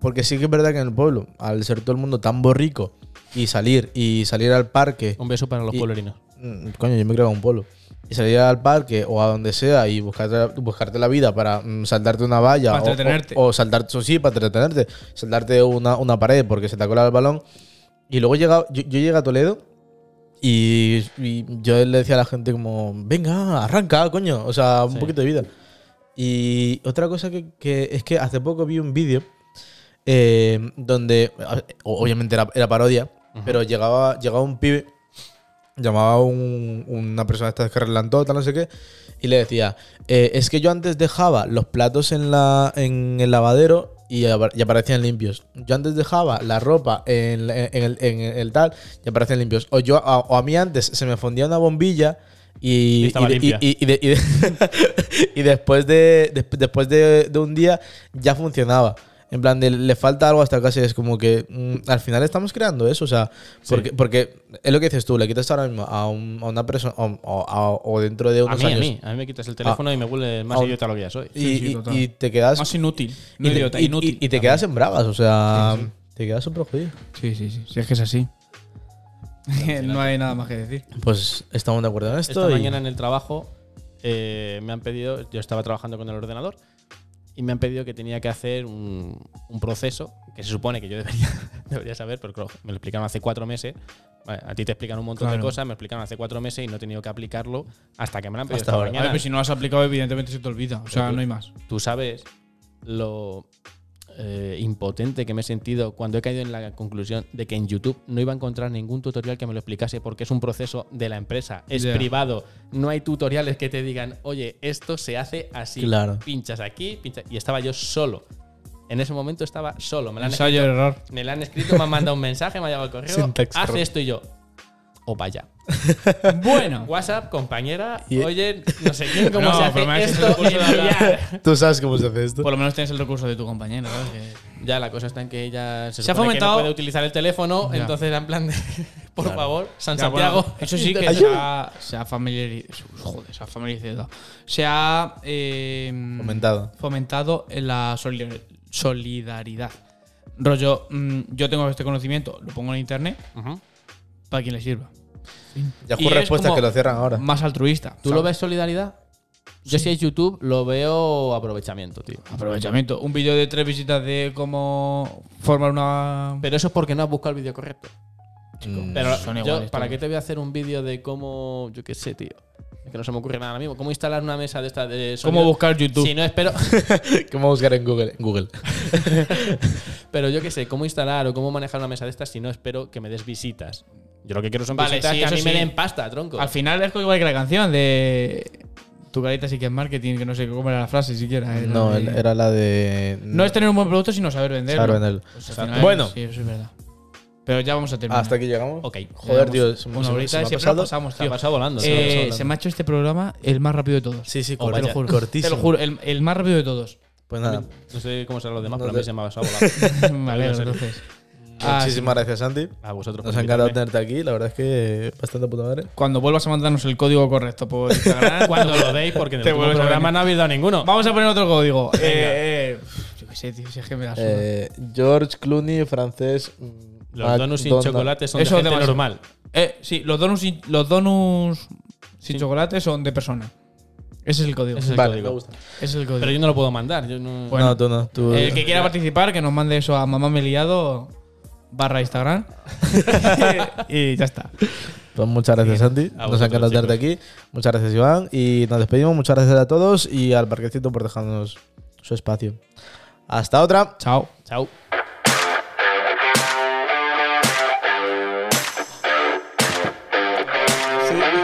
Speaker 1: Porque sí que es verdad que en el pueblo, al ser todo el mundo tan borrico y salir, y salir al parque,
Speaker 3: Un beso para los
Speaker 1: Y-
Speaker 3: pueblerinos.
Speaker 1: Mm, Coño, yo me creaba un polo. Y salir al parque o a donde sea y buscarte, buscarte la vida para mm, saltarte una valla.
Speaker 2: Para
Speaker 1: o-
Speaker 2: entretenerte.
Speaker 1: O, o saltarte, sí, para entretenerte. Saltarte una, una pared porque se te ha colado el balón. Y luego llega, yo, yo llegué a Toledo y, y yo le decía a la gente como, venga, arranca, coño. O sea, un
Speaker 3: Sí.
Speaker 1: poquito de vida. Y otra cosa que, que es que hace poco vi un vídeo eh, donde, a- o- obviamente era, era parodia, pero llegaba, llegaba un pibe, llamaba a un- una persona de estas que relantó, tal, no sé qué, y le decía, eh, es que yo antes dejaba los platos en, la, en el lavadero y, apa- y aparecían limpios. Yo antes dejaba la ropa en, la- en el, en el tal y aparecían limpios. O, yo, a, o a mí antes se me fundía una bombilla. Y,
Speaker 3: Y estaba
Speaker 1: de-
Speaker 3: limpia.
Speaker 1: y de- y de- y después, de, desp- después de, de un día ya funcionaba. En plan, de, le falta algo hasta casi es como que mm, al final estamos creando eso. O sea, porque, porque es lo que dices tú, le quitas ahora mismo a, un- a una persona o, o- a- o dentro de
Speaker 3: A
Speaker 1: unos
Speaker 3: mí, a
Speaker 1: años.
Speaker 3: mí. A mí me quitas el teléfono y me vuelve más
Speaker 1: ah,
Speaker 3: idiota lo que ya soy.
Speaker 1: Y,
Speaker 2: Sí, sí,
Speaker 1: y-
Speaker 2: total.
Speaker 1: y te quedas.
Speaker 3: Ah,
Speaker 2: Más inútil.
Speaker 1: y,
Speaker 2: No
Speaker 1: te-
Speaker 2: idiota,
Speaker 1: y- y-
Speaker 2: inútil.
Speaker 1: y te quedas en bragas, o sea, te quedas súper jodido.
Speaker 2: Sí, sí, sí. Si es que es así. no hay nada más que decir.
Speaker 1: Pues estamos de acuerdo en esto.
Speaker 3: Esta
Speaker 1: y-
Speaker 3: mañana en el trabajo eh, me han pedido, yo estaba trabajando con el ordenador y me han pedido que tenía que hacer un, un proceso que se supone que yo debería, debería saber, pero claro, me lo explicaron hace cuatro meses. Vale, a ti te explican un montón de
Speaker 2: Claro.
Speaker 3: cosas, me explicaron hace cuatro meses y no he tenido que aplicarlo hasta que me lo han pedido
Speaker 1: Hasta
Speaker 3: esta
Speaker 1: ahora.
Speaker 2: A ver,
Speaker 3: mañana.
Speaker 2: pero si no lo has aplicado, evidentemente se te olvida. O sea,
Speaker 3: tú-
Speaker 2: no hay más.
Speaker 3: Tú sabes lo eh, impotente que me he sentido cuando he caído en la conclusión de que en YouTube no iba a encontrar ningún tutorial que me lo explicase porque es un proceso de la empresa, es
Speaker 2: Ya.
Speaker 3: privado, no hay tutoriales que te digan, oye, esto se hace así,
Speaker 1: Claro.
Speaker 3: pinchas aquí, pinchas... Y estaba yo solo. En ese momento estaba solo. Me la han,
Speaker 2: Ensayo error.
Speaker 3: me la han escrito, me han mandado un mensaje, me ha llegado el correo,
Speaker 1: Syntax
Speaker 3: haz
Speaker 1: error.
Speaker 3: esto y yo. O vaya.
Speaker 2: Ah. Bueno.
Speaker 3: WhatsApp, compañera,
Speaker 1: Y-
Speaker 3: oye, no sé quién, cómo
Speaker 2: No,
Speaker 3: se
Speaker 2: pero me
Speaker 3: hace
Speaker 2: has hecho el
Speaker 3: esto y
Speaker 2: curso de hablar.
Speaker 3: enviar.
Speaker 1: Tú sabes cómo se hace esto.
Speaker 2: Por lo menos tienes el recurso de tu compañero, ¿sabes? Que-
Speaker 3: Ya, la cosa está en que ella se,
Speaker 2: Se ha
Speaker 3: supone que
Speaker 2: fomentado-
Speaker 3: no puede utilizar el teléfono,
Speaker 2: Ya.
Speaker 3: entonces era en plan de, por favor, San
Speaker 2: Ya, bueno,
Speaker 3: Santiago.
Speaker 2: eso sí que se ha, se ha familiarizado. Joder, se ha familiarizado. Se ha. eh,
Speaker 6: Fomentado.
Speaker 2: Fomentado en la solidar- solidaridad. Rollo, mm, yo tengo este conocimiento, lo pongo en internet
Speaker 3: Ujú.
Speaker 2: para quien le sirva.
Speaker 6: Ya
Speaker 2: Y
Speaker 6: con
Speaker 2: es
Speaker 6: respuestas
Speaker 2: como
Speaker 6: que lo cierran ahora.
Speaker 2: Más altruista.
Speaker 3: ¿Tú lo
Speaker 2: ¿sabes?
Speaker 3: ves solidaridad? Yo si es YouTube lo veo aprovechamiento, tío.
Speaker 2: Aprovechamiento. Un vídeo de tres visitas de cómo formar una.
Speaker 3: Pero eso es porque no has buscado el vídeo correcto.
Speaker 6: Mm.
Speaker 3: Pero
Speaker 2: Son
Speaker 3: yo,
Speaker 2: iguales
Speaker 3: ¿para
Speaker 2: todos.
Speaker 3: qué te voy a hacer un vídeo de cómo, yo qué sé, tío? Es que no se me ocurre nada ahora mismo. ¿Cómo instalar una mesa de esta de
Speaker 2: ¿Cómo buscar YouTube?
Speaker 3: Si no espero,
Speaker 6: ¿Cómo buscar en Google? En Google.
Speaker 3: pero yo qué sé, cómo instalar o cómo manejar una mesa de estas si no espero que me des visitas. Yo lo que quiero son
Speaker 2: Vale,
Speaker 3: visitas
Speaker 2: sí,
Speaker 3: que a
Speaker 2: eso
Speaker 3: mí me
Speaker 2: sí.
Speaker 3: den pasta, tronco.
Speaker 2: Al final es igual que la canción de. Tu carita sí que es marketing, que no sé cómo era la frase siquiera. era
Speaker 1: No,
Speaker 2: de-
Speaker 1: el- era la de.
Speaker 2: No es tener un buen producto, sino saber venderlo.
Speaker 1: Saber venderlo.
Speaker 2: Pues al final,
Speaker 6: Bueno.
Speaker 2: Sí, eso es verdad. Pero ya vamos a terminar.
Speaker 1: Ah, Hasta aquí llegamos.
Speaker 3: Ok.
Speaker 1: Joder, tío. se me-
Speaker 2: Una
Speaker 1: se me-
Speaker 2: horita
Speaker 1: se me ha
Speaker 2: siempre nos
Speaker 1: pasado.
Speaker 2: pasamos,
Speaker 3: Se ha
Speaker 2: tío.
Speaker 3: pasado volando.
Speaker 2: Eh,
Speaker 3: ¿no?
Speaker 2: se me ha hecho este programa el más rápido de todos.
Speaker 1: Sí, sí,
Speaker 2: Oh, te lo
Speaker 1: corti-
Speaker 2: juro.
Speaker 1: cortísimo.
Speaker 2: Te lo juro, Ah, el, el más rápido de todos.
Speaker 1: Pues nada.
Speaker 3: No sé cómo serán los demás,
Speaker 1: No
Speaker 3: pero a
Speaker 1: te-
Speaker 3: mí se me ha pasado volando.
Speaker 2: me alegro, entonces. Ah, sí.
Speaker 1: Muchísimas gracias, Santi.
Speaker 3: A vosotros.
Speaker 1: Nos
Speaker 3: por
Speaker 1: ha encantado
Speaker 2: eh.
Speaker 3: invitarme.
Speaker 1: tenerte aquí. La verdad es que bastante puta madre.
Speaker 2: Cuando vuelvas a mandarnos el código correcto por Instagram,
Speaker 3: Ah, Cuando lo deis, porque en el
Speaker 2: Te
Speaker 3: último
Speaker 2: vuelves a
Speaker 3: programa
Speaker 2: venir.
Speaker 3: no ha habido ninguno.
Speaker 2: Vamos a poner otro código. Eh, eh, yo qué sé, tío, si es que me da suda.
Speaker 1: Eh, George Clooney, francés. mm,
Speaker 3: Los
Speaker 1: Mac
Speaker 3: donuts sin
Speaker 1: Donald.
Speaker 3: chocolate son
Speaker 2: Eso
Speaker 3: de gente
Speaker 2: demasiado.
Speaker 3: normal.
Speaker 2: Eh, sí, los donuts, sin- los donuts sin chocolate son de persona. Ese es el código.
Speaker 3: Ese es el
Speaker 1: Vale,
Speaker 3: código.
Speaker 1: me gusta.
Speaker 2: Ese es el código.
Speaker 3: Pero yo no lo puedo mandar. Yo no...
Speaker 2: Bueno.
Speaker 1: no, tú no. Tú,
Speaker 2: El que quiera participar, que nos mande eso a mamá me liado barra Instagram. y ya está.
Speaker 1: Pues muchas gracias, Santi.
Speaker 3: A
Speaker 1: Nos ha encantado
Speaker 3: vosotros,
Speaker 1: tenerte aquí. Muchas gracias, Iván. Y nos despedimos. Muchas gracias a todos y al parquecito por dejarnos su espacio. Hasta otra.
Speaker 2: Chao.
Speaker 3: Chao.
Speaker 7: Sí.